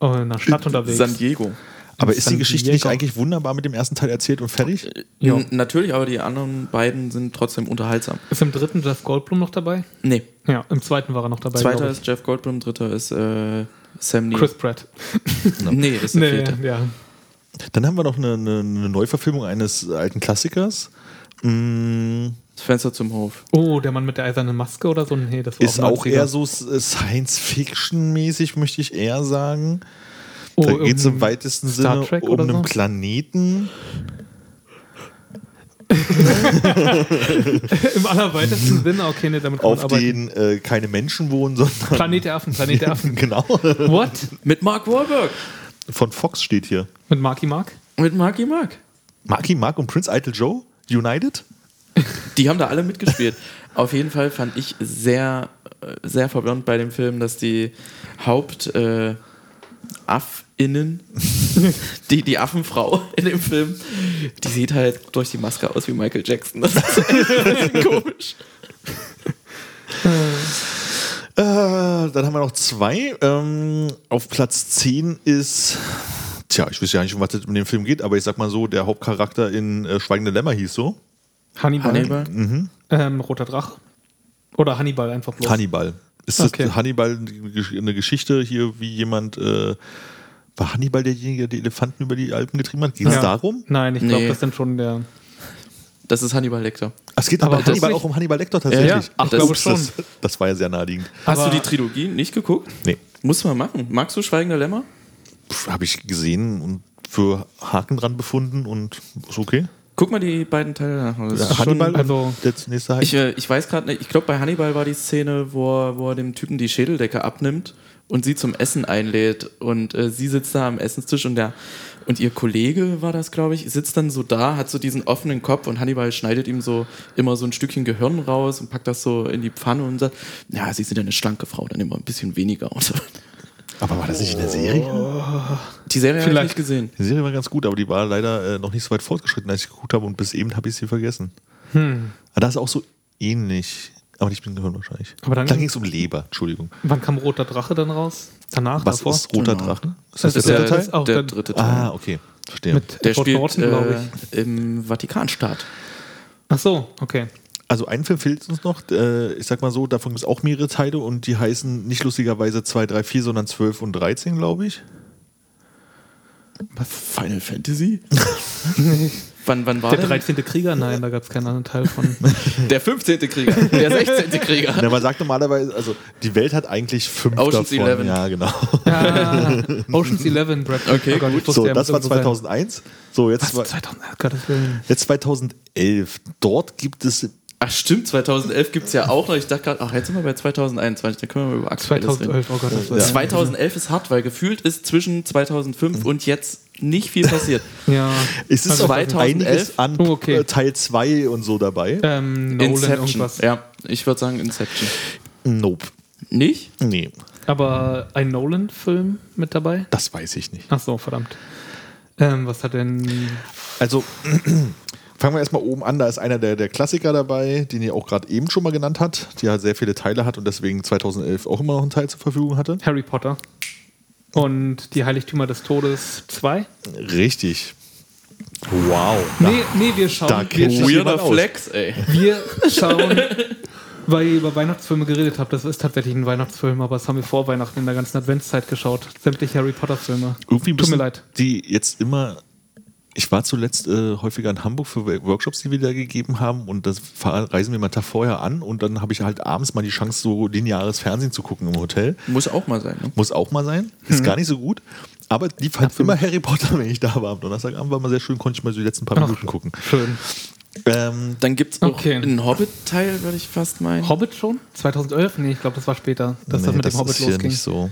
[SPEAKER 4] oh, in der Stadt unterwegs.
[SPEAKER 2] San Diego.
[SPEAKER 3] aber ist die
[SPEAKER 4] San
[SPEAKER 3] Geschichte nicht
[SPEAKER 4] Diego.
[SPEAKER 3] eigentlich wunderbar mit dem ersten Teil erzählt und fertig?
[SPEAKER 4] Ja.
[SPEAKER 2] N- Natürlich, aber die anderen beiden sind trotzdem unterhaltsam.
[SPEAKER 4] Ist im dritten Jeff Goldblum noch dabei?
[SPEAKER 2] Nee.
[SPEAKER 4] Ja, im zweiten war er noch dabei.
[SPEAKER 2] Zweiter
[SPEAKER 4] glaub
[SPEAKER 2] ist Jeff Goldblum, dritter ist äh, Sam
[SPEAKER 4] ich.
[SPEAKER 2] Neill.
[SPEAKER 4] Chris Pratt.
[SPEAKER 2] Nee, das ist der
[SPEAKER 4] Nee,
[SPEAKER 2] vierte.
[SPEAKER 4] ja.
[SPEAKER 3] Dann haben wir noch eine, eine, eine Neuverfilmung eines alten Klassikers. Mm,
[SPEAKER 2] Das Fenster zum Hof.
[SPEAKER 4] Oh, der Mann mit der eisernen Maske oder so? Nee, das war
[SPEAKER 3] ist auch
[SPEAKER 4] 90er.
[SPEAKER 3] eher so s- äh, Science-Fiction-mäßig, möchte ich eher sagen.
[SPEAKER 4] Oh,
[SPEAKER 3] da geht es im um
[SPEAKER 4] irgendein
[SPEAKER 3] weitesten
[SPEAKER 4] Star
[SPEAKER 3] Sinne
[SPEAKER 4] Trek
[SPEAKER 3] um
[SPEAKER 4] oder
[SPEAKER 3] einen
[SPEAKER 4] so?
[SPEAKER 3] Planeten.
[SPEAKER 4] Im allerweitesten Sinne, okay, ne, damit kann man
[SPEAKER 3] auf denen äh, keine Menschen wohnen, sondern.
[SPEAKER 4] Planet der Affen, Planet der Affen.
[SPEAKER 3] genau.
[SPEAKER 4] What?
[SPEAKER 2] Mit Mark Wahlberg.
[SPEAKER 3] Von Fox steht hier.
[SPEAKER 4] Mit Marky Mark?
[SPEAKER 2] Mit Marky Mark.
[SPEAKER 3] Marky Mark und Prince Eitel Joe? United?
[SPEAKER 2] Die haben da alle mitgespielt. Auf jeden Fall fand ich sehr, äh, sehr verwirrend bei dem Film, dass die Haupt äh, Affinnen, die, die Affenfrau in dem Film, die sieht halt durch die Maske aus wie Michael Jackson. Das ist ein bisschen komisch.
[SPEAKER 3] Äh, dann haben wir noch zwei. Ähm, auf Platz 10 ist. Tja, ich weiß ja nicht, um was es in dem Film geht, aber ich sag mal so, der Hauptcharakter in äh, Schweigende Lämmer hieß so.
[SPEAKER 4] Hannibal.
[SPEAKER 2] Hannibal.
[SPEAKER 4] Ähm, Roter Drach. Oder Hannibal einfach bloß.
[SPEAKER 3] Hannibal. Ist das
[SPEAKER 4] Okay.
[SPEAKER 3] Hannibal eine Geschichte hier, wie jemand. Äh, war Hannibal derjenige, der die Elefanten über die Alpen getrieben hat? Ging es
[SPEAKER 4] Ja.
[SPEAKER 3] darum?
[SPEAKER 4] Nein, ich glaube,
[SPEAKER 2] Nee.
[SPEAKER 4] das ist dann schon der.
[SPEAKER 2] Das ist Hannibal Lecter.
[SPEAKER 3] Ah, Es geht
[SPEAKER 4] Aber
[SPEAKER 3] aber
[SPEAKER 4] das
[SPEAKER 3] Hannibal
[SPEAKER 4] nicht-
[SPEAKER 3] auch um Hannibal Lecter tatsächlich.
[SPEAKER 2] Ja, ja. Ach,
[SPEAKER 4] ich glaube
[SPEAKER 2] ist-
[SPEAKER 4] schon.
[SPEAKER 3] Das, das war ja sehr naheliegend.
[SPEAKER 2] Hast
[SPEAKER 4] Aber-
[SPEAKER 2] du die Trilogie nicht geguckt?
[SPEAKER 3] Nee.
[SPEAKER 2] Muss man machen. Magst du Schweigender Lämmer?
[SPEAKER 3] Habe ich gesehen und für Haken dran befunden und ist okay.
[SPEAKER 2] Guck mal die beiden Teile nach. Das ist
[SPEAKER 3] Ja,
[SPEAKER 2] schon-
[SPEAKER 3] Hannibal,
[SPEAKER 4] also-
[SPEAKER 3] und der nächste
[SPEAKER 2] Ich,
[SPEAKER 3] Haken.
[SPEAKER 2] äh, ich weiß gerade nicht, ich glaube, bei Hannibal war die Szene, wo er, wo er dem Typen die Schädeldecke abnimmt und sie zum Essen einlädt. Und äh, sie sitzt da am Essenstisch und der und ihr Kollege war das, glaube ich, sitzt dann so da, hat so diesen offenen Kopf und Hannibal schneidet ihm so immer so ein Stückchen Gehirn raus und packt das so in die Pfanne und sagt, ja, sie sind ja eine schlanke Frau, dann immer ein bisschen weniger. Und so.
[SPEAKER 3] Aber war das nicht in der Serie?
[SPEAKER 2] Die Serie habe ich
[SPEAKER 4] Vielleicht.
[SPEAKER 2] nicht gesehen.
[SPEAKER 3] Die Serie war ganz gut, aber die war leider äh, noch nicht so weit fortgeschritten, als ich geguckt habe und bis eben habe ich sie vergessen.
[SPEAKER 4] Hm.
[SPEAKER 3] Aber Das ist auch so ähnlich, aber nicht mit dem Gehirn wahrscheinlich.
[SPEAKER 4] Aber dann-
[SPEAKER 3] da ging es um Leber, Entschuldigung.
[SPEAKER 4] Wann kam Roter Drache dann raus? Danach,
[SPEAKER 3] Was
[SPEAKER 4] davor?
[SPEAKER 3] ist Roter
[SPEAKER 2] Genau.
[SPEAKER 3] Drache? Ist
[SPEAKER 4] Das ist
[SPEAKER 3] der
[SPEAKER 4] der-
[SPEAKER 3] dritte
[SPEAKER 4] das
[SPEAKER 3] Teil?
[SPEAKER 4] ist auch
[SPEAKER 2] der
[SPEAKER 4] der-
[SPEAKER 2] dritte Teil.
[SPEAKER 3] Ah, okay, verstehe.
[SPEAKER 4] Mit
[SPEAKER 2] der
[SPEAKER 4] Edward
[SPEAKER 2] spielt
[SPEAKER 4] Norton, glaube
[SPEAKER 2] äh,
[SPEAKER 4] ich.
[SPEAKER 2] im Vatikanstaat.
[SPEAKER 4] Ach so, okay.
[SPEAKER 3] Also ein Film fehlt uns noch, äh, ich sag mal so, davon gibt es auch mehrere Teile und die heißen nicht lustigerweise 2, 3, 4, sondern 12 und 13, glaube ich.
[SPEAKER 2] Final Fantasy? wann, wann war
[SPEAKER 4] Der
[SPEAKER 2] denn?
[SPEAKER 4] 13. Krieger? Nein, da gab es keinen anderen Teil von.
[SPEAKER 2] Der 15. Krieger, der 16. Krieger.
[SPEAKER 3] Na, man sagt normalerweise, also die Welt hat eigentlich fünf
[SPEAKER 2] Ocean's
[SPEAKER 3] davon.
[SPEAKER 2] Eleven.
[SPEAKER 3] Ja, genau.
[SPEAKER 4] ah, Ocean's Eleven, Brad. Pitt.
[SPEAKER 2] Okay,
[SPEAKER 4] ich
[SPEAKER 2] gut.
[SPEAKER 4] wusste,
[SPEAKER 3] So,
[SPEAKER 4] er
[SPEAKER 3] das
[SPEAKER 4] muss
[SPEAKER 3] war
[SPEAKER 4] irgendwo sein.
[SPEAKER 3] 2001. So, jetzt,
[SPEAKER 4] Was,
[SPEAKER 3] war,
[SPEAKER 4] 2000? Oh, Gottes Willen.
[SPEAKER 3] jetzt 2011. Dort gibt es
[SPEAKER 2] Ach stimmt, 2011 gibt es ja auch noch. Ich dachte gerade, ach, jetzt sind wir bei 2021, da können wir über aktuelles reden.
[SPEAKER 4] 2011, oh Gottes Willen.
[SPEAKER 2] 2011 ist hart, weil gefühlt ist zwischen 2005 und jetzt nicht viel passiert.
[SPEAKER 4] Ja.
[SPEAKER 3] es ist auch
[SPEAKER 2] 2011?
[SPEAKER 3] einiges an
[SPEAKER 4] Oh, okay.
[SPEAKER 3] äh, Teil 2 und so dabei.
[SPEAKER 4] Ähm, Nolan
[SPEAKER 2] Inception.
[SPEAKER 4] irgendwas.
[SPEAKER 2] Ja, ich würde sagen Inception.
[SPEAKER 3] Nope.
[SPEAKER 2] Nicht?
[SPEAKER 3] Nee,
[SPEAKER 4] Aber ein Nolan-Film mit dabei?
[SPEAKER 3] das weiß ich nicht.
[SPEAKER 4] Ach so, verdammt. Ähm, was hat denn.
[SPEAKER 3] Also fangen wir erstmal oben an. Da ist einer der, der Klassiker dabei, den ihr auch gerade eben schon mal genannt hat, der halt sehr viele Teile hat und deswegen 2011 auch immer noch einen Teil zur Verfügung hatte.
[SPEAKER 4] Harry Potter. Und die Heiligtümer des Todes 2?
[SPEAKER 3] Richtig. Wow.
[SPEAKER 4] Nee, nee, wir schauen.
[SPEAKER 3] da
[SPEAKER 4] wir,
[SPEAKER 3] kennt-
[SPEAKER 4] schauen
[SPEAKER 2] Weirder
[SPEAKER 3] jemand aus?
[SPEAKER 2] Flex, ey.
[SPEAKER 4] wir schauen. Weil ihr über Weihnachtsfilme geredet habt, das ist tatsächlich ein Weihnachtsfilm, aber das haben wir vor Weihnachten in der ganzen Adventszeit geschaut. Sämtliche Harry Potter-Filme.
[SPEAKER 3] Irgendwie
[SPEAKER 4] Tut mir
[SPEAKER 3] müssen
[SPEAKER 4] leid.
[SPEAKER 3] Die jetzt immer. Ich war zuletzt äh, häufiger in Hamburg für Workshops, die wir da gegeben haben, und das fahr- reisen wir mal einen Tag vorher an. Und dann habe ich halt abends mal die Chance, so lineares Fernsehen zu gucken im Hotel.
[SPEAKER 2] Muss auch mal sein, ne?
[SPEAKER 3] Muss auch mal sein. Ist
[SPEAKER 4] Mhm.
[SPEAKER 3] gar nicht so gut. Aber lief halt immer Harry Potter, wenn ich da war. Am Donnerstagabend war mal sehr schön, konnte ich mal so die letzten paar Minuten gucken.
[SPEAKER 4] Schön.
[SPEAKER 3] Ähm,
[SPEAKER 2] Dann gibt es auch
[SPEAKER 4] Okay.
[SPEAKER 2] einen Hobbit-Teil, würde ich fast meinen.
[SPEAKER 4] Hobbit schon? 2011? Nee, ich glaube, das war später, dass das
[SPEAKER 3] nee,
[SPEAKER 4] mit dem Hobbit
[SPEAKER 3] ist hier
[SPEAKER 4] losging.
[SPEAKER 3] nicht so.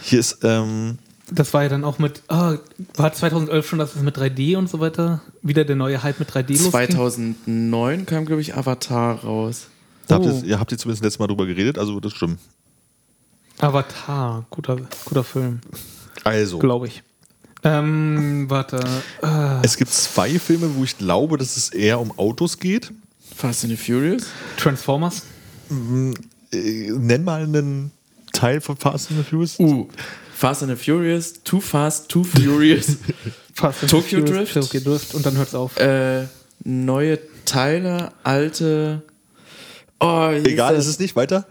[SPEAKER 3] Hier ist, ähm,
[SPEAKER 4] Das war ja dann auch mit, ah, war 2011 schon, dass es mit 3D und so weiter wieder der neue Hype mit 3D losging?
[SPEAKER 2] 2009 kam, glaube ich, Avatar raus.
[SPEAKER 3] da
[SPEAKER 4] Oh.
[SPEAKER 3] habt ihr, ihr habt ihr zumindest letztes Mal drüber geredet, also das stimmt.
[SPEAKER 4] Avatar, guter, guter Film,
[SPEAKER 3] Also,
[SPEAKER 4] glaube ich. Ähm, warte. Äh,
[SPEAKER 3] Es gibt zwei Filme, wo ich glaube, dass es eher um Autos geht.
[SPEAKER 2] Fast and the Furious?
[SPEAKER 4] Transformers?
[SPEAKER 3] Äh, nenn mal einen Teil von Fast and the Furious.
[SPEAKER 2] Uh, Fast and the Furious, Too Fast, Too Furious.
[SPEAKER 4] Fast and
[SPEAKER 2] Tokyo
[SPEAKER 4] Furious,
[SPEAKER 2] Drift?
[SPEAKER 4] Tokyo Drift und dann hört's auf.
[SPEAKER 2] äh, neue Teile, alte. Oh, wie hieß
[SPEAKER 3] Egal,
[SPEAKER 2] das?
[SPEAKER 3] ist es nicht. Weiter.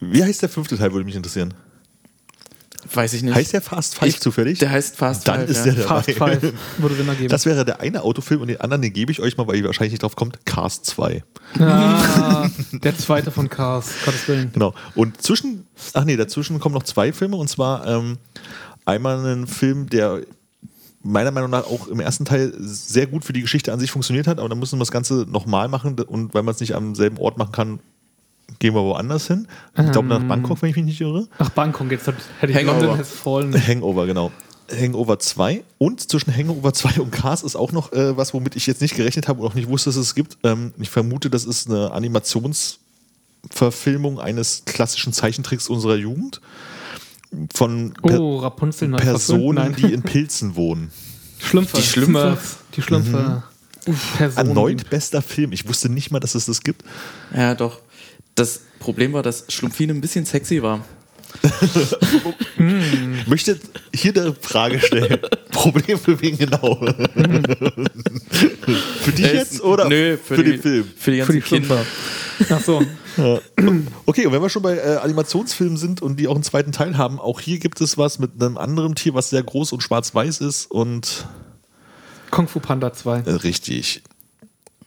[SPEAKER 3] Wie heißt der fünfte Teil, würde mich interessieren.
[SPEAKER 2] Weiß ich nicht.
[SPEAKER 3] Heißt der Fast Five
[SPEAKER 2] Ich-
[SPEAKER 3] zufällig?
[SPEAKER 2] Der heißt Fast
[SPEAKER 3] Dann
[SPEAKER 2] Five,
[SPEAKER 3] ist
[SPEAKER 2] ja.
[SPEAKER 3] der dabei.
[SPEAKER 4] Fast Five würde Sinn ergeben.
[SPEAKER 3] Das wäre der eine Autofilm und den anderen, den gebe ich euch mal, weil ihr wahrscheinlich nicht drauf kommt. Cars 2.
[SPEAKER 4] ah, der zweite von Cars, Gottes Willen.
[SPEAKER 3] Genau. Und zwischen, ach nee, dazwischen kommen noch zwei Filme und zwar ähm, einmal einen Film, der meiner Meinung nach auch im ersten Teil sehr gut für die Geschichte an sich funktioniert hat, aber dann müssen wir das Ganze nochmal machen und weil man es nicht am selben Ort machen kann, gehen wir woanders hin. Ich glaube nach Bangkok, wenn ich mich nicht irre.
[SPEAKER 4] Nach Bangkok jetzt hätte ich
[SPEAKER 2] Hangover.
[SPEAKER 4] London has fallen.
[SPEAKER 3] Hangover, genau. Hangover 2 und zwischen Hangover 2 und Cars ist auch noch äh, was, womit ich jetzt nicht gerechnet habe und auch nicht wusste, dass es es gibt. Ähm, ich vermute, das ist eine Animationsverfilmung eines klassischen Zeichentricks unserer Jugend von per
[SPEAKER 4] Oh, Rapunzel neu
[SPEAKER 3] Personen,
[SPEAKER 4] verfilmt. Nein.
[SPEAKER 3] die in Pilzen wohnen.
[SPEAKER 4] Schlümpfe.
[SPEAKER 2] Die Schlümpfe.
[SPEAKER 4] Smurfs. Die Schlümpfe. Personen.
[SPEAKER 3] Mhm. Erneut bester Film. Ich wusste nicht mal, dass es das gibt.
[SPEAKER 2] Ja, doch. Das Problem war, dass Schlumpfine ein bisschen sexy war.
[SPEAKER 3] Ich möchte hier eine Frage stellen. Problem für wen genau? für dich
[SPEAKER 2] Äh,
[SPEAKER 3] jetzt oder
[SPEAKER 2] Nö, für,
[SPEAKER 3] für
[SPEAKER 2] die,
[SPEAKER 3] den Film?
[SPEAKER 2] Für die
[SPEAKER 4] Für
[SPEAKER 2] ganzen
[SPEAKER 4] die
[SPEAKER 2] Kinder.
[SPEAKER 4] Schlümpfe. Ach so.
[SPEAKER 3] Äh, Okay, und wenn wir schon bei äh, Animationsfilmen sind und die auch einen zweiten Teil haben, auch hier gibt es was mit einem anderen Tier, was sehr groß und schwarz-weiß ist und
[SPEAKER 4] Kung Fu Panda 2.
[SPEAKER 3] äh, richtig.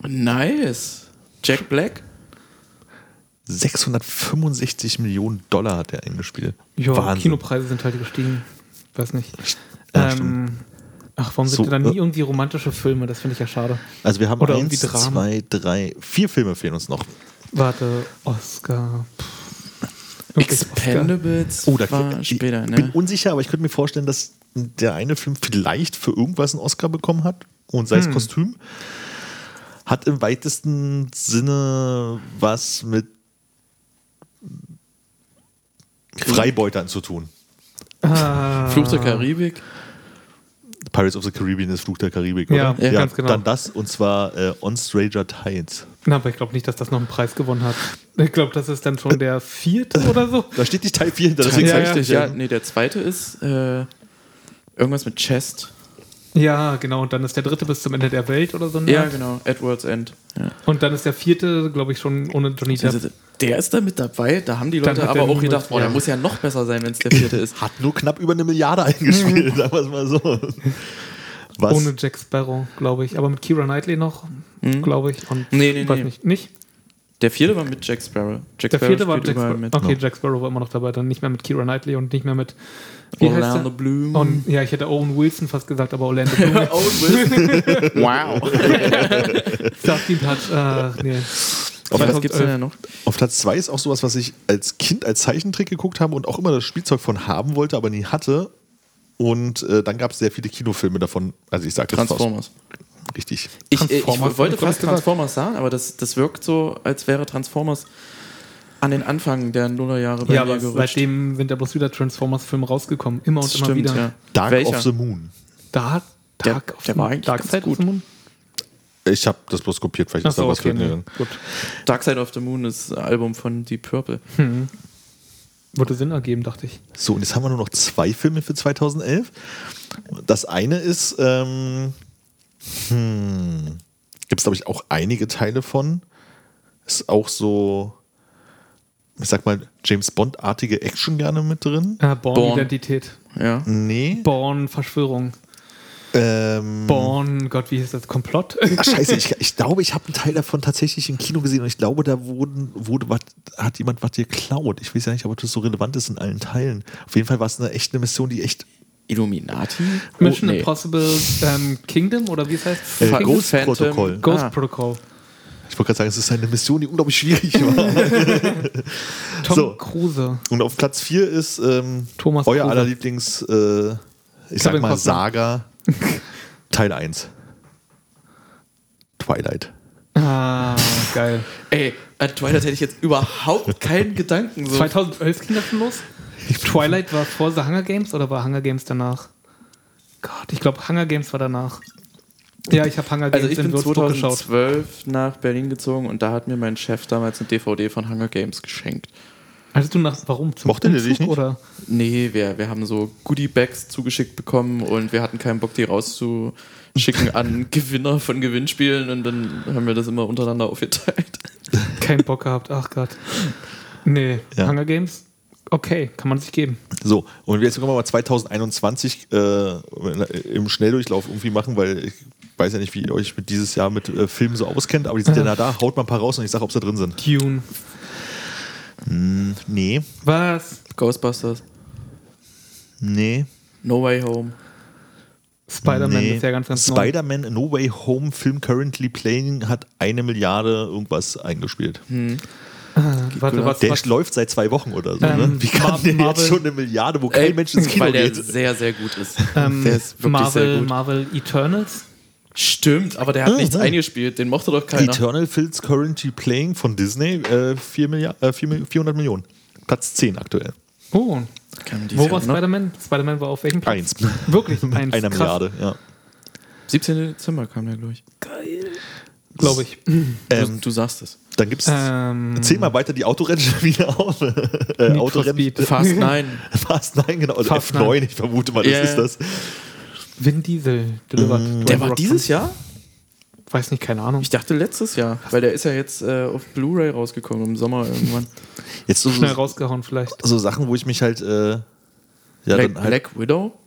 [SPEAKER 2] Nice. Jack Black?
[SPEAKER 3] 665 Millionen Dollar hat er eingespielt.
[SPEAKER 4] Ja,
[SPEAKER 3] Wahnsinn.
[SPEAKER 4] Kinopreise sind halt gestiegen. Weiß nicht.
[SPEAKER 3] Ja, stimmt.
[SPEAKER 4] ähm, ach, warum sind
[SPEAKER 3] So,
[SPEAKER 4] wir dann
[SPEAKER 3] äh,
[SPEAKER 4] nie irgendwie romantische Filme? Das finde ich ja schade.
[SPEAKER 3] Also wir haben
[SPEAKER 4] oder
[SPEAKER 3] eins,
[SPEAKER 4] irgendwie Dramen.
[SPEAKER 3] zwei, drei, vier Filme fehlen uns noch.
[SPEAKER 4] Warte, Oscar. Pff. Wirklich
[SPEAKER 2] Expendables
[SPEAKER 3] Oh, da
[SPEAKER 2] war
[SPEAKER 3] ich
[SPEAKER 2] später,
[SPEAKER 3] bin
[SPEAKER 2] ne?
[SPEAKER 3] unsicher, aber ich könnte mir vorstellen, dass der eine Film vielleicht für irgendwas einen Oscar bekommen hat und sei es
[SPEAKER 2] Hm.
[SPEAKER 3] Kostüm. Hat im weitesten Sinne was mit Freibeutern zu tun. oh.
[SPEAKER 4] Ah,
[SPEAKER 2] Fluch der Karibik?
[SPEAKER 3] Pirates of the Caribbean ist Fluch der Karibik,
[SPEAKER 4] Ja,
[SPEAKER 3] oder?
[SPEAKER 4] ja, ganz genau.
[SPEAKER 3] Dann das und zwar äh, On Stranger Tides.
[SPEAKER 4] Na, aber ich glaube nicht, dass das noch einen Preis gewonnen hat. Ich glaube, das ist dann
[SPEAKER 3] Äh,
[SPEAKER 4] schon der vierte oder so.
[SPEAKER 3] Da steht nicht Teil 4 hinter, deswegen
[SPEAKER 4] Ja,
[SPEAKER 3] zeig
[SPEAKER 4] ja.
[SPEAKER 3] ich dich.
[SPEAKER 2] ja,
[SPEAKER 3] an.
[SPEAKER 2] nee, der zweite ist äh, irgendwas mit Chest.
[SPEAKER 4] Ja, genau. Und dann ist der dritte bis zum Ende der Welt oder so. ein
[SPEAKER 2] Ja,
[SPEAKER 4] Nerd.
[SPEAKER 2] genau. Edwards End. Ja.
[SPEAKER 4] Und dann ist der vierte, glaube ich, schon ohne Johnny Depp.
[SPEAKER 2] Also, der ist da mit dabei. Da haben die
[SPEAKER 4] Dann
[SPEAKER 2] Leute
[SPEAKER 4] hat
[SPEAKER 2] aber
[SPEAKER 4] der
[SPEAKER 2] auch gedacht,
[SPEAKER 4] niemand-
[SPEAKER 2] boah, der
[SPEAKER 4] ja.
[SPEAKER 2] muss ja noch besser sein, wenn es der vierte ist.
[SPEAKER 3] Hat nur knapp über eine Milliarde eingespielt, sagen wir es mal so. Was?
[SPEAKER 4] Ohne Jack Sparrow, glaube ich. Aber mit Kira Knightley noch, glaube ich. Und
[SPEAKER 2] Mhm. Nee, nee,
[SPEAKER 4] weiß
[SPEAKER 2] nee.
[SPEAKER 4] Nicht. nicht?
[SPEAKER 2] Der vierte war mit Jack Sparrow. Jack
[SPEAKER 4] Der vierte war
[SPEAKER 2] spielt
[SPEAKER 4] Jack
[SPEAKER 2] überall
[SPEAKER 4] Sparrow.
[SPEAKER 2] mit.
[SPEAKER 4] Okay, Jack Sparrow war immer noch dabei. Dann nicht mehr mit Kira Knightley und nicht mehr mit.
[SPEAKER 2] Orlando Bloom.
[SPEAKER 4] Und, ja, ich hätte Owen Wilson fast gesagt, aber Orlando Bloom.
[SPEAKER 2] Oh, Wilson. wow.
[SPEAKER 4] Darf ihn hat. Ach, äh, nee.
[SPEAKER 2] Aber was gibt's denn da
[SPEAKER 4] 2011.
[SPEAKER 2] noch?
[SPEAKER 3] Auf Platz 2 ist auch sowas, was ich als Kind als Zeichentrick geguckt habe und auch immer das Spielzeug von haben wollte, aber nie hatte. Und äh, dann gab es sehr viele Kinofilme davon. Also ich sage
[SPEAKER 2] Transformers.
[SPEAKER 3] Richtig.
[SPEAKER 2] Ich, äh, ich
[SPEAKER 4] Transformers.
[SPEAKER 2] wollte
[SPEAKER 4] Ich glaub,
[SPEAKER 2] fast
[SPEAKER 4] das war-
[SPEAKER 2] Transformers sagen, aber das, das wirkt so, als wäre Transformers an den Anfang der Nullerjahre bei
[SPEAKER 4] Ja,
[SPEAKER 2] mir
[SPEAKER 4] aber
[SPEAKER 2] gerutscht.
[SPEAKER 4] seitdem sind ja bloß wieder Transformers-Filme rausgekommen. Immer und
[SPEAKER 2] Das
[SPEAKER 4] immer wieder.
[SPEAKER 2] ja.
[SPEAKER 3] Dark
[SPEAKER 2] Welcher?
[SPEAKER 3] of the Moon.
[SPEAKER 4] Da,
[SPEAKER 2] Der-
[SPEAKER 4] Dark of
[SPEAKER 2] der
[SPEAKER 4] the-
[SPEAKER 2] war eigentlich
[SPEAKER 4] Dark
[SPEAKER 2] ganz
[SPEAKER 4] Side of
[SPEAKER 2] gut.
[SPEAKER 4] the Moon?
[SPEAKER 3] Ich habe das bloß kopiert, vielleicht ist
[SPEAKER 4] Achso,
[SPEAKER 3] da was
[SPEAKER 4] okay,
[SPEAKER 3] okay,
[SPEAKER 4] nee. gut.
[SPEAKER 2] Dark Side of the Moon ist ein Album von Deep Purple.
[SPEAKER 4] Würde Sinn ergeben, dachte ich.
[SPEAKER 3] So, und jetzt haben wir nur noch zwei Filme für 2011. Das eine ist, ähm, hm, gibt es, glaube ich, auch einige Teile von. Ist auch so, ich sag mal, James Bond-artige Action gerne mit drin.
[SPEAKER 4] Ah, Born,
[SPEAKER 2] Born.
[SPEAKER 4] Identität.
[SPEAKER 2] Ja.
[SPEAKER 3] Nee.
[SPEAKER 4] Born Verschwörung.
[SPEAKER 3] Ähm,
[SPEAKER 4] Born, Gott, wie hieß das? Komplott?
[SPEAKER 3] Ach, Ah, scheiße, ich, ich glaube, ich habe einen Teil davon tatsächlich im Kino gesehen und ich glaube, da wurden, wurde was, hat jemand was geklaut. Ich weiß ja nicht, ob das so relevant ist in allen Teilen. Auf jeden Fall war es eine echte Mission, die echt
[SPEAKER 2] Illuminati?
[SPEAKER 4] Mission
[SPEAKER 2] Oh, nee.
[SPEAKER 4] Impossible ähm, Kingdom oder wie es heißt?
[SPEAKER 3] Äh,
[SPEAKER 2] Fa-
[SPEAKER 3] Ghost
[SPEAKER 2] Phantom-
[SPEAKER 3] Protocol.
[SPEAKER 4] Ghost
[SPEAKER 2] Ah.
[SPEAKER 4] Protocol.
[SPEAKER 3] Ich wollte gerade sagen, es ist eine Mission, die unglaublich schwierig war.
[SPEAKER 4] Tom
[SPEAKER 3] So.
[SPEAKER 4] Cruise.
[SPEAKER 3] Und auf Platz 4 ist ähm,
[SPEAKER 4] Thomas
[SPEAKER 3] euer
[SPEAKER 4] Kruse.
[SPEAKER 3] aller Lieblings, äh, ich sag
[SPEAKER 4] Kevin
[SPEAKER 3] mal,
[SPEAKER 4] Costner.
[SPEAKER 3] Saga Teil 1. Twilight.
[SPEAKER 4] Ah, geil.
[SPEAKER 2] Ey, an Twilight hätte ich jetzt überhaupt keinen Gedanken. So.
[SPEAKER 4] 2011 ging das schon los? Twilight war vor The Hunger Games oder war Hunger Games danach? Gott, ich glaube, Hunger Games war danach. Ja, ich habe Hunger Games
[SPEAKER 2] Also ich bin
[SPEAKER 4] Würzburg geschaut.
[SPEAKER 2] 2012 nach Berlin gezogen und da hat mir mein Chef damals eine DVD von Hunger Games geschenkt.
[SPEAKER 4] Hattest du nach, warum? Zum
[SPEAKER 3] Mochte der dich nicht?
[SPEAKER 4] Oder?
[SPEAKER 2] Nee, wir, wir haben so Goodie-Bags zugeschickt bekommen und wir hatten keinen Bock, die rauszuschicken an Gewinner von Gewinnspielen und dann haben wir das immer untereinander aufgeteilt.
[SPEAKER 4] Keinen Bock gehabt, ach Gott. Nee,
[SPEAKER 3] Ja.
[SPEAKER 4] Hunger Games, okay, kann man sich geben.
[SPEAKER 3] So, und jetzt können wir mal 2021 äh, im Schnelldurchlauf irgendwie machen, weil ich weiß ja nicht, wie ihr euch mit dieses Jahr mit äh, Filmen so auskennt, aber die sind ja nah da. Haut mal ein paar raus und ich sage, ob sie drin sind.
[SPEAKER 4] Dune.
[SPEAKER 3] Nee,
[SPEAKER 4] Was?
[SPEAKER 2] Ghostbusters,
[SPEAKER 3] nee.
[SPEAKER 2] No Way Home,
[SPEAKER 4] Spider-Man
[SPEAKER 3] Nee.
[SPEAKER 4] ist ja ganz, ganz neu.
[SPEAKER 3] Spider-Man No Way Home Film Currently Playing hat eine Milliarde irgendwas eingespielt.
[SPEAKER 4] Warte, was,
[SPEAKER 3] Der
[SPEAKER 4] Hm. was,
[SPEAKER 3] läuft seit zwei Wochen oder so.
[SPEAKER 4] Ähm,
[SPEAKER 3] ne? Wie kann
[SPEAKER 4] Mar-
[SPEAKER 3] der
[SPEAKER 4] Marvel- Äh,
[SPEAKER 3] jetzt schon eine Milliarde, wo
[SPEAKER 2] Ey,
[SPEAKER 3] kein Mensch ins Kino
[SPEAKER 2] Weil der
[SPEAKER 3] geht?
[SPEAKER 2] sehr, sehr gut ist.
[SPEAKER 4] ähm,
[SPEAKER 2] der ist wirklich
[SPEAKER 4] Marvel,
[SPEAKER 2] sehr gut.
[SPEAKER 4] Marvel Eternals?
[SPEAKER 2] Stimmt, aber der hat
[SPEAKER 3] Ah,
[SPEAKER 2] nichts
[SPEAKER 3] ja.
[SPEAKER 2] eingespielt. Den mochte doch
[SPEAKER 4] genau.
[SPEAKER 2] keiner.
[SPEAKER 3] Eternal Films Currently Playing von Disney, äh, 4 Milliard, äh, 4, Mil- 400 Millionen. Platz 10 aktuell.
[SPEAKER 4] Oh,
[SPEAKER 2] Kam dieses
[SPEAKER 4] wo
[SPEAKER 2] Jahr,
[SPEAKER 4] war
[SPEAKER 2] ne?
[SPEAKER 4] Spider-Man? Spider-Man war auf welchem Platz?
[SPEAKER 3] Eins.
[SPEAKER 4] Wirklich, eins.
[SPEAKER 3] Einer
[SPEAKER 4] Krass,
[SPEAKER 3] Milliarde, ja.
[SPEAKER 2] 17. Dezember kam der, glaube ich.
[SPEAKER 4] Glaube ich.
[SPEAKER 2] du,
[SPEAKER 3] Ähm,
[SPEAKER 2] du sagst es.
[SPEAKER 3] dann gibt's.
[SPEAKER 4] Ähm,
[SPEAKER 3] Zähl mal weiter die Autorennen schon wieder auf. Äh,
[SPEAKER 4] Need for
[SPEAKER 3] Autorennen.
[SPEAKER 4] Speed.
[SPEAKER 2] Fast nein.
[SPEAKER 3] Fast nein, genau. Also
[SPEAKER 4] Fast
[SPEAKER 3] F9,
[SPEAKER 4] nein.
[SPEAKER 3] ich vermute mal, das
[SPEAKER 2] Ja,
[SPEAKER 3] ist
[SPEAKER 2] ja.
[SPEAKER 3] das.
[SPEAKER 4] Vin Diesel delivered.
[SPEAKER 2] Der
[SPEAKER 4] Dwayne
[SPEAKER 2] war
[SPEAKER 4] Rock
[SPEAKER 2] dieses Jahr?
[SPEAKER 4] Johnson. Weiß nicht, keine Ahnung.
[SPEAKER 2] Ich dachte letztes Jahr, weil der ist ja jetzt äh, auf Blu-ray rausgekommen im Sommer irgendwann.
[SPEAKER 3] Jetzt so,
[SPEAKER 4] Schnell rausgehauen vielleicht.
[SPEAKER 3] so Sachen, wo ich mich halt. Äh, ja,
[SPEAKER 2] Black,
[SPEAKER 3] dann halt
[SPEAKER 2] Black Widow?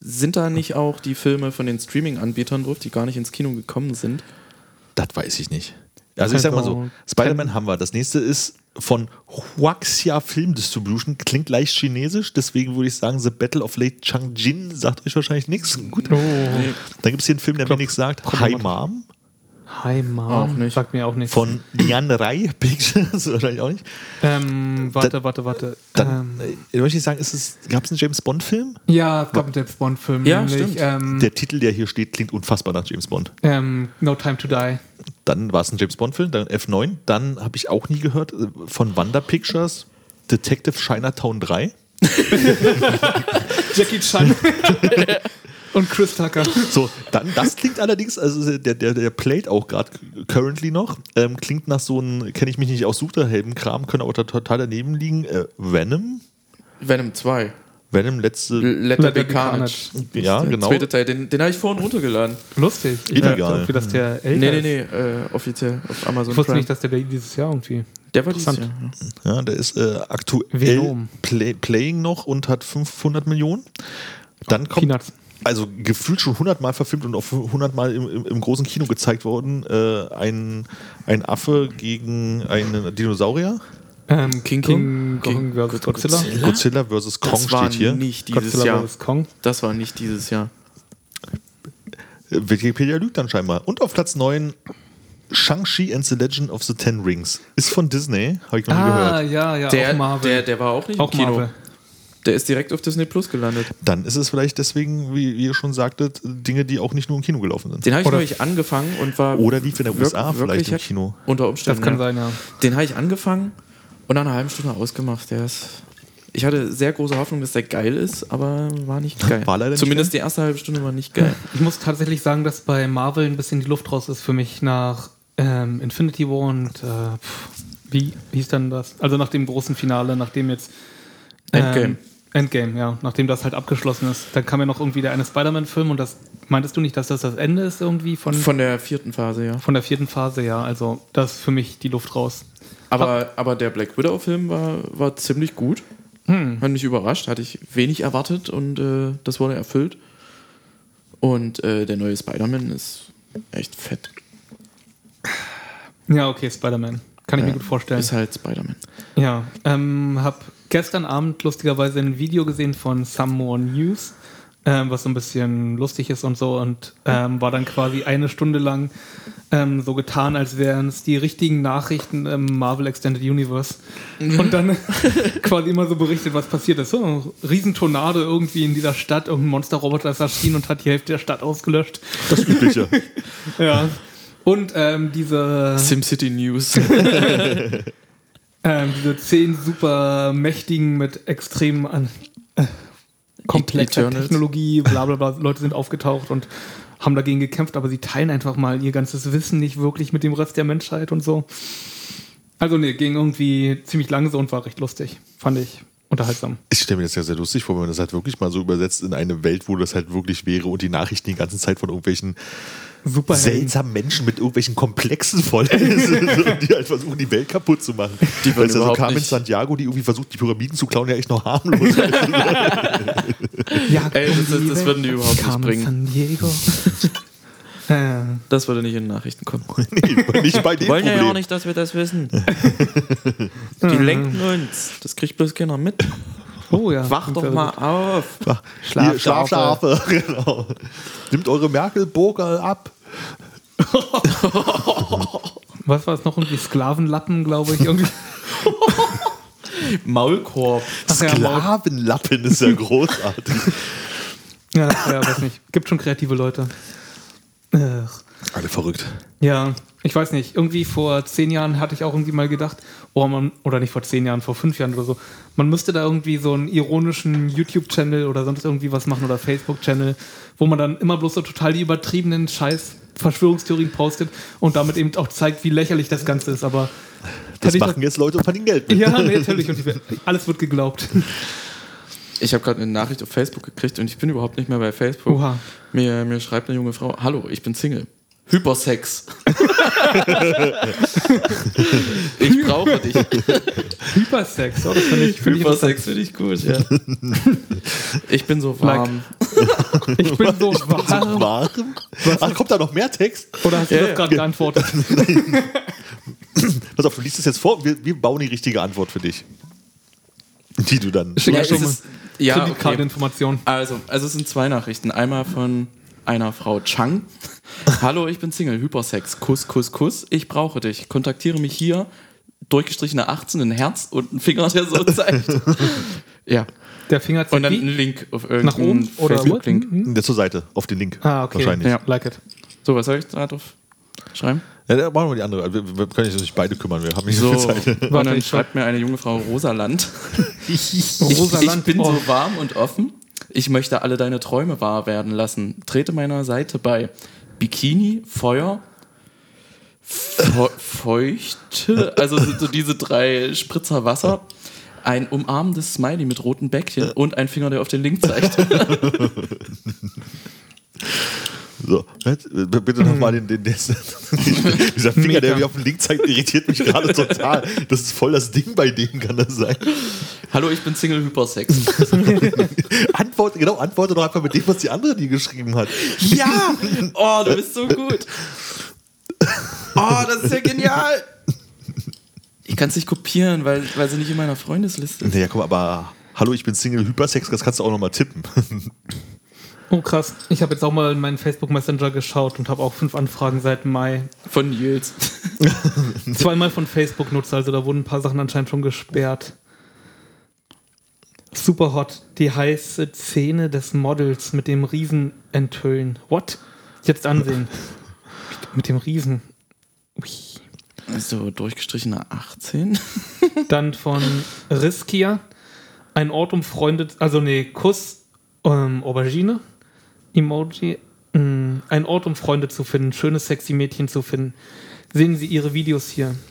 [SPEAKER 2] Sind da nicht auch die Filme von den Streaming-Anbietern drauf, die gar nicht ins Kino gekommen sind?
[SPEAKER 3] Das weiß ich nicht. Also ich sag mal so,
[SPEAKER 4] Also,
[SPEAKER 3] Spider-Man haben wir. Das nächste ist von Huaxia Film Distribution. Klingt leicht chinesisch, deswegen würde ich sagen, The Battle of Late Changjin sagt euch wahrscheinlich nichts. Gut.
[SPEAKER 4] Oh.
[SPEAKER 3] Dann gibt es hier einen Film, der mir
[SPEAKER 4] Klopf.
[SPEAKER 3] nichts sagt.
[SPEAKER 4] Komm,
[SPEAKER 3] Hi
[SPEAKER 4] warte.
[SPEAKER 3] Mom
[SPEAKER 4] Hi, Mom.
[SPEAKER 2] Auch nicht.
[SPEAKER 4] Sagt mir auch nichts.
[SPEAKER 3] von Nian Rai Pictures, wahrscheinlich auch nicht.
[SPEAKER 4] ähm, warte, warte, warte.
[SPEAKER 3] Dann
[SPEAKER 4] ähm,
[SPEAKER 3] äh, möchte ich sagen, gab es einen James Bond-Film?
[SPEAKER 4] ja, es gab einen James Bond-Film.
[SPEAKER 2] Ja,
[SPEAKER 4] nämlich,
[SPEAKER 2] stimmt.
[SPEAKER 4] Ähm,
[SPEAKER 3] Der Titel, der hier steht, klingt unfassbar nach James Bond.
[SPEAKER 4] ähm, no Time to Die.
[SPEAKER 3] Dann war es ein James Bond-Film, dann F9. Dann habe ich auch nie gehört äh, von Wanda Pictures, Detective Chinatown 3.
[SPEAKER 4] Jackie Chan. Und Chris Tucker.
[SPEAKER 3] So, dann, das klingt allerdings, also der, der, der playt auch gerade currently noch, ähm, klingt nach so einem, kenne ich mich nicht aus, Suchterhelden-Kram, könnte aber da total daneben liegen. Äh, Venom?
[SPEAKER 2] Venom 2.
[SPEAKER 3] Venom letzte,
[SPEAKER 2] L- Letter
[SPEAKER 4] Letter
[SPEAKER 2] Be
[SPEAKER 4] Be
[SPEAKER 2] Carnage.
[SPEAKER 3] ja,
[SPEAKER 2] Äh, Der
[SPEAKER 3] genau.
[SPEAKER 2] zweite Teil, den, den habe ich vorhin runtergeladen.
[SPEAKER 4] Lustig. Ich
[SPEAKER 3] Illegal.
[SPEAKER 4] dachte irgendwie, dass der älter
[SPEAKER 2] Nee, nee,
[SPEAKER 4] ist.
[SPEAKER 2] nee, äh, offiziell auf Amazon
[SPEAKER 4] Ich wusste
[SPEAKER 2] Prime.
[SPEAKER 4] nicht, dass der dieses Jahr irgendwie.
[SPEAKER 2] der war dieses Jahr.
[SPEAKER 4] Interessant.
[SPEAKER 2] ja.
[SPEAKER 3] Ja, der ist äh, aktuell
[SPEAKER 4] Venom.
[SPEAKER 3] play, playing noch und hat 500 Millionen. Dann kommt,
[SPEAKER 4] Peanuts.
[SPEAKER 3] also gefühlt schon 100 Mal verfilmt und auch 100 Mal im, im, im großen Kino gezeigt worden, äh, ein, ein Affe gegen einen Dinosaurier.
[SPEAKER 4] Ähm,
[SPEAKER 2] King
[SPEAKER 4] King
[SPEAKER 2] Kong?
[SPEAKER 4] Kong, King Kong vs. Godzilla.
[SPEAKER 2] Godzilla.
[SPEAKER 3] Godzilla vs. Kong
[SPEAKER 2] Das war
[SPEAKER 3] steht hier.
[SPEAKER 2] nicht dieses
[SPEAKER 4] Godzilla
[SPEAKER 2] Jahr.
[SPEAKER 4] vs. Kong.
[SPEAKER 2] Das war nicht dieses Jahr.
[SPEAKER 3] Wikipedia lügt dann scheinbar. Und auf Platz 9 Shang-Chi and the Legend of the Ten Rings. Ist von Disney, habe ich noch nie
[SPEAKER 4] Ah,
[SPEAKER 3] gehört.
[SPEAKER 4] ja, ja,
[SPEAKER 2] Der,
[SPEAKER 4] auch Marvel.
[SPEAKER 2] der, der war auch nicht
[SPEAKER 4] auch
[SPEAKER 2] im Kino.
[SPEAKER 4] Marvel.
[SPEAKER 2] Der ist direkt auf Disney Plus gelandet.
[SPEAKER 3] Dann ist es vielleicht deswegen, wie ihr schon sagtet, Dinge, die auch nicht nur im Kino gelaufen sind.
[SPEAKER 2] Den habe ich
[SPEAKER 4] Oder-
[SPEAKER 2] neulich angefangen und war.
[SPEAKER 3] Oder lief in der
[SPEAKER 2] wirk-
[SPEAKER 3] USA vielleicht im
[SPEAKER 2] wirklich-
[SPEAKER 3] Kino.
[SPEAKER 2] Unter Umständen.
[SPEAKER 4] Das kann
[SPEAKER 2] ja.
[SPEAKER 4] sein, ja.
[SPEAKER 2] Den habe ich angefangen und nach einer halben Stunde ausgemacht. Der ist. Ich hatte sehr große Hoffnung, dass der geil ist, aber war nicht geil.
[SPEAKER 3] War leider nicht
[SPEAKER 2] Zumindest die erste halbe Stunde war nicht geil.
[SPEAKER 4] Ich muss tatsächlich sagen, dass bei Marvel ein bisschen die Luft raus ist für mich nach ähm, Infinity War und äh, pff, wie hieß dann das? Also nach dem großen Finale, nachdem jetzt ähm,
[SPEAKER 2] Endgame.
[SPEAKER 4] Endgame, ja, nachdem das halt abgeschlossen ist. Dann kam ja noch irgendwie der eine Spider-Man-Film und das meintest du nicht, dass das das Ende ist irgendwie von, von,
[SPEAKER 2] Von der vierten Phase, ja.
[SPEAKER 4] der vierten Phase, ja. Also das ist für mich die Luft raus.
[SPEAKER 2] Aber, aber der Black Widow-Film war, war ziemlich gut.
[SPEAKER 4] Hm.
[SPEAKER 2] Hat mich überrascht, hatte ich wenig erwartet und äh, das wurde erfüllt. Und äh, der neue Spider-Man ist echt fett.
[SPEAKER 4] Ja, okay, Spider-Man. Kann ich
[SPEAKER 2] Ja,
[SPEAKER 4] mir gut vorstellen.
[SPEAKER 2] Ist halt Spider-Man.
[SPEAKER 4] Ja, ähm, hab gestern Abend lustigerweise ein Video gesehen von Someone News, ähm, was so ein bisschen lustig ist und so und ähm, war dann quasi eine Stunde lang ähm, so getan, als wären es die richtigen Nachrichten im Marvel Extended Universe und dann quasi immer so berichtet, was passiert ist. So, Riesentornade irgendwie in dieser Stadt, irgendein Monsterroboter ist erschienen und hat die Hälfte der Stadt ausgelöscht.
[SPEAKER 3] Das Übliche.
[SPEAKER 4] Ja. Und ähm, diese...
[SPEAKER 2] SimCity News.
[SPEAKER 4] Ähm, diese zehn super mächtigen mit extrem an, äh, komplexer
[SPEAKER 2] Eternals.
[SPEAKER 4] Technologie, bla bla bla, Leute sind aufgetaucht und haben dagegen gekämpft, aber sie teilen einfach mal ihr ganzes Wissen nicht wirklich mit dem Rest der Menschheit und so. Also nee, ging irgendwie ziemlich lang so und war recht lustig. Fand ich unterhaltsam.
[SPEAKER 3] Ich stelle mir das ja sehr lustig vor, wenn man das halt wirklich mal so übersetzt in eine Welt, wo das halt wirklich wäre und die Nachrichten die ganze Zeit von irgendwelchen
[SPEAKER 4] Super
[SPEAKER 3] seltsamen Menschen mit irgendwelchen Komplexen voll sind, und die halt versuchen, die Welt kaputt zu machen. Die
[SPEAKER 2] wollen
[SPEAKER 3] Weil es ja so
[SPEAKER 2] überhaupt
[SPEAKER 3] Carmen
[SPEAKER 2] nicht-
[SPEAKER 3] Santiago, die irgendwie versucht, die Pyramiden zu klauen, ja echt noch harmlos.
[SPEAKER 4] Ja,
[SPEAKER 2] Ey, das- das-
[SPEAKER 4] um
[SPEAKER 2] das würden die
[SPEAKER 4] Welt.
[SPEAKER 2] überhaupt nicht
[SPEAKER 4] Carmen
[SPEAKER 2] bringen.
[SPEAKER 4] San Diego. äh,
[SPEAKER 2] Das würde nicht in den Nachrichten kommen.
[SPEAKER 3] nee, nicht bei dem Problem.
[SPEAKER 4] Mhm.
[SPEAKER 2] dass wir das wissen. Die lenken uns. Das kriegt bloß keiner mit.
[SPEAKER 4] Oh ja.
[SPEAKER 2] Wach doch mal auf.
[SPEAKER 3] Schlaf, Hier, Schlafschafe. genau. Nimmt eure Merkel-Burger ab.
[SPEAKER 4] Was war es noch? Irgendwie Sklavenlappen, glaube ich. Irgendwie.
[SPEAKER 2] Maulkorb.
[SPEAKER 4] Ach ja, Maul-
[SPEAKER 3] Sklavenlappen ist ja großartig.
[SPEAKER 4] ja, ja, weiß nicht. Gibt schon kreative Leute. Ach.
[SPEAKER 3] Alle verrückt.
[SPEAKER 4] Ja, ich weiß nicht. Irgendwie vor zehn Jahren hatte ich auch irgendwie mal gedacht, oh man, oder nicht vor zehn Jahren, vor fünf Jahren oder so, man müsste da irgendwie so einen ironischen YouTube-Channel oder sonst irgendwie was machen oder Facebook-Channel, wo man dann immer bloß so total die übertriebenen Scheiß Verschwörungstheorien postet und damit eben auch zeigt, wie lächerlich das Ganze ist. Aber
[SPEAKER 3] Das
[SPEAKER 4] hätte ich
[SPEAKER 3] machen jetzt Leute und verdienen Geld mit.
[SPEAKER 4] Ja, nee, natürlich. Und die- alles wird geglaubt.
[SPEAKER 2] Ich habe gerade eine Nachricht auf Facebook gekriegt und ich bin überhaupt nicht mehr bei Facebook.
[SPEAKER 4] Oha.
[SPEAKER 2] Mir, mir schreibt eine junge Frau, hallo, ich bin Single. Hypersex. ich brauche dich.
[SPEAKER 4] Hypersex, oh, das finde ich, find ich,
[SPEAKER 2] Hypersex finde ich gut, ja. Ich bin so warm.
[SPEAKER 4] ich bin so
[SPEAKER 3] So
[SPEAKER 4] warm.
[SPEAKER 3] warm. Ach, kommt da noch mehr Text?
[SPEAKER 4] Oder hast du
[SPEAKER 2] Ja,
[SPEAKER 4] das
[SPEAKER 2] ja.
[SPEAKER 4] gerade geantwortet?
[SPEAKER 3] Pass auf, du liest es jetzt vor. Wir, wir bauen die richtige Antwort für dich. Die du dann.
[SPEAKER 4] Schick mir
[SPEAKER 2] es
[SPEAKER 4] schon mal
[SPEAKER 2] ist- ja, okay.
[SPEAKER 4] Kreditkarteninformationen.
[SPEAKER 2] Also, also es sind zwei Nachrichten. Einmal von einer Frau Chang. Hallo, ich bin Single, Hypersex. Kuss, Kuss, Kuss. Ich brauche dich. Kontaktiere mich hier. Durchgestrichene 18, ein Herz und ein Finger, der so zeigt. ja.
[SPEAKER 4] Der Finger zeigt
[SPEAKER 2] Und dann
[SPEAKER 4] wie?
[SPEAKER 2] ein Link auf
[SPEAKER 4] nach
[SPEAKER 2] irgendeinen
[SPEAKER 4] oben oder what?
[SPEAKER 2] Facebook-Link.
[SPEAKER 4] Mhm.
[SPEAKER 3] Der zur Seite, auf den Link.
[SPEAKER 4] Ah, okay.
[SPEAKER 3] Wahrscheinlich.
[SPEAKER 2] Ja.
[SPEAKER 4] Like it.
[SPEAKER 2] So, was soll ich da drauf schreiben?
[SPEAKER 3] Ja, da machen wir die andere. Also Wir, wir können uns nicht beide kümmern. Wir haben nicht so
[SPEAKER 2] So,
[SPEAKER 3] viel Zeit.
[SPEAKER 2] und
[SPEAKER 4] Warte,
[SPEAKER 2] dann
[SPEAKER 4] ich
[SPEAKER 2] schreibt mir eine junge Frau Rosaland. Ich, ich
[SPEAKER 4] Rosaland,
[SPEAKER 2] bin
[SPEAKER 4] oh.
[SPEAKER 2] so warm und offen. Ich möchte alle deine Träume wahr werden lassen. Trete meiner Seite bei. Bikini, Feuer, Fe Feuchte, also so, so diese drei Spritzer Wasser. Ein umarmendes Smiley mit roten Bäckchen und ein Finger, der auf den Link zeigt.
[SPEAKER 3] So, jetzt, äh, bitte nochmal den, den, den dieser Finger,
[SPEAKER 4] Mega.
[SPEAKER 3] der mir auf den Link zeigt, irritiert mich gerade total. Das ist voll das Ding bei denen, kann das sein.
[SPEAKER 2] Hallo, ich bin Single Hypersex.
[SPEAKER 3] Antworte, genau, antworte doch einfach mit dem, was die andere dir geschrieben hat.
[SPEAKER 2] Ja! Oh, du bist so gut. Oh, das ist ja genial. Ich kann es nicht kopieren, weil, weil sie nicht in meiner Freundesliste ist.
[SPEAKER 3] Naja, komm, aber hallo, ich bin Single Hypersex, das kannst du auch nochmal tippen.
[SPEAKER 4] Oh krass, ich habe jetzt auch mal in meinen Facebook Messenger geschaut und habe auch fünf Anfragen seit Mai.
[SPEAKER 2] Von Nils.
[SPEAKER 4] Zweimal von Facebook-Nutzer, also da wurden ein paar Sachen anscheinend schon gesperrt. Super hot, die heiße Szene des Models mit dem Riesen enthüllen. What? Jetzt ansehen. mit dem Riesen. Ui.
[SPEAKER 2] So, durchgestrichene 18.
[SPEAKER 4] Dann von Riskia. Ein Ort umfreundet, also nee, Kuss, ähm, Aubergine, Emoji. Mm, ein Ort um Freunde zu finden, schöne sexy Mädchen zu finden. Sehen Sie Ihre Videos hier.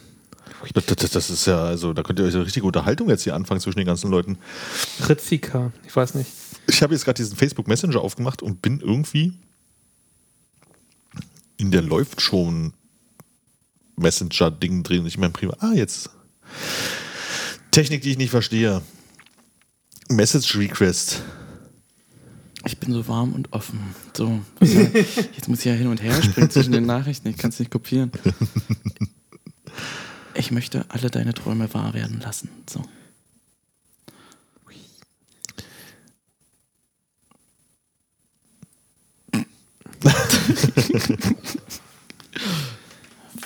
[SPEAKER 3] Das, das, das ist ja, also da könnt ihr euch eine richtige Unterhaltung jetzt hier anfangen zwischen den ganzen Leuten.
[SPEAKER 4] Ritzika, ich weiß nicht.
[SPEAKER 3] Ich habe jetzt gerade diesen Facebook Messenger aufgemacht und bin irgendwie in der läuft schon Messenger-Ding drin. Ich meine, prima. Ah, jetzt. Technik, die ich nicht verstehe. Message Request.
[SPEAKER 2] Ich bin so warm und offen. So. Jetzt muss ich ja hin und her springen zwischen den Nachrichten. Ich kann es nicht kopieren. Ich möchte alle deine Träume wahr werden lassen. So.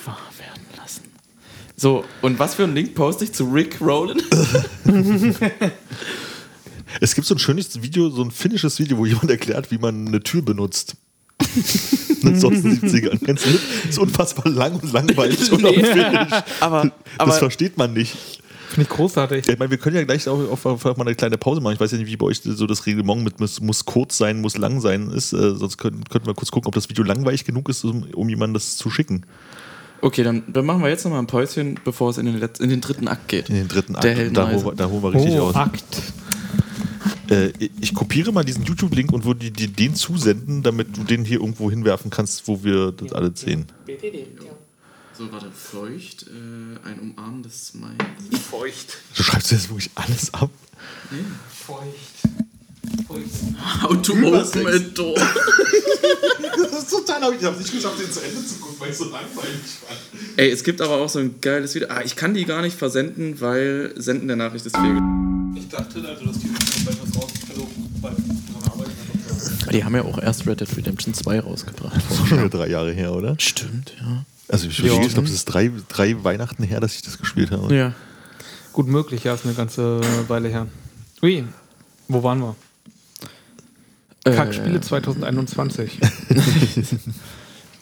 [SPEAKER 2] wahr werden lassen. So, und was für einen Link poste ich zu Rick Rowland?
[SPEAKER 3] Es gibt so ein schönes Video, so ein finnisches Video, wo jemand erklärt, wie man eine Tür benutzt. Ansonsten 70ern. Kennst du das? Ist unfassbar lang und langweilig und
[SPEAKER 2] Nee.
[SPEAKER 3] auf Finnisch.
[SPEAKER 2] Aber,
[SPEAKER 3] Das
[SPEAKER 2] aber
[SPEAKER 3] versteht man nicht.
[SPEAKER 4] Finde ich großartig.
[SPEAKER 3] Ja, Ich meine, wir können ja gleich auch, auch einfach mal eine kleine Pause machen. Ich weiß ja nicht, wie bei euch so das Reglement mit muss, muss kurz sein, muss lang sein ist. Äh, sonst können, könnten wir kurz gucken, ob das Video langweilig genug ist, um, um jemandem das zu schicken.
[SPEAKER 2] okay, dann, dann machen wir jetzt nochmal ein Päuschen, bevor es in den, letz- in den dritten Akt geht.
[SPEAKER 3] In den dritten
[SPEAKER 2] Der
[SPEAKER 3] Und Da holen,
[SPEAKER 2] Heldenreise.
[SPEAKER 3] wir, da holen wir richtig
[SPEAKER 4] Oh,
[SPEAKER 3] aus.
[SPEAKER 4] Akt.
[SPEAKER 3] Äh, ich kopiere mal diesen YouTube-Link und würde dir dir den zusenden, damit du den hier irgendwo hinwerfen kannst, wo wir das alle sehen.
[SPEAKER 2] So, warte, feucht, äh, ein umarmendes Smile.
[SPEAKER 4] Feucht.
[SPEAKER 3] Du schreibst jetzt wirklich alles ab.
[SPEAKER 4] Feucht. Feucht.
[SPEAKER 2] How to open a door.
[SPEAKER 3] Das ist total, aber ich habe nicht geschafft, den zu Ende zu gucken, weil es so langweilig war.
[SPEAKER 2] Ey, es gibt aber auch so ein geiles Video. Ah, ich kann die gar nicht versenden, weil Senden der Nachricht ist fehl.
[SPEAKER 4] Ich dachte, also, dass die
[SPEAKER 2] Weil die haben ja auch erst Red Dead Redemption 2 rausgebracht.
[SPEAKER 3] Das ist schon wieder drei Jahre her, oder?
[SPEAKER 2] Stimmt, ja.
[SPEAKER 3] Also ich,
[SPEAKER 2] Ja.
[SPEAKER 3] ich glaube, es ist drei, drei Weihnachten her, dass ich das gespielt habe.
[SPEAKER 2] Ja.
[SPEAKER 4] Gut möglich, ja, ist eine ganze Weile her. Ui, wo waren wir? Kackspiele
[SPEAKER 2] Äh,
[SPEAKER 4] 2021.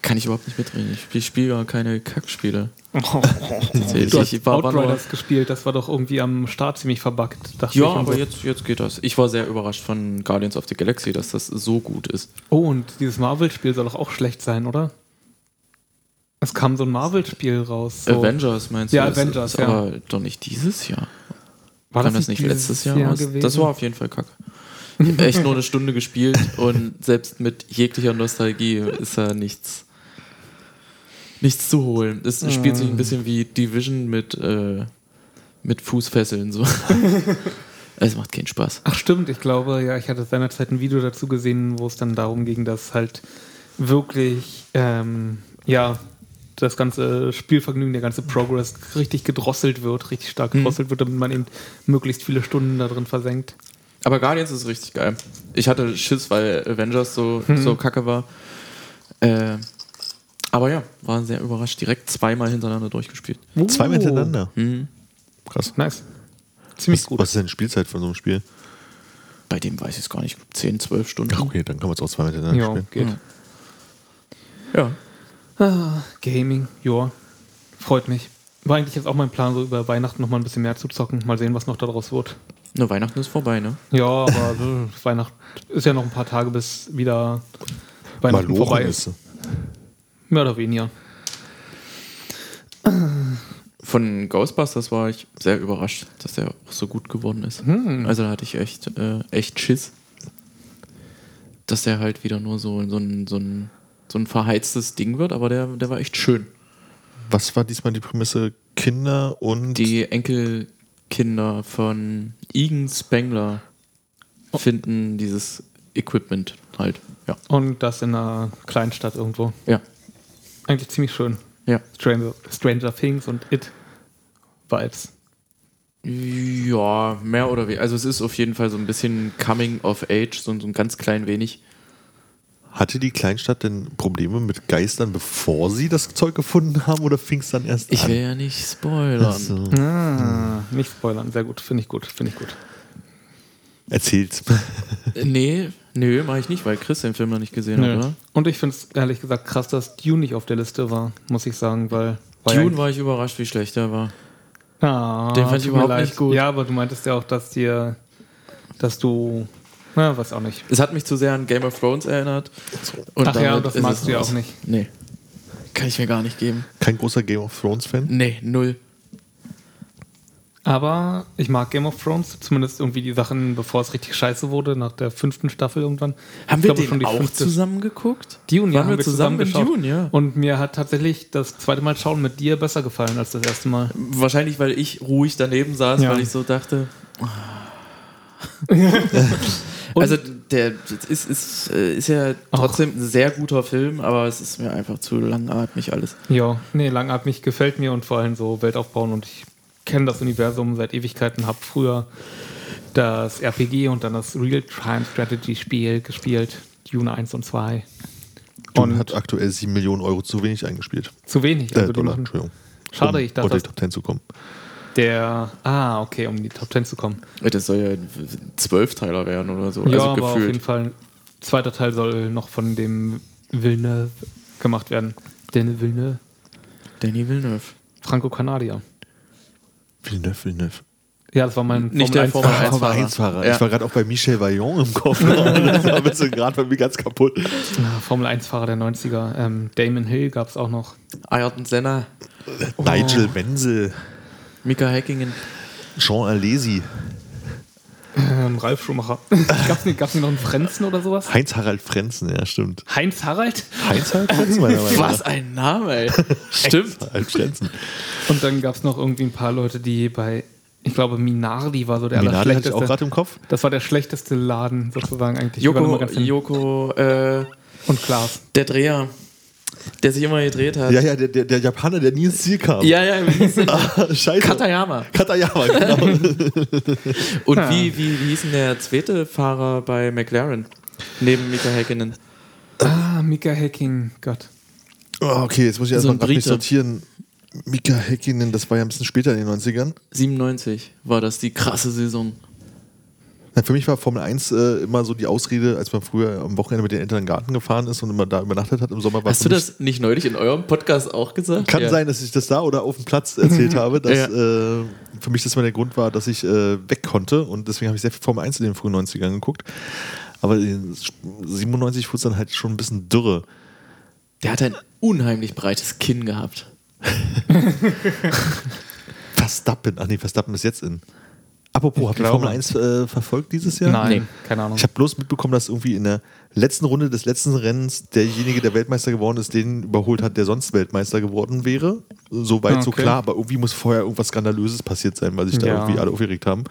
[SPEAKER 2] kann ich überhaupt nicht mitreden. Ich spiele spiel gar keine Kackspiele.
[SPEAKER 4] du
[SPEAKER 2] Tatsächlich. Ich
[SPEAKER 4] hast
[SPEAKER 2] war, war nur,
[SPEAKER 4] Outriders gespielt, das war doch irgendwie am Start ziemlich verbuggt. Dachte
[SPEAKER 2] ja,
[SPEAKER 4] ich und
[SPEAKER 2] aber
[SPEAKER 4] so.
[SPEAKER 2] jetzt, jetzt geht das. Ich war sehr überrascht von Guardians of the Galaxy, dass das so gut ist.
[SPEAKER 4] Oh, und dieses Marvel-Spiel soll doch auch schlecht sein, oder? Es kam so ein Marvel-Spiel raus. So.
[SPEAKER 2] Avengers meinst
[SPEAKER 4] Ja,
[SPEAKER 2] du? Das
[SPEAKER 4] Avengers,
[SPEAKER 2] ist
[SPEAKER 4] ja.
[SPEAKER 2] Aber doch nicht dieses Jahr.
[SPEAKER 4] war
[SPEAKER 2] Kam das nicht
[SPEAKER 4] dieses
[SPEAKER 2] letztes Jahr, raus?
[SPEAKER 4] gewesen?
[SPEAKER 2] Das war auf jeden Fall kacke. Ich hab echt nur eine Stunde gespielt und selbst mit jeglicher Nostalgie ist da nichts, nichts zu holen. Es
[SPEAKER 4] Mhm.
[SPEAKER 2] spielt sich ein bisschen wie Division mit, äh, mit Fußfesseln. So. es macht keinen Spaß.
[SPEAKER 4] Ach stimmt, ich glaube, ja, ich hatte seinerzeit ein Video dazu gesehen, wo es dann darum ging, dass halt wirklich, ähm, ja, das ganze Spielvergnügen, der ganze Progress richtig gedrosselt wird, richtig stark
[SPEAKER 2] Mhm.
[SPEAKER 4] gedrosselt wird, damit man eben möglichst viele Stunden da drin versenkt.
[SPEAKER 2] Aber Guardians ist richtig geil. Ich hatte Schiss, weil Avengers so, so kacke war. Äh, aber ja, war sehr überrascht. Direkt zweimal hintereinander durchgespielt.
[SPEAKER 3] Zwei miteinander.
[SPEAKER 2] Oh. Mhm.
[SPEAKER 3] Krass.
[SPEAKER 4] Oh. Nice. Ziemlich
[SPEAKER 3] was,
[SPEAKER 4] gut.
[SPEAKER 3] was ist denn die Spielzeit von so einem Spiel?
[SPEAKER 2] Bei dem weiß ich es gar nicht. 10, 12 Stunden.
[SPEAKER 3] Ach, okay, dann kann man es auch zwei miteinander
[SPEAKER 4] Ja,
[SPEAKER 3] spielen.
[SPEAKER 4] geht.
[SPEAKER 2] Ja. Ja.
[SPEAKER 4] Ah, Gaming, ja. Freut mich. War eigentlich jetzt auch mein Plan, so über Weihnachten nochmal ein bisschen mehr zu zocken. Mal sehen, was noch daraus wird.
[SPEAKER 2] Na, Weihnachten ist vorbei, ne?
[SPEAKER 4] Ja, aber äh, Weihnachten ist ja noch ein paar Tage, bis wieder Weihnachten
[SPEAKER 3] Malochen
[SPEAKER 4] vorbei ist.
[SPEAKER 3] ist.
[SPEAKER 4] Mehr oder weniger.
[SPEAKER 2] Von Ghostbusters war ich sehr überrascht, dass der auch so gut geworden ist. Also da hatte ich echt, äh, echt Schiss, dass der halt wieder nur so, so, ein, so, ein, so ein verheiztes Ding wird, aber der, der war echt schön.
[SPEAKER 3] Was war diesmal die Prämisse? Kinder und
[SPEAKER 2] Die Enkelkinder von Egan Spengler
[SPEAKER 4] Oh.
[SPEAKER 2] finden dieses Equipment halt. Ja,
[SPEAKER 4] Und das in einer Kleinstadt irgendwo.
[SPEAKER 2] ja,
[SPEAKER 4] Eigentlich ziemlich schön.
[SPEAKER 2] ja.
[SPEAKER 4] Stranger, Stranger Things und It Vibes.
[SPEAKER 2] Ja, mehr oder weniger. Also es ist auf jeden Fall so ein bisschen Coming of Age, so, so ein ganz klein wenig.
[SPEAKER 3] hatte die Kleinstadt denn Probleme mit Geistern, bevor sie das Zeug gefunden haben oder fing es dann erst
[SPEAKER 2] Ich
[SPEAKER 3] an?
[SPEAKER 2] will ja nicht spoilern.
[SPEAKER 3] Ach so.
[SPEAKER 4] Ah, nicht spoilern. Sehr gut. Finde ich gut. Finde ich gut.
[SPEAKER 3] Erzähl's.
[SPEAKER 2] Äh, Nee, nee, mache ich nicht, weil Chris den Film noch nicht gesehen hat,
[SPEAKER 4] Nö.
[SPEAKER 2] oder?
[SPEAKER 4] Und ich finde es ehrlich gesagt krass, dass Dune nicht auf der Liste war, muss ich sagen, weil. weil
[SPEAKER 2] Dune war ich überrascht, wie schlecht er war.
[SPEAKER 4] Ah,
[SPEAKER 2] Den fand ich
[SPEAKER 4] tut mir
[SPEAKER 2] überhaupt nicht gut.
[SPEAKER 4] Ja, aber du meintest ja auch, dass dir, dass du, na, weiß auch nicht.
[SPEAKER 2] Es hat mich zu sehr an Game of Thrones erinnert. Und
[SPEAKER 4] Ach ja,
[SPEAKER 2] damit
[SPEAKER 4] das
[SPEAKER 2] ist
[SPEAKER 4] magst
[SPEAKER 2] es
[SPEAKER 4] du ja
[SPEAKER 2] raus.
[SPEAKER 4] auch nicht.
[SPEAKER 2] Nee. Kann ich mir gar nicht geben.
[SPEAKER 3] Kein großer Game of Thrones-Fan?
[SPEAKER 2] Nee, null.
[SPEAKER 4] Aber ich mag Game of Thrones, zumindest irgendwie die Sachen, bevor es richtig scheiße wurde, nach der fünften Staffel irgendwann.
[SPEAKER 2] Haben
[SPEAKER 4] Ich
[SPEAKER 2] wir
[SPEAKER 4] glaube,
[SPEAKER 2] den auch
[SPEAKER 4] fünfte-
[SPEAKER 2] zusammen geguckt?
[SPEAKER 4] Dune, ja,
[SPEAKER 2] Waren wir zusammen in
[SPEAKER 4] geschaut.
[SPEAKER 2] Dune, ja.
[SPEAKER 4] Und mir hat tatsächlich das zweite Mal schauen mit dir besser gefallen als das erste Mal.
[SPEAKER 2] Wahrscheinlich, weil ich ruhig daneben saß,
[SPEAKER 4] Ja.
[SPEAKER 2] weil ich so dachte.
[SPEAKER 4] Und-
[SPEAKER 2] also der das ist, ist, äh, ist ja
[SPEAKER 4] Ach.
[SPEAKER 2] trotzdem ein sehr guter Film, aber es ist mir einfach zu langatmig alles.
[SPEAKER 4] Ja, nee, langatmig gefällt mir und vor allem so Welt aufbauen und ich kenne das Universum seit Ewigkeiten, hab früher das RPG und dann das Real-Time-Strategy-Spiel gespielt, Dune 1 und 2.
[SPEAKER 3] Dune
[SPEAKER 4] Und-
[SPEAKER 3] hat aktuell 7 Millionen Euro zu wenig eingespielt.
[SPEAKER 4] Zu wenig,
[SPEAKER 3] Äh,
[SPEAKER 4] also die
[SPEAKER 3] Dollar,
[SPEAKER 4] machen
[SPEAKER 3] Entschuldigung.
[SPEAKER 4] Schade,
[SPEAKER 3] um
[SPEAKER 4] ich dachte,
[SPEAKER 3] unter die
[SPEAKER 4] das-
[SPEAKER 3] Top 10 zu kommen.
[SPEAKER 4] der, ah, okay, um in die Top 10 zu kommen.
[SPEAKER 2] Das soll ja ein Zwölfteiler werden oder so.
[SPEAKER 4] Ja,
[SPEAKER 2] also
[SPEAKER 4] aber auf jeden
[SPEAKER 2] gefühlt.
[SPEAKER 4] Fall, zweiter Teil soll noch von dem Villeneuve gemacht werden. Den Villeneuve,
[SPEAKER 2] Danny Villeneuve.
[SPEAKER 4] Franco-Kanadier.
[SPEAKER 3] Villeneuve, Villeneuve.
[SPEAKER 4] Ja, das war mein
[SPEAKER 2] Nicht der Formel 1
[SPEAKER 4] Fahrer.
[SPEAKER 3] Formel 1-Fahrer.
[SPEAKER 2] Ja.
[SPEAKER 3] Ich war gerade auch bei Michel Vaillant im Koffer. das war ein bisschen gerade bei mir ganz kaputt.
[SPEAKER 4] Ah, Formel 1-Fahrer der 90er. Ähm, Damon Hill gab es auch noch.
[SPEAKER 2] Ayrton Senna,
[SPEAKER 3] Oh. Nigel Wenzel,
[SPEAKER 2] Mika Häkkinen.
[SPEAKER 3] Jean Alesi,
[SPEAKER 4] Ähm, Ralf Schumacher. Gab es nicht, gab's nicht noch einen Frenzen oder sowas?
[SPEAKER 3] Heinz-Harald Frenzen, ja, stimmt.
[SPEAKER 4] Heinz Harald?
[SPEAKER 3] Heinz-Harald Frenzen, meiner Meinung nach.
[SPEAKER 2] Was ein Name, ey. Stimmt.
[SPEAKER 3] Heinz-Harald Frenzen.
[SPEAKER 4] Und dann gab es noch irgendwie ein paar Leute, die bei, ich glaube, Minardi war so der
[SPEAKER 3] Minardi hatte ich auch
[SPEAKER 4] allerschlechteste.
[SPEAKER 3] gerade im Kopf.
[SPEAKER 4] Das war der schlechteste Laden sozusagen eigentlich. Überall immer
[SPEAKER 2] Joko,
[SPEAKER 4] ganz genau. hin-
[SPEAKER 2] Joko äh,
[SPEAKER 4] Und Klaas.
[SPEAKER 2] der Dreher, der sich immer gedreht hat.
[SPEAKER 3] Ja, ja, der, der, der Japaner, der nie ins Ziel kam.
[SPEAKER 2] ja, ja wie hieß der?
[SPEAKER 3] Scheiße.
[SPEAKER 2] Katayama.
[SPEAKER 3] Katayama, genau.
[SPEAKER 2] Und wie, wie, wie hieß denn der zweite Fahrer bei McLaren? Neben Mika Häkkinen.
[SPEAKER 4] Ah, Mika Hacking, Gott.
[SPEAKER 3] Oh, okay, jetzt muss ich
[SPEAKER 2] So
[SPEAKER 3] erstmal
[SPEAKER 2] ein
[SPEAKER 3] so
[SPEAKER 2] Brite.
[SPEAKER 3] sortieren. Mika Häkkinen, das war ja ein bisschen später in den 90ern.
[SPEAKER 2] 97 war das die krasse Saison.
[SPEAKER 3] Na, für mich war Formel 1 äh, immer so die Ausrede, als man früher am Wochenende mit den Eltern in den Garten gefahren ist und immer da übernachtet hat im Sommer. war
[SPEAKER 2] Hast
[SPEAKER 3] für
[SPEAKER 2] du
[SPEAKER 3] mich-
[SPEAKER 2] das nicht neulich in eurem Podcast auch gesagt?
[SPEAKER 3] Kann
[SPEAKER 2] Ja.
[SPEAKER 3] sein, dass ich das da oder auf dem Platz erzählt habe, dass
[SPEAKER 2] Ja.
[SPEAKER 3] äh, für mich das mal der Grund war, dass ich äh, weg konnte und deswegen habe ich sehr viel Formel 1 in den frühen 90ern geguckt. Aber in 97 wurde es dann halt schon ein bisschen dürre.
[SPEAKER 2] Der hat ein unheimlich breites Kinn gehabt.
[SPEAKER 3] Verstappen, ach nee, Verstappen ist jetzt in. Apropos, habt ihr
[SPEAKER 4] glaube.
[SPEAKER 3] Formel 1 äh, verfolgt dieses Jahr?
[SPEAKER 4] Nein,
[SPEAKER 2] Nee.
[SPEAKER 4] keine Ahnung.
[SPEAKER 3] Ich habe bloß mitbekommen, dass irgendwie in der letzten Runde des letzten Rennens derjenige, der Weltmeister geworden ist, den überholt hat, der sonst Weltmeister geworden wäre. Soweit so
[SPEAKER 4] Okay.
[SPEAKER 3] klar, aber irgendwie muss vorher irgendwas Skandalöses passiert sein, weil sich da
[SPEAKER 4] Ja.
[SPEAKER 3] irgendwie alle aufgeregt haben.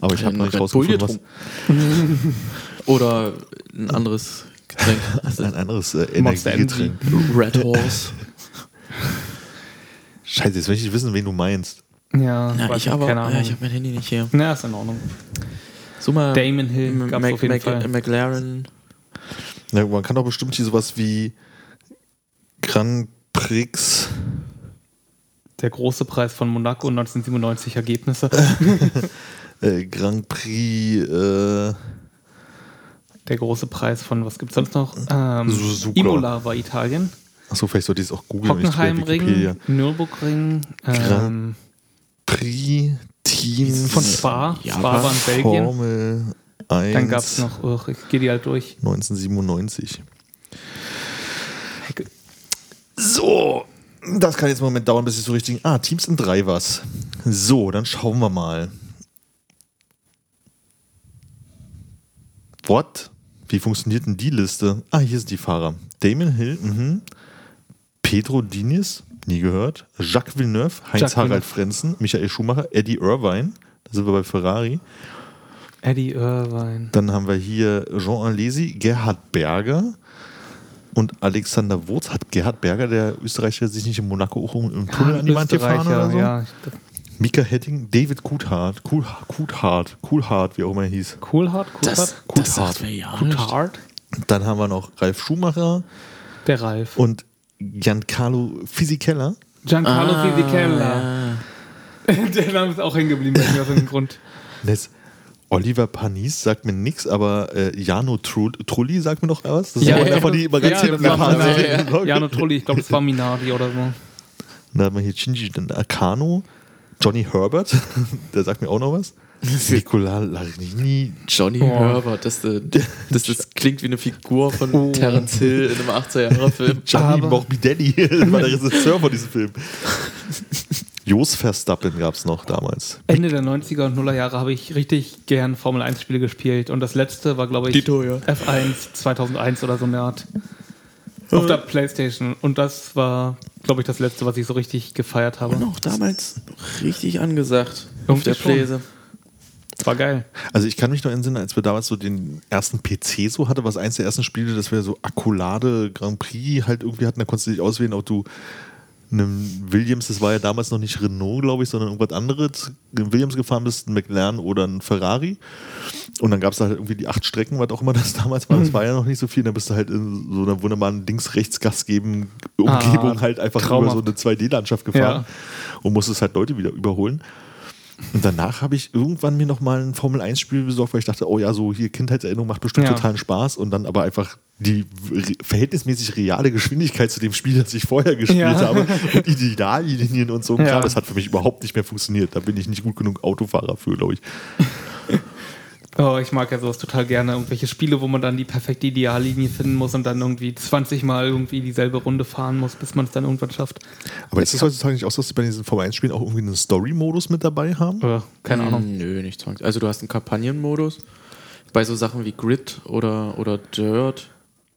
[SPEAKER 3] Aber ich
[SPEAKER 2] Die
[SPEAKER 3] habe
[SPEAKER 2] haben noch
[SPEAKER 3] noch nicht
[SPEAKER 2] Red Bull
[SPEAKER 3] rausgefunden, was.
[SPEAKER 2] Oder ein anderes Getränk.
[SPEAKER 3] Ein anderes äh,
[SPEAKER 4] Monster
[SPEAKER 3] Energiegetränk.
[SPEAKER 2] Red Horse.
[SPEAKER 3] Scheiße, jetzt möchte ich wissen, wen du meinst.
[SPEAKER 4] ja,
[SPEAKER 2] Ja,
[SPEAKER 4] weiß
[SPEAKER 2] ich aber,
[SPEAKER 4] keine
[SPEAKER 2] ja,
[SPEAKER 4] Ahnung.
[SPEAKER 2] ich habe mein Handy nicht hier.
[SPEAKER 4] Na, ist in Ordnung.
[SPEAKER 2] So mal
[SPEAKER 4] Damon Hill
[SPEAKER 2] M-
[SPEAKER 4] gab's
[SPEAKER 2] Mac-
[SPEAKER 4] auf jeden
[SPEAKER 2] Mac-
[SPEAKER 4] Fall.
[SPEAKER 2] McLaren.
[SPEAKER 3] Na, man kann doch bestimmt hier sowas wie Grand Prix.
[SPEAKER 4] Der große Preis von Monaco 1997 Ergebnisse.
[SPEAKER 3] Äh, Grand Prix. Äh,
[SPEAKER 4] Der große Preis von, was gibt's sonst noch? Ähm,
[SPEAKER 3] Suzuka.
[SPEAKER 4] Imola war Italien.
[SPEAKER 3] achso, vielleicht sollte ich es auch googeln. nicht bei Wikipedia.
[SPEAKER 4] Hockenheimring, Nürburgring, ähm,
[SPEAKER 3] Prix Team
[SPEAKER 4] von Spa.
[SPEAKER 2] Ja,
[SPEAKER 4] Spa war in Belgien.
[SPEAKER 3] Formel 1.
[SPEAKER 4] Dann gab es noch, ach, ich gehe die halt durch.
[SPEAKER 3] 1997. So, das kann jetzt einen Moment dauern, bis ich so richtig. Ah, Teams in drei was. So, dann schauen wir mal. What? Wie funktioniert denn die Liste? Ah, hier sind die Fahrer. Damon Hill, mhm. Pedro Diniz, nie gehört. Jacques Villeneuve,
[SPEAKER 4] Jacques
[SPEAKER 3] Heinz-Harald
[SPEAKER 4] Villeneuve.
[SPEAKER 3] Frenzen, Michael Schumacher, Eddie Irvine, da sind wir bei Ferrari.
[SPEAKER 4] Eddie Irvine.
[SPEAKER 3] Dann haben wir hier Jean Alesi, Gerhard Berger und Alexander Wurz. Hat Gerhard Berger, der Österreicher, sich nicht in Monaco auch im im Tunnel an die Wand gefahren oder so?
[SPEAKER 4] ja. Das-
[SPEAKER 3] Mika Hetting, David Coulthard, Coulthard, Coulthard, Coulthard, wie auch immer er hieß.
[SPEAKER 4] Coolhard, Coolhard,
[SPEAKER 2] Das,
[SPEAKER 3] Coulthard.
[SPEAKER 2] das sagt mir ja nicht.
[SPEAKER 4] Coolhard.
[SPEAKER 3] Dann haben wir noch Ralf Schumacher
[SPEAKER 4] Der Ralf.
[SPEAKER 3] und Giancarlo Fisichella.
[SPEAKER 4] Giancarlo
[SPEAKER 2] Ah,
[SPEAKER 4] Fisichella.
[SPEAKER 2] ja.
[SPEAKER 4] Der Name ist auch hängen geblieben, bei mir aus dem Grund.
[SPEAKER 3] Und Jetzt Oliver Panis sagt mir nichts, aber äh, Jano Tru- Trulli sagt mir noch was. Das ist
[SPEAKER 2] Ja,
[SPEAKER 3] auch
[SPEAKER 2] ja,
[SPEAKER 3] einer von die immer ganz
[SPEAKER 4] ja,
[SPEAKER 3] hinten
[SPEAKER 4] das war-
[SPEAKER 3] erfahren
[SPEAKER 2] ja,
[SPEAKER 3] sind. Okay.
[SPEAKER 4] Jano Trulli, ich glaube, das war Minardi oder so.
[SPEAKER 3] Dann haben wir hier Shinji Nakano, Johnny Herbert, der sagt mir auch noch was. Nicola Larini,
[SPEAKER 2] Johnny
[SPEAKER 4] Boah.
[SPEAKER 2] Herbert, das, äh, das, das klingt wie eine Figur von Terence Hill in einem 80er-Jahre-Film.
[SPEAKER 3] Gianni
[SPEAKER 4] Aber-
[SPEAKER 3] Morbidelli war der Regisseur von diesem Film. Jos Verstappen gab es noch damals.
[SPEAKER 4] Ende der 90er und Nuller Jahre habe ich richtig gern Formel 1 Spiele gespielt und das letzte war glaube ich
[SPEAKER 2] Dito, ja.
[SPEAKER 4] F1 2001 oder so eine Art
[SPEAKER 2] Äh.
[SPEAKER 4] auf der Playstation und das war glaube ich das letzte was ich so richtig gefeiert habe.
[SPEAKER 2] Auch damals richtig angesagt auf
[SPEAKER 4] Irgendwie
[SPEAKER 2] der
[SPEAKER 4] schon.
[SPEAKER 2] Pläse.
[SPEAKER 4] War geil.
[SPEAKER 3] Also ich kann mich noch entsinnen, als wir damals so den ersten PC so hatte, was eins der ersten Spiele, dass wir so Akkulade Grand Prix halt irgendwie hatten, da konntest du dich auswählen, ob du einem Williams, das war ja damals noch nicht Renault, glaube ich, sondern irgendwas anderes, einem Williams gefahren bist, einen McLaren oder einen Ferrari. Und dann gab es halt irgendwie die acht Strecken, was auch immer das damals war. Das war ja noch nicht so viel. Da bist du halt in so einer wunderbaren Links-Rechts-Gas geben Umgebung
[SPEAKER 4] Ah,
[SPEAKER 3] halt einfach
[SPEAKER 4] traumhaft.
[SPEAKER 3] über so eine 2D-Landschaft gefahren und musstest halt Leute wieder überholen. Und danach habe ich irgendwann mir nochmal ein Formel-1-Spiel besorgt, weil ich dachte, oh ja, so hier Kindheitserinnerung macht bestimmt
[SPEAKER 4] Ja.
[SPEAKER 3] totalen Spaß. Und dann aber einfach die re- verhältnismäßig reale Geschwindigkeit zu dem Spiel, das ich vorher gespielt
[SPEAKER 4] Ja.
[SPEAKER 3] habe und Ideallinien und so.
[SPEAKER 4] Ja.
[SPEAKER 3] Klar, das hat für mich überhaupt nicht mehr funktioniert. Da bin ich nicht gut genug Autofahrer für, glaube ich.
[SPEAKER 4] Oh, ich mag ja sowas total gerne. Irgendwelche Spiele, wo man dann die perfekte Ideallinie finden muss und dann irgendwie 20 Mal irgendwie dieselbe Runde fahren muss, bis man es dann irgendwann schafft.
[SPEAKER 3] Aber ist es heutzutage nicht auch so, dass sie bei diesen Formel-1-Spielen auch irgendwie einen Story-Modus mit dabei haben?
[SPEAKER 4] Äh, keine Ahnung.
[SPEAKER 2] Hm, Nö, nicht zwangsläufig. Also du hast einen Kampagnenmodus. Bei so Sachen wie Grid oder, oder Dirt.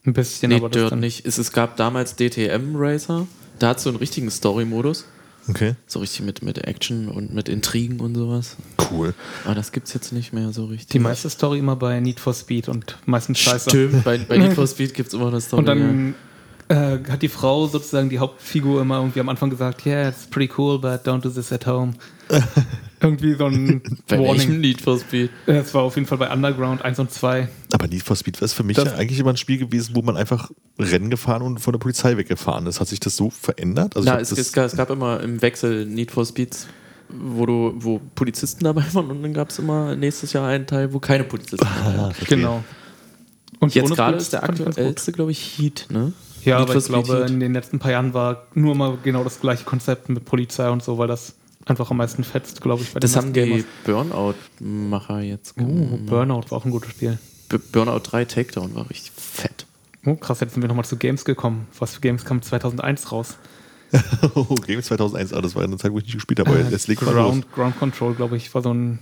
[SPEAKER 4] Ein bisschen,
[SPEAKER 2] nee,
[SPEAKER 4] aber das
[SPEAKER 2] Dirt
[SPEAKER 4] dann
[SPEAKER 2] nicht. Es, es gab damals DTM Racer. Da hat so einen richtigen Story-Modus.
[SPEAKER 3] Okay.
[SPEAKER 2] So richtig mit, mit Action und mit Intrigen und sowas.
[SPEAKER 3] Cool.
[SPEAKER 2] Aber das gibt's jetzt nicht mehr so richtig.
[SPEAKER 4] die meiste Story immer bei Need for Speed und meistens scheiße.
[SPEAKER 2] Stimmt, bei, bei Need for Speed gibt's immer eine Story.
[SPEAKER 4] Und dann äh, hat die Frau sozusagen die Hauptfigur immer irgendwie am Anfang gesagt, yeah, it's pretty cool, but don't do this at home. irgendwie so ein
[SPEAKER 2] ja. bei welchem
[SPEAKER 4] Warning. Äh,
[SPEAKER 2] Need for Speed?
[SPEAKER 4] Das war auf jeden Fall bei Underground 1 und 2.
[SPEAKER 3] Aber Need for Speed ist für mich
[SPEAKER 2] Das-
[SPEAKER 3] ja eigentlich immer ein Spiel gewesen, wo man einfach Rennen gefahren und von der Polizei weggefahren ist. Hat sich das so verändert? Also ich
[SPEAKER 2] Na,
[SPEAKER 3] hab
[SPEAKER 2] es,
[SPEAKER 3] das-
[SPEAKER 2] es, gab, es gab immer im Wechsel Need for Speeds, wo, du, wo Polizisten dabei waren und dann gab es immer nächstes Jahr einen Teil, wo keine Polizisten dabei waren.
[SPEAKER 4] Genau. Und
[SPEAKER 2] Jetzt
[SPEAKER 4] ohne
[SPEAKER 2] gerade
[SPEAKER 4] Puls
[SPEAKER 2] ist der
[SPEAKER 4] fand ich ganz gut.
[SPEAKER 2] aktuellste, glaube ich, Heat, ne?
[SPEAKER 4] Ja,
[SPEAKER 2] Need
[SPEAKER 4] aber
[SPEAKER 2] for
[SPEAKER 4] ich
[SPEAKER 2] Speed
[SPEAKER 4] glaube,
[SPEAKER 2] Heat.
[SPEAKER 4] in den letzten paar Jahren war nur mal genau das gleiche Konzept mit Polizei und so, weil das einfach am meisten fetzt, glaube ich. Bei den
[SPEAKER 2] das haben
[SPEAKER 4] meisten
[SPEAKER 2] die
[SPEAKER 4] Gamers.
[SPEAKER 2] Burnout-Macher jetzt gemacht.
[SPEAKER 4] Oh, Burnout war auch ein gutes Spiel.
[SPEAKER 2] B- Burnout 3 Takedown war richtig fett.
[SPEAKER 4] Oh, krass, jetzt sind wir nochmal zu Games gekommen. Was für Games kam 2001 raus?
[SPEAKER 3] Oh, Game 2001, ah, das war eine Zeit, wo ich nicht gespielt habe. aber Es legt mal los.
[SPEAKER 4] Äh, Ground, Ground Control, glaube ich, war so ein.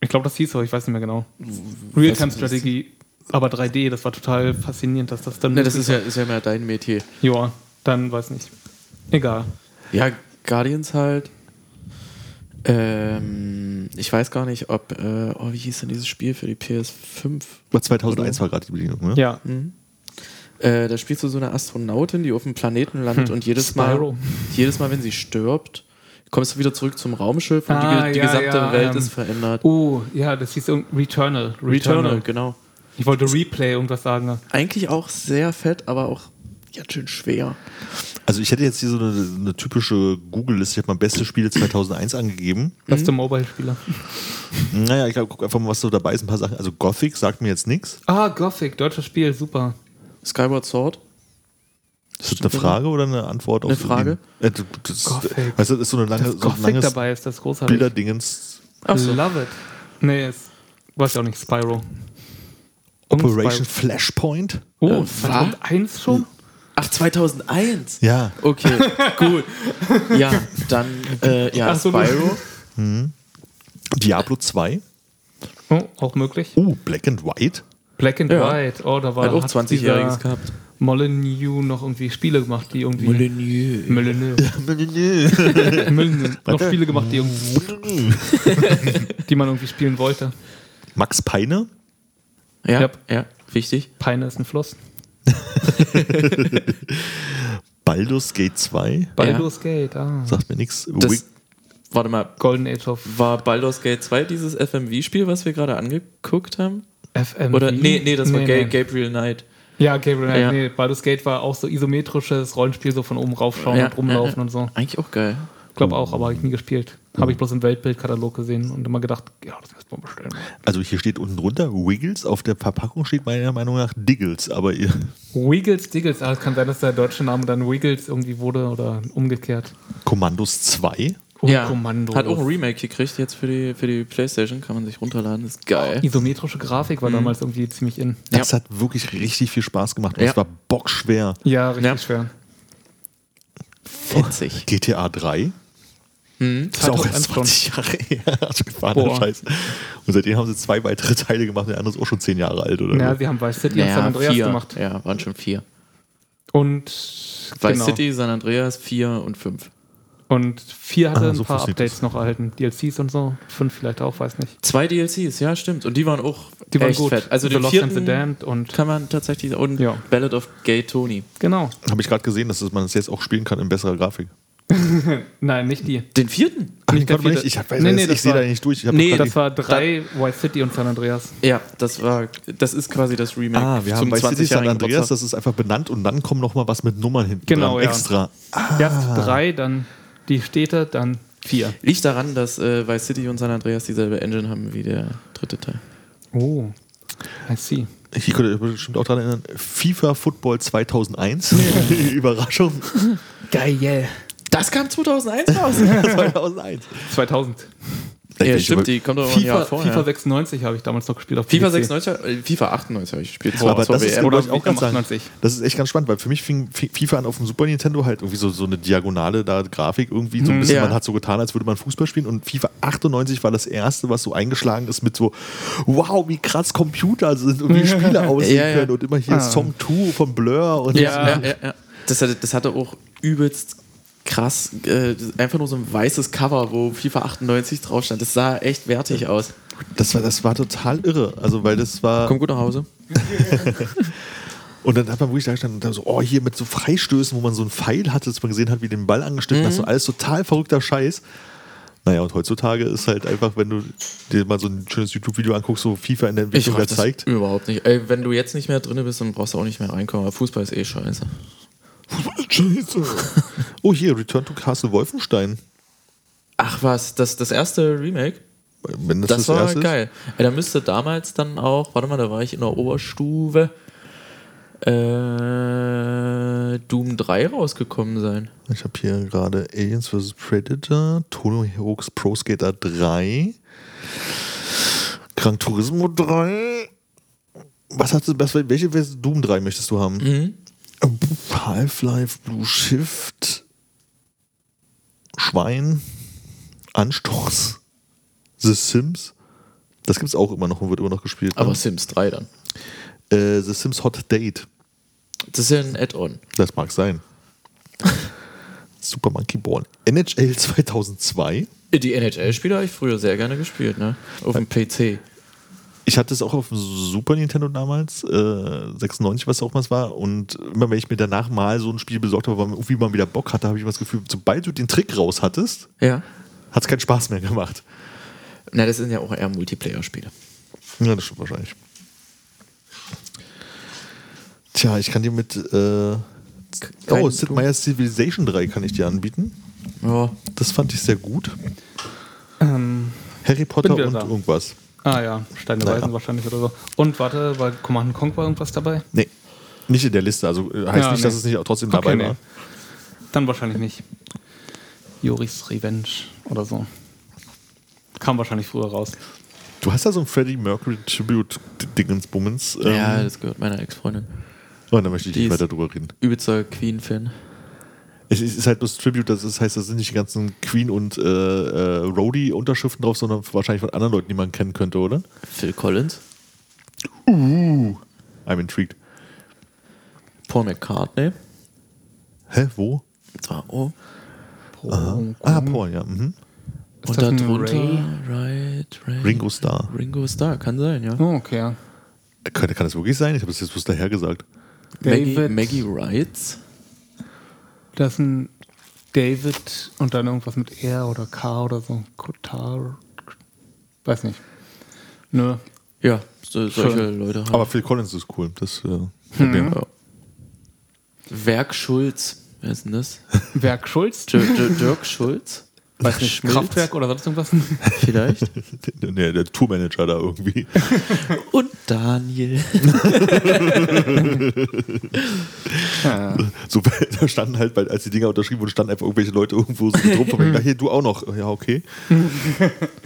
[SPEAKER 4] Ich glaube, das hieß so, ich weiß nicht mehr genau. Real-Time-Strategie, aber 3D, das war total faszinierend, dass das dann.
[SPEAKER 2] Ne, das ist ja, ist ja mehr dein Metier.
[SPEAKER 4] Ja, dann weiß nicht. Egal.
[SPEAKER 2] Ja, Guardians halt. Ähm, ich weiß gar nicht, ob. Äh, oh, wie hieß denn dieses Spiel für die PS5?
[SPEAKER 3] Aber 2001 war gerade die Bedienung, ne?
[SPEAKER 4] Ja.
[SPEAKER 2] Äh, da spielst du so eine Astronautin, die auf dem Planeten landet und jedes Mal,
[SPEAKER 4] Hm. Spyro.
[SPEAKER 2] jedes Mal, wenn sie stirbt, kommst du wieder zurück zum Raumschiff und
[SPEAKER 4] Ah,
[SPEAKER 2] die, die
[SPEAKER 4] ja,
[SPEAKER 2] gesamte
[SPEAKER 4] ja,
[SPEAKER 2] Welt
[SPEAKER 4] ähm,
[SPEAKER 2] ist verändert.
[SPEAKER 4] Oh, ja, das hieß irgend- Returnal.
[SPEAKER 2] Returnal, genau.
[SPEAKER 4] Ich wollte Replay irgendwas sagen. ne?
[SPEAKER 2] Eigentlich auch sehr fett, aber auch ganz schön schwer.
[SPEAKER 3] Also ich hätte jetzt hier so eine, eine typische Google-Liste. Ich habe mal beste Spiele 2001 angegeben.
[SPEAKER 4] Beste Mobile-Spieler.
[SPEAKER 3] Naja, ich glaub, guck einfach mal, was so dabei ist. Ein paar Sachen. Also Gothic sagt mir jetzt nichts.
[SPEAKER 4] Ah, Gothic, deutsches Spiel, super.
[SPEAKER 2] Skyward Sword.
[SPEAKER 3] Ist das eine Frage oder eine Antwort?
[SPEAKER 2] Eine Frage?
[SPEAKER 3] Den, äh, d- das,
[SPEAKER 4] Gothic.
[SPEAKER 3] Weißt du, das ist so eine lange,
[SPEAKER 4] Dass
[SPEAKER 3] so ein
[SPEAKER 4] Gothic
[SPEAKER 3] langes
[SPEAKER 4] dabei ist, das ist großartig.
[SPEAKER 3] Bilderdingens.
[SPEAKER 2] Achso.
[SPEAKER 4] Love it. Nee, ist, weiß ich auch nicht, Spyro.
[SPEAKER 3] Operation
[SPEAKER 4] Spyro.
[SPEAKER 3] Flashpoint?
[SPEAKER 4] Oh,
[SPEAKER 2] Äh,
[SPEAKER 4] 2001 schon?
[SPEAKER 2] Ach, 2001.
[SPEAKER 3] Ja.
[SPEAKER 2] Okay, cool. Ja, dann äh, ja,
[SPEAKER 4] Ach so, du-
[SPEAKER 2] Spyro.
[SPEAKER 3] Diablo 2? Mhm.
[SPEAKER 4] Oh, auch möglich.
[SPEAKER 3] Uh, Black and White?
[SPEAKER 4] Black and
[SPEAKER 2] Ja.
[SPEAKER 4] White. Oh, da war
[SPEAKER 2] Hat auch
[SPEAKER 4] hat
[SPEAKER 2] 20-Jähriges
[SPEAKER 4] dieser
[SPEAKER 2] gehabt.
[SPEAKER 4] Molyneux noch irgendwie Spiele gemacht, die irgendwie.
[SPEAKER 2] Molyneux.
[SPEAKER 4] Molyneux. Molyneux. noch Spiele gemacht, die, irgendwie, die man irgendwie spielen wollte.
[SPEAKER 3] Max Peine?
[SPEAKER 2] Ja,
[SPEAKER 4] Yep.
[SPEAKER 2] ja, wichtig.
[SPEAKER 4] Peine ist ein Fluss.
[SPEAKER 3] Baldur's Gate 2?
[SPEAKER 4] Baldur's Gate, ah.
[SPEAKER 3] Sagt mir nichts.
[SPEAKER 2] Das, warte mal,
[SPEAKER 4] Golden Age of
[SPEAKER 2] war Baldur's Gate 2 dieses FMV-Spiel, was wir gerade angeguckt haben?
[SPEAKER 4] FM.
[SPEAKER 2] Oder nee, nee, das war Ga-
[SPEAKER 4] Gate.
[SPEAKER 2] Gabriel Knight.
[SPEAKER 4] Ja, Gabriel Knight,
[SPEAKER 2] Ja.
[SPEAKER 4] nee, Baldur's Gate war auch so isometrisches Rollenspiel, so von oben raufschauen
[SPEAKER 2] Ja,
[SPEAKER 4] und rumlaufen
[SPEAKER 2] ja, ja.
[SPEAKER 4] und so.
[SPEAKER 2] Eigentlich auch geil.
[SPEAKER 4] Ich glaube auch, aber hab ich nie gespielt. Habe ich bloß im Weltbildkatalog gesehen und immer gedacht, ja, das müssen wir bestellen.
[SPEAKER 3] Also hier steht unten drunter Wiggles, auf der Verpackung steht meiner Meinung nach Diggles, aber ihr,
[SPEAKER 4] Wiggles Diggles, ah, es kann sein, dass der deutsche Name dann Wiggles irgendwie wurde oder umgekehrt.
[SPEAKER 3] Kommandos 2?
[SPEAKER 4] Oh,
[SPEAKER 2] ja,
[SPEAKER 4] Kommandos.
[SPEAKER 2] hat auch ein Remake gekriegt jetzt für die, für die Playstation, kann man sich runterladen, ist geil.
[SPEAKER 4] Oh, Isometrische Grafik war damals irgendwie ziemlich in.
[SPEAKER 3] Das hat wirklich richtig viel Spaß gemacht und
[SPEAKER 2] Ja.
[SPEAKER 3] es war bockschwer.
[SPEAKER 4] Ja, richtig
[SPEAKER 2] Ja.
[SPEAKER 4] schwer.
[SPEAKER 2] Fetzig.
[SPEAKER 3] GTA 3? Das ist auch erst
[SPEAKER 4] 2001
[SPEAKER 3] 20 Jahre her. Also gefahrener
[SPEAKER 4] Hm, Boah.
[SPEAKER 3] Scheiß. Und seitdem haben sie zwei weitere Teile gemacht, der andere ist auch schon 10 Jahre alt, oder?
[SPEAKER 4] Ja,
[SPEAKER 3] so.
[SPEAKER 4] sie haben Vice City und San Andreas
[SPEAKER 2] vier.
[SPEAKER 4] gemacht.
[SPEAKER 2] Ja, waren schon vier.
[SPEAKER 4] Und
[SPEAKER 2] Vice
[SPEAKER 4] genau.
[SPEAKER 2] City, San Andreas, vier und fünf.
[SPEAKER 4] Und vier hatte
[SPEAKER 3] Ah,
[SPEAKER 4] ein
[SPEAKER 3] so
[SPEAKER 4] paar
[SPEAKER 3] funktioniert
[SPEAKER 4] Updates noch erhalten. DLCs und so. Fünf vielleicht auch, weiß nicht.
[SPEAKER 2] Zwei DLCs, ja, stimmt. Und die waren auch
[SPEAKER 4] Die waren
[SPEAKER 2] echt
[SPEAKER 4] gut.
[SPEAKER 2] fett. Also
[SPEAKER 4] The
[SPEAKER 2] den
[SPEAKER 4] Lost and the
[SPEAKER 2] vierten
[SPEAKER 4] Damned und
[SPEAKER 2] kann man tatsächlich und
[SPEAKER 4] Ja.
[SPEAKER 2] Ballad of Gay Tony.
[SPEAKER 4] genau.
[SPEAKER 3] Habe ich gerade gesehen, dass das man das jetzt auch spielen kann in besserer Grafik.
[SPEAKER 4] Nein, nicht die.
[SPEAKER 2] Den vierten?
[SPEAKER 3] Ach,
[SPEAKER 4] Nicht der
[SPEAKER 3] konnte man
[SPEAKER 4] vierte.
[SPEAKER 3] Ich, hab-
[SPEAKER 4] Nee, nee, das
[SPEAKER 3] ich sehe
[SPEAKER 4] war-
[SPEAKER 3] da nicht durch. Ich hab
[SPEAKER 2] Nee,
[SPEAKER 3] doch grad
[SPEAKER 4] Das war drei, Vice City und San Andreas.
[SPEAKER 2] Ja, das war, das ist quasi das Remake
[SPEAKER 3] Ah, wir haben bei City San
[SPEAKER 2] 20-jährigen
[SPEAKER 3] Andreas,
[SPEAKER 2] Geburtstag.
[SPEAKER 3] das ist einfach benannt und dann kommt noch mal was mit Nummern hinten
[SPEAKER 4] Genau,
[SPEAKER 3] dran,
[SPEAKER 4] ja.
[SPEAKER 3] extra.
[SPEAKER 4] Erst drei, dann die Städte, dann vier.
[SPEAKER 2] Liegt daran, dass äh, Vice City und San Andreas dieselbe Engine haben wie der dritte Teil.
[SPEAKER 4] Oh. I see.
[SPEAKER 3] Ich könnte euch bestimmt auch daran erinnern, FIFA Football 2001. Überraschung.
[SPEAKER 4] Geil.
[SPEAKER 2] Das kam 2001 raus.
[SPEAKER 3] 2001.
[SPEAKER 4] 2000.
[SPEAKER 2] ja, stimmt, die kommt doch ein
[SPEAKER 4] FIFA,
[SPEAKER 2] Jahr vorher.
[SPEAKER 4] FIFA 96 habe ich damals noch gespielt auf
[SPEAKER 2] FIFA
[SPEAKER 4] PC.
[SPEAKER 2] 96, äh, FIFA 98 habe ich gespielt.
[SPEAKER 3] Aber das ist,
[SPEAKER 2] WM.
[SPEAKER 3] genau- oder
[SPEAKER 4] Oder
[SPEAKER 3] ich auch ganz sagen,
[SPEAKER 4] 98.
[SPEAKER 3] das ist echt ganz spannend, weil für mich fing Fi- FIFA an auf dem Super Nintendo halt irgendwie so, so eine diagonale da Grafik irgendwie so ein bisschen,
[SPEAKER 2] Mhm. Ja.
[SPEAKER 3] man hat so getan, als würde man Fußball spielen und FIFA 98 war das erste, was so eingeschlagen ist mit so, wow, wie krass Computer sind und wie Spiele aussehen
[SPEAKER 2] Ja, ja.
[SPEAKER 3] können und immer hier Song 2 von Blur und
[SPEAKER 2] Ja, ja, ja, ja. Das hatte, das hatte auch übelst krass, äh, einfach nur so ein weißes Cover, wo FIFA 98 drauf stand. Das sah echt wertig aus.
[SPEAKER 3] Das war, das war total irre. Also, weil das war.
[SPEAKER 2] Komm gut nach Hause.
[SPEAKER 3] Und dann hat man wirklich da gestanden und dann so, oh, hier mit so
[SPEAKER 2] Mhm.
[SPEAKER 3] Freistößen, wo man so einen Pfeil hatte, dass man gesehen hat, wie den Ball angeschnitten hat, so alles total verrückter Scheiß. Naja, und heutzutage ist halt einfach, wenn du dir mal so ein schönes YouTube-Video anguckst, so FIFA in der Entwicklung
[SPEAKER 2] raff
[SPEAKER 3] halt
[SPEAKER 2] das
[SPEAKER 3] zeigt.
[SPEAKER 2] Überhaupt nicht. Ey, wenn du jetzt nicht mehr drin bist, dann brauchst du auch nicht mehr reinkommen. Aber Fußball ist eh scheiße.
[SPEAKER 3] Scheiße. Oh, hier, Return to Castle Wolfenstein.
[SPEAKER 2] Ach was, das, das erste Remake,
[SPEAKER 3] Wenn das
[SPEAKER 2] das,
[SPEAKER 3] das,
[SPEAKER 2] war
[SPEAKER 3] erste
[SPEAKER 2] geil. Ey, da müsste damals dann auch, warte mal, da war ich in der Oberstufe, äh, Doom 3 rausgekommen sein.
[SPEAKER 3] ist. Ich habe hier gerade Aliens vs. Predator, Tono Heroes Pro Skater 3, Gran Turismo 3. Was hast du besser? Welche Version- Doom 3 möchtest du haben? Half-Life, Blue Shift, Schwein, Anstoß, The Sims. Das gibt's auch immer noch und wird immer noch gespielt.
[SPEAKER 2] Aber
[SPEAKER 3] ne?
[SPEAKER 2] Sims 3 dann.
[SPEAKER 3] äh, The Sims Hot Date.
[SPEAKER 2] Das ist ja ein Add-on.
[SPEAKER 3] Das mag sein. Super Monkey Ball. NHL 2002.
[SPEAKER 2] Die NHL-Spiele habe ich früher sehr gerne gespielt, ne? Auf dem PC.
[SPEAKER 3] Ich hatte es auch auf dem Super Nintendo damals, äh, 96, was auch mal es war. Und immer wenn ich mir danach mal so ein Spiel besorgt habe, weil man irgendwie mal wieder Bock hatte, habe ich immer das Gefühl, sobald du den Trick raus hattest,
[SPEAKER 2] Ja.
[SPEAKER 3] hat es keinen Spaß mehr gemacht.
[SPEAKER 2] Na, das sind ja auch eher Multiplayer-Spiele.
[SPEAKER 3] Ja, das stimmt wahrscheinlich. Tja, ich kann dir mit. Äh, oh, Sid Meier's Civilization 3 kann ich dir anbieten.
[SPEAKER 2] Ja.
[SPEAKER 3] Das fand ich sehr gut.
[SPEAKER 4] Ähm,
[SPEAKER 3] Harry Potter
[SPEAKER 4] Bin wieder
[SPEAKER 3] und
[SPEAKER 4] da.
[SPEAKER 3] irgendwas.
[SPEAKER 4] ah ja, Steine
[SPEAKER 3] Naja.
[SPEAKER 4] Weisen wahrscheinlich oder so. Und warte, weil Command Kong war irgendwas dabei?
[SPEAKER 3] Nee, nicht in der Liste. Also äh, heißt
[SPEAKER 4] Ja,
[SPEAKER 3] nicht, dass
[SPEAKER 4] nee.
[SPEAKER 3] es nicht auch trotzdem
[SPEAKER 4] Okay,
[SPEAKER 3] dabei
[SPEAKER 4] nee.
[SPEAKER 3] war.
[SPEAKER 4] Dann wahrscheinlich nicht. Joris Revenge oder so. Kam wahrscheinlich früher raus.
[SPEAKER 3] Du hast da so ein Freddie Mercury Tribute-Dingensbummens. Ähm,
[SPEAKER 2] Ja, das gehört meiner Ex-Freundin.
[SPEAKER 3] Oh, da möchte ich
[SPEAKER 2] Die
[SPEAKER 3] nicht
[SPEAKER 2] ist-
[SPEAKER 3] weiter drüber reden.
[SPEAKER 2] Übelster Queen-Fan.
[SPEAKER 3] Es ist ist halt bloß Tribute, das ist, heißt, das sind nicht die ganzen Queen- und äh, äh, Roadie-Unterschriften drauf, sondern wahrscheinlich von anderen Leuten, die man kennen könnte, oder?
[SPEAKER 2] Phil Collins.
[SPEAKER 3] Uh, I'm intrigued.
[SPEAKER 2] Paul McCartney.
[SPEAKER 3] Hä, wo?
[SPEAKER 2] Das war oh.
[SPEAKER 3] Ah,
[SPEAKER 4] Ähm.
[SPEAKER 3] Paul, ja. Mhm.
[SPEAKER 2] Und
[SPEAKER 4] das
[SPEAKER 2] da
[SPEAKER 4] ein
[SPEAKER 2] drunter
[SPEAKER 4] Ray?
[SPEAKER 2] Right, right.
[SPEAKER 3] Ringo Starr.
[SPEAKER 2] Ringo Starr, kann sein, ja.
[SPEAKER 4] Oh, okay. ja.
[SPEAKER 3] Könnte, kann das wirklich sein? Ich habe es jetzt bloß daher gesagt.
[SPEAKER 2] Maggie,
[SPEAKER 4] David-
[SPEAKER 2] Maggie Wrights.
[SPEAKER 4] Das ist ein David und dann irgendwas mit R oder K oder so. Kotar. Weiß nicht. Nö.
[SPEAKER 2] Ja, so, solche
[SPEAKER 4] Schön.
[SPEAKER 2] Leute haben.
[SPEAKER 3] Aber Phil Collins ist cool. Das, äh,
[SPEAKER 2] ja. Werk Schulz. Wer ist denn das?
[SPEAKER 4] Werk Schulz?
[SPEAKER 2] Dir- Dir- Dirk Schulz?
[SPEAKER 4] Weiß nicht,
[SPEAKER 2] Schmilz?
[SPEAKER 4] Kraftwerk oder sonst irgendwas?
[SPEAKER 2] Vielleicht.
[SPEAKER 3] der, der Tourmanager da irgendwie.
[SPEAKER 2] Und Daniel.
[SPEAKER 4] ja.
[SPEAKER 3] So, da standen halt, weil als die Dinger unterschrieben wurden, standen einfach irgendwelche Leute irgendwo so drum. von wegen, "Na, hier, du auch noch. Ja, okay.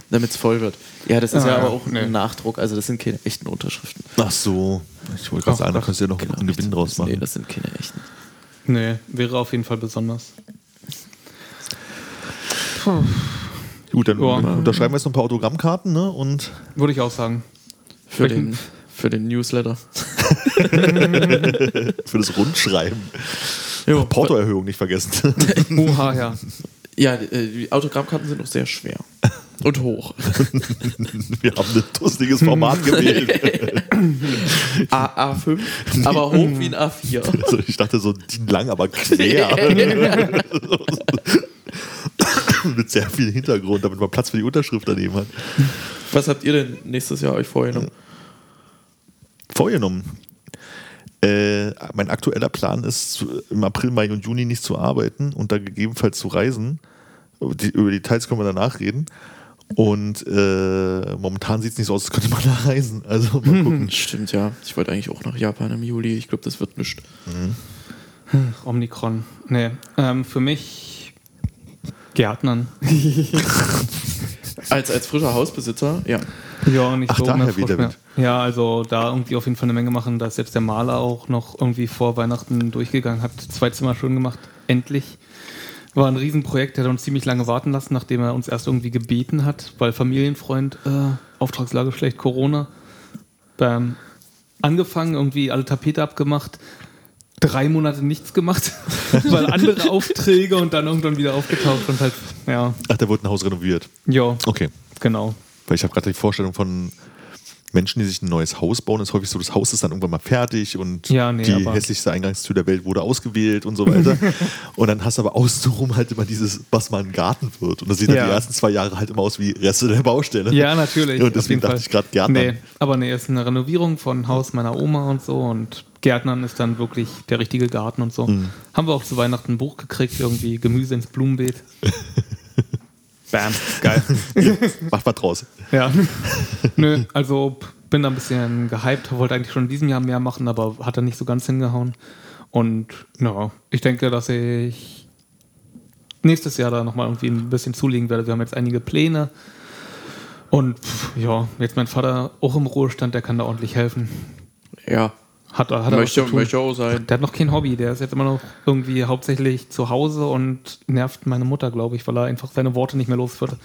[SPEAKER 2] Damit es voll wird. Ja, das ist
[SPEAKER 4] Ah,
[SPEAKER 2] ja aber
[SPEAKER 4] ja,
[SPEAKER 2] auch
[SPEAKER 4] nee.
[SPEAKER 2] ein Nachdruck. Also, das sind keine echten Unterschriften.
[SPEAKER 3] Ach so. Ich wollte gerade sagen, da kannst du ja noch
[SPEAKER 2] genau.
[SPEAKER 3] einen Gewinn draus
[SPEAKER 2] Nee,
[SPEAKER 3] machen.
[SPEAKER 2] das sind keine echten.
[SPEAKER 4] Nee, wäre auf jeden Fall besonders. Puh,
[SPEAKER 3] Gut, dann
[SPEAKER 4] Ja.
[SPEAKER 3] unterschreiben wir jetzt noch ein paar Autogrammkarten, ne? Und
[SPEAKER 4] würde ich auch sagen.
[SPEAKER 2] Für den, für den Newsletter.
[SPEAKER 3] für das Rundschreiben.
[SPEAKER 2] Jo.
[SPEAKER 3] Portoerhöhung nicht vergessen.
[SPEAKER 4] Oha, ja.
[SPEAKER 2] Ja, äh, die Autogrammkarten sind auch sehr schwer. Und hoch.
[SPEAKER 3] wir haben ein lustiges Format gewählt.
[SPEAKER 2] A, A5, aber hoch wie ein A4.
[SPEAKER 3] Also ich dachte so DIN lang, aber quer. Mit sehr viel Hintergrund, damit man Platz für die Unterschrift daneben hat.
[SPEAKER 2] Was habt ihr denn nächstes Jahr euch vorgenommen?
[SPEAKER 3] vorgenommen. Äh, mein aktueller Plan ist, zu- im April, Mai und Juni nicht zu arbeiten und da gegebenenfalls zu reisen. Über Die, über Details können wir danach reden. Und äh, momentan sieht es nicht so aus, als könnte man da reisen. Also mal gucken.
[SPEAKER 2] Stimmt, ja. Ich wollte eigentlich auch nach Japan im Juli. Ich glaube, das wird nicht.
[SPEAKER 4] Omnicron. Nee, ähm, für mich Gärtnern.
[SPEAKER 2] Als, als frischer Hausbesitzer, ja.
[SPEAKER 4] Ja, nicht
[SPEAKER 3] Ach, daher
[SPEAKER 4] mehr frisch
[SPEAKER 3] wieder
[SPEAKER 4] mehr.
[SPEAKER 3] mit.
[SPEAKER 4] Ja, also da irgendwie auf jeden Fall eine Menge machen, dass selbst der Maler auch noch irgendwie vor Weihnachten durchgegangen hat, zwei Zimmer schön gemacht, endlich. War ein Riesenprojekt, der hat uns ziemlich lange warten lassen, nachdem er uns erst irgendwie gebeten hat, weil Familienfreund, äh, Auftragslage schlecht, Corona. Bam. Angefangen, irgendwie alle Tapete abgemacht, drei Monate nichts gemacht, weil andere Aufträge und dann irgendwann wieder aufgetaucht und halt, ja,
[SPEAKER 3] Ach, da wurde ein Haus renoviert.
[SPEAKER 4] ja,
[SPEAKER 3] Okay.
[SPEAKER 4] genau.
[SPEAKER 3] Weil ich habe gerade die Vorstellung von Menschen, die sich ein neues Haus bauen, ist häufig so, das Haus ist dann irgendwann mal fertig und
[SPEAKER 4] Ja, nee,
[SPEAKER 3] die
[SPEAKER 4] aber-
[SPEAKER 3] hässlichste Eingangstür der Welt wurde ausgewählt und so weiter. und dann hast du aber außenrum halt immer dieses, was mal ein Garten wird. Und das sieht dann
[SPEAKER 4] Ja.
[SPEAKER 3] die ersten zwei Jahre halt immer aus wie Reste der Baustelle.
[SPEAKER 4] Ja, natürlich.
[SPEAKER 3] Und
[SPEAKER 4] auf
[SPEAKER 3] deswegen
[SPEAKER 4] jeden
[SPEAKER 3] dachte
[SPEAKER 4] Fall.
[SPEAKER 3] ich gerade Gärtnern.
[SPEAKER 4] Nee, aber nee, ist eine Renovierung von Haus meiner Oma und so und Gärtnern ist dann wirklich der richtige Garten und so.
[SPEAKER 3] Mhm.
[SPEAKER 4] Haben wir auch zu Weihnachten ein Buch gekriegt, irgendwie Gemüse ins Blumenbeet. Bam, geil.
[SPEAKER 3] Mach mal draus.
[SPEAKER 4] Ja. Nö, also p- bin da ein bisschen gehypt, wollte eigentlich schon in diesem Jahr mehr machen, aber hat dann nicht so ganz hingehauen. Und ja, ich denke, dass ich nächstes Jahr da nochmal irgendwie ein bisschen zulegen werde. Wir haben jetzt einige Pläne. Und pff, ja, jetzt mein Vater auch im Ruhestand, der kann da ordentlich helfen.
[SPEAKER 2] Ja.
[SPEAKER 4] Hat, er- hat er was
[SPEAKER 2] Möchte,
[SPEAKER 4] zu tun.
[SPEAKER 2] möchte auch sein.
[SPEAKER 4] Der hat noch kein Hobby, der ist jetzt immer noch irgendwie hauptsächlich zu Hause und nervt meine Mutter, glaube ich, weil er einfach seine Worte nicht mehr los wird.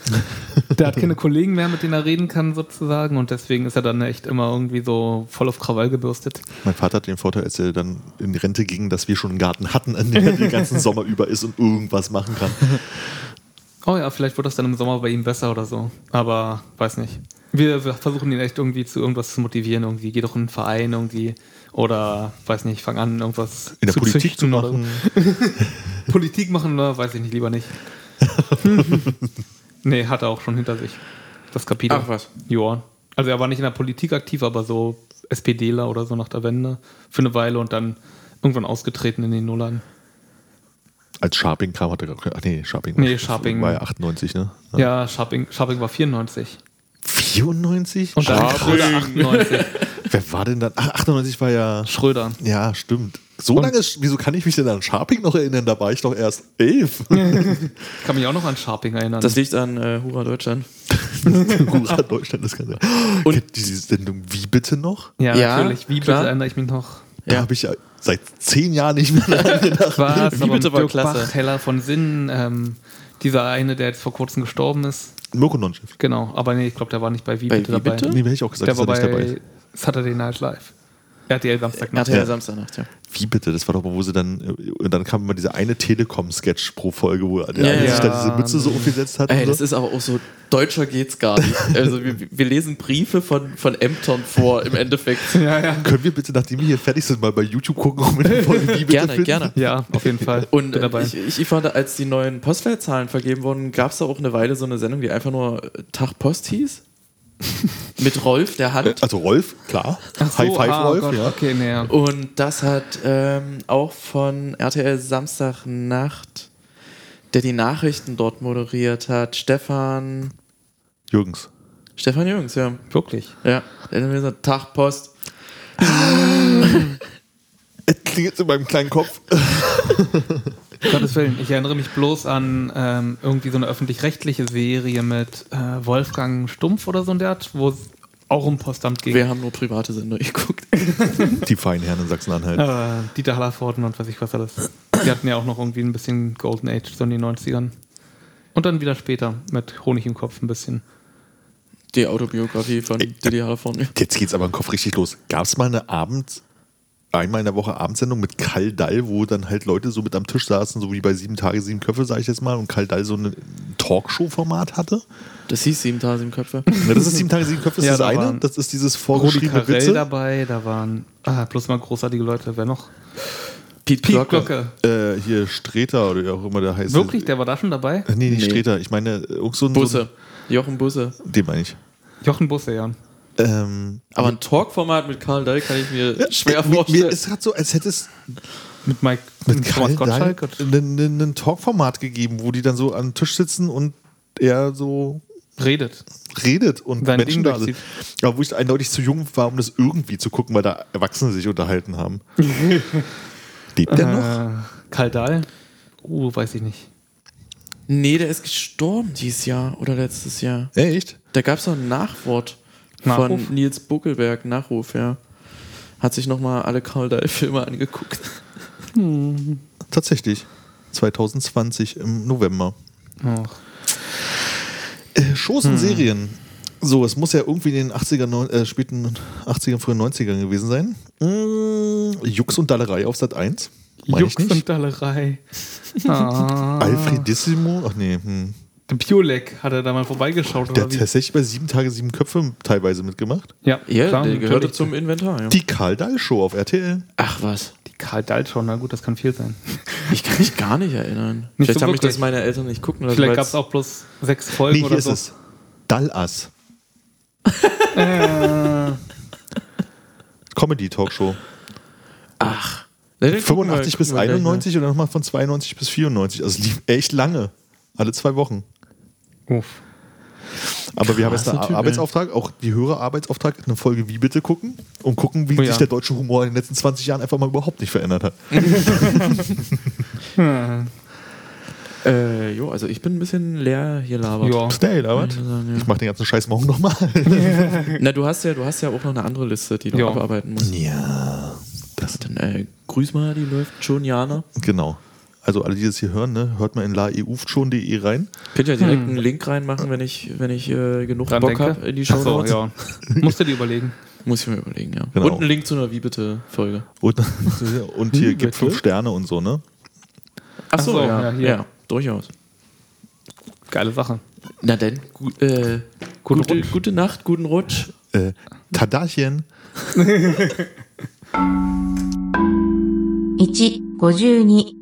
[SPEAKER 4] der hat keine Kollegen mehr, mit denen er reden kann, sozusagen, und deswegen ist er dann echt immer irgendwie so voll auf Krawall gebürstet.
[SPEAKER 3] Mein Vater hat den Vorteil, als er dann in die Rente ging, dass wir schon einen Garten hatten, an dem er den ganzen Sommer über ist und irgendwas machen kann.
[SPEAKER 4] Oh ja, vielleicht wird das dann im Sommer bei ihm besser oder so, aber weiß nicht. Wir, wir versuchen ihn echt irgendwie zu irgendwas zu motivieren, irgendwie, geh doch in einen Verein irgendwie oder weiß nicht, fang an, irgendwas
[SPEAKER 3] In der Politik zu
[SPEAKER 4] züchten oder-
[SPEAKER 3] machen.
[SPEAKER 4] Politik machen oder weiß ich nicht, lieber nicht. nee, hat er auch schon hinter sich. Das Kapitel.
[SPEAKER 2] Ach was.
[SPEAKER 4] Ja. Also er war nicht in der Politik aktiv, aber so SPDler oder so nach der Wende für eine Weile und dann irgendwann ausgetreten in den Nullern.
[SPEAKER 3] Als Sharping kam, hat er gar Ach nee, Sharping.
[SPEAKER 4] Nee, Scharping.
[SPEAKER 3] War ja 98, ne?
[SPEAKER 4] Ja, Scharping, Scharping war 94.
[SPEAKER 3] 94?
[SPEAKER 4] Und dann
[SPEAKER 2] Scharping.
[SPEAKER 4] Schröder 98.
[SPEAKER 3] Wer war denn dann? Ach, 98 war ja.
[SPEAKER 4] Schröder.
[SPEAKER 3] Ja, stimmt. So lange, ist- wieso kann ich mich denn an Sharping noch erinnern? Da war ich doch erst elf.
[SPEAKER 4] Ich kann mich auch noch an Scharping erinnern.
[SPEAKER 2] Das liegt an äh, Hurra Deutschland.
[SPEAKER 3] Hurra, Deutschland, das kann sein.
[SPEAKER 2] Und-
[SPEAKER 3] Kennt ihr diese Sendung Wie bitte noch?
[SPEAKER 4] ja,
[SPEAKER 2] Ja,
[SPEAKER 4] natürlich. Wie
[SPEAKER 2] klar.
[SPEAKER 4] bitte erinnere ich mich noch?
[SPEAKER 3] Da
[SPEAKER 2] Ja.
[SPEAKER 3] habe ich ja seit zehn Jahren nicht mehr dran gedacht.
[SPEAKER 4] Was?
[SPEAKER 2] Wie bitte war
[SPEAKER 4] Dirk
[SPEAKER 2] klasse.
[SPEAKER 4] Bach, Heller von Sinnen, ähm, dieser eine, der jetzt vor kurzem gestorben ist.
[SPEAKER 3] Mirko Nonchef.
[SPEAKER 4] Genau, aber nee, ich glaube, der war nicht bei Wie
[SPEAKER 2] Bei
[SPEAKER 4] bitte
[SPEAKER 2] Wie
[SPEAKER 4] dabei.
[SPEAKER 2] bitte?
[SPEAKER 3] Nee, hätte ich auch gesagt,
[SPEAKER 4] Der war
[SPEAKER 3] dass er
[SPEAKER 4] bei
[SPEAKER 3] nicht dabei
[SPEAKER 4] Saturday Night Live. RTL Samstag Nacht.
[SPEAKER 2] RTL
[SPEAKER 3] Ja.
[SPEAKER 2] Samstagnacht, ja.
[SPEAKER 3] Wie bitte? Das war doch mal, wo sie dann. äh, Und dann kam immer dieser eine Telekom-Sketch pro Folge, wo der
[SPEAKER 2] Ja,
[SPEAKER 3] eine
[SPEAKER 2] ja.
[SPEAKER 3] sich da diese Mütze so aufgesetzt hat.
[SPEAKER 2] Ey,
[SPEAKER 3] und
[SPEAKER 2] das
[SPEAKER 3] so.
[SPEAKER 2] ist aber auch so, deutscher geht's gar nicht. Also wir, wir lesen Briefe von, von Ämtern vor im Endeffekt.
[SPEAKER 4] Ja, ja.
[SPEAKER 3] Können wir bitte, nachdem wir hier fertig sind, mal bei YouTube gucken, ob wir die Folge Wie bitte
[SPEAKER 2] Gerne,
[SPEAKER 3] finden?
[SPEAKER 2] gerne.
[SPEAKER 4] Ja, auf jeden Fall.
[SPEAKER 2] Und
[SPEAKER 4] Bin
[SPEAKER 2] äh, ich, ich, ich fand, als die neuen Postleitzahlen vergeben wurden, gab es da auch eine Weile so eine Sendung, die einfach nur äh, Tag Post hieß. Mit Rolf, der Hand.
[SPEAKER 3] Also Rolf, klar.
[SPEAKER 4] Ach so,
[SPEAKER 3] High Five
[SPEAKER 4] ah,
[SPEAKER 3] Rolf,
[SPEAKER 4] Gott,
[SPEAKER 3] ja.
[SPEAKER 4] Okay, nee, ja.
[SPEAKER 2] Und das hat ähm, auch von RTL Samstagnacht, der die Nachrichten dort moderiert hat, Stefan.
[SPEAKER 3] Jürgens.
[SPEAKER 2] Stefan Jürgens, ja.
[SPEAKER 4] Wirklich.
[SPEAKER 2] Ja, der hat mir gesagt, Tag Post.
[SPEAKER 3] Es klingelt in meinem kleinen Kopf.
[SPEAKER 4] Um Gottes Willen. Ich erinnere mich bloß an ähm, irgendwie so eine öffentlich-rechtliche Serie mit äh, Wolfgang Stumpf oder so in der Art, wo es auch um Postamt ging.
[SPEAKER 2] Wir haben nur private Sender geguckt.
[SPEAKER 3] Die feinen Herren in Sachsen-Anhalt.
[SPEAKER 4] Äh, Dieter Hallervorden und weiß ich was alles. Die hatten ja auch noch irgendwie ein bisschen Golden Age, so in den 90ern. Und dann wieder später mit Honig im Kopf ein bisschen.
[SPEAKER 2] Die Autobiografie von Didi Hallervorden.
[SPEAKER 3] Jetzt geht's aber im Kopf richtig los. Gab es mal eine Abend, einmal in der Woche Abendsendung mit Karl Dall, wo dann halt Leute so mit am Tisch saßen, so wie bei sieben Tage, sieben Köpfe, sage ich jetzt mal, und Karl Dall so ein Talkshow-Format hatte?
[SPEAKER 2] Das hieß 7000 Köpfe.
[SPEAKER 3] Na, das ist sieben Tage, sieben Köpfe, das
[SPEAKER 4] Ja,
[SPEAKER 3] ist
[SPEAKER 4] da
[SPEAKER 3] das eine.
[SPEAKER 4] waren
[SPEAKER 3] Das ist dieses
[SPEAKER 4] Rudi
[SPEAKER 3] vorgeschriebene
[SPEAKER 4] Carell
[SPEAKER 3] Witze.
[SPEAKER 4] dabei, da waren ah, bloß mal großartige Leute. Wer noch?
[SPEAKER 2] Piet
[SPEAKER 4] Piet
[SPEAKER 2] Glocke.
[SPEAKER 4] Glocke.
[SPEAKER 3] Äh, hier Streter oder wie auch immer der heißt. Äh,
[SPEAKER 4] Wirklich, der war da schon dabei?
[SPEAKER 3] Nee, nicht
[SPEAKER 2] Nee.
[SPEAKER 3] Streter. Ich meine, äh, irgend so ein.
[SPEAKER 2] Busse. Jochen Busse.
[SPEAKER 3] So ein, den meine ich.
[SPEAKER 4] Jochen Busse, ja.
[SPEAKER 3] Ähm,
[SPEAKER 2] Aber ein Talkformat mit Karl Dall kann ich mir schwer
[SPEAKER 3] mir,
[SPEAKER 2] vorstellen.
[SPEAKER 3] mir ist gerade so, als hätte es
[SPEAKER 4] Mit Mike
[SPEAKER 3] mit Karl
[SPEAKER 4] Thomas
[SPEAKER 3] Dall
[SPEAKER 4] Gottschalk. und
[SPEAKER 3] ein Talkformat gegeben, wo die dann so am Tisch sitzen und er so
[SPEAKER 4] Redet.
[SPEAKER 3] redet und
[SPEAKER 4] Sein
[SPEAKER 3] Menschen
[SPEAKER 4] Ding
[SPEAKER 3] da sind.
[SPEAKER 4] durchzieht.
[SPEAKER 3] Aber wo ich eindeutig zu jung war, um das irgendwie zu gucken, weil da Erwachsene sich unterhalten haben. Lebt der noch?
[SPEAKER 4] Äh, Karl Dahl? Uh, weiß ich nicht.
[SPEAKER 2] nee, der ist gestorben dieses Jahr oder letztes Jahr.
[SPEAKER 3] Echt?
[SPEAKER 2] Da gab es noch ein Nachwort
[SPEAKER 4] Nachruf?
[SPEAKER 2] von Nils Buckelberg, Nachruf, ja. Hat sich nochmal alle Karl Dahl-Filme angeguckt.
[SPEAKER 3] Tatsächlich. 2020 im November.
[SPEAKER 4] Ach.
[SPEAKER 3] Äh, Shows und
[SPEAKER 4] Hm.
[SPEAKER 3] Serien. So, es muss ja irgendwie in den 80er, neun- äh, späten 80ern, frühen 90ern gewesen sein.
[SPEAKER 4] Hm.
[SPEAKER 3] Mm, Jux und Dallerei auf Sat 1.
[SPEAKER 4] Jux und Dallerei. Ah.
[SPEAKER 3] Alfredissimo? Ach nee, hm.
[SPEAKER 4] Im Pulek hat er da mal vorbeigeschaut.
[SPEAKER 3] Der hat tatsächlich bei sieben Tage sieben Köpfe teilweise mitgemacht.
[SPEAKER 4] ja,
[SPEAKER 2] Ja, der
[SPEAKER 4] natürlich.
[SPEAKER 2] gehörte zum Inventar. Ja.
[SPEAKER 3] Die Karl Dahl Show auf RTL.
[SPEAKER 2] Ach was,
[SPEAKER 4] Die Karl Dalton, na gut, das kann viel sein.
[SPEAKER 2] ich kann mich gar nicht erinnern.
[SPEAKER 4] Nicht
[SPEAKER 2] Vielleicht
[SPEAKER 4] so
[SPEAKER 2] haben mich
[SPEAKER 4] wirklich.
[SPEAKER 2] das meine Eltern nicht gucken lassen.
[SPEAKER 4] Vielleicht
[SPEAKER 2] Also weil's-
[SPEAKER 4] gab es auch bloß sechs Folgen
[SPEAKER 3] nee, hier
[SPEAKER 4] oder
[SPEAKER 3] ist
[SPEAKER 4] so.
[SPEAKER 3] es. Dallas.
[SPEAKER 2] Äh.
[SPEAKER 3] Comedy Talkshow.
[SPEAKER 2] Ach. Na, dann gucken wir-
[SPEAKER 3] 85 bis
[SPEAKER 2] gucken wir gleich ne? mal.
[SPEAKER 3] 91 und dann nochmal von 92 bis 94. Also es lief echt lange. Alle zwei Wochen.
[SPEAKER 4] Uff.
[SPEAKER 3] Aber wir haben jetzt
[SPEAKER 2] Krasser
[SPEAKER 3] einen
[SPEAKER 2] Typ, ey.
[SPEAKER 3] Arbeitsauftrag, auch die höhere Arbeitsauftrag, eine Folge Wie bitte gucken und gucken, wie
[SPEAKER 4] Oh ja.
[SPEAKER 3] sich der deutsche Humor in den letzten 20 Jahren einfach mal überhaupt nicht verändert hat.
[SPEAKER 2] Äh, jo, also ich bin ein bisschen leer hier labert.
[SPEAKER 4] Ja.
[SPEAKER 3] Schnell, aber ich mach den ganzen Scheiß morgen nochmal.
[SPEAKER 2] Na, du hast ja, du hast ja auch noch eine andere Liste, die du
[SPEAKER 4] Ja.
[SPEAKER 2] abarbeiten musst.
[SPEAKER 3] ja, das
[SPEAKER 2] Dann äh, grüß mal, die läuft schon
[SPEAKER 4] Hm.
[SPEAKER 2] Jana.
[SPEAKER 3] genau. Also alle, die das hier hören, ne, hört mal in laeuftschon.de rein.
[SPEAKER 2] Könnt ja direkt einen Link reinmachen, wenn ich, wenn ich äh, genug
[SPEAKER 4] Dran
[SPEAKER 2] Bock
[SPEAKER 4] denke.
[SPEAKER 2] habe in die
[SPEAKER 4] Ach
[SPEAKER 2] Show
[SPEAKER 4] so,
[SPEAKER 2] Notes.
[SPEAKER 4] ja. Musst du dir überlegen.
[SPEAKER 2] Muss ich mir überlegen, ja.
[SPEAKER 3] Genau.
[SPEAKER 2] Und einen Link zu einer Wie bitte Folge.
[SPEAKER 3] Und, und hier
[SPEAKER 2] Wie
[SPEAKER 3] gibt
[SPEAKER 2] bitte?
[SPEAKER 3] fünf Sterne und so, ne?
[SPEAKER 2] Ach so,
[SPEAKER 4] so,
[SPEAKER 2] ja,
[SPEAKER 4] ja,
[SPEAKER 2] ja,
[SPEAKER 4] hier.
[SPEAKER 2] durchaus.
[SPEAKER 4] Geile Sache.
[SPEAKER 2] Na denn, gu äh, gute,
[SPEAKER 4] Rutsch.
[SPEAKER 2] gute Nacht, guten Rutsch.
[SPEAKER 3] Äh, Tadachen.
[SPEAKER 1] 1、52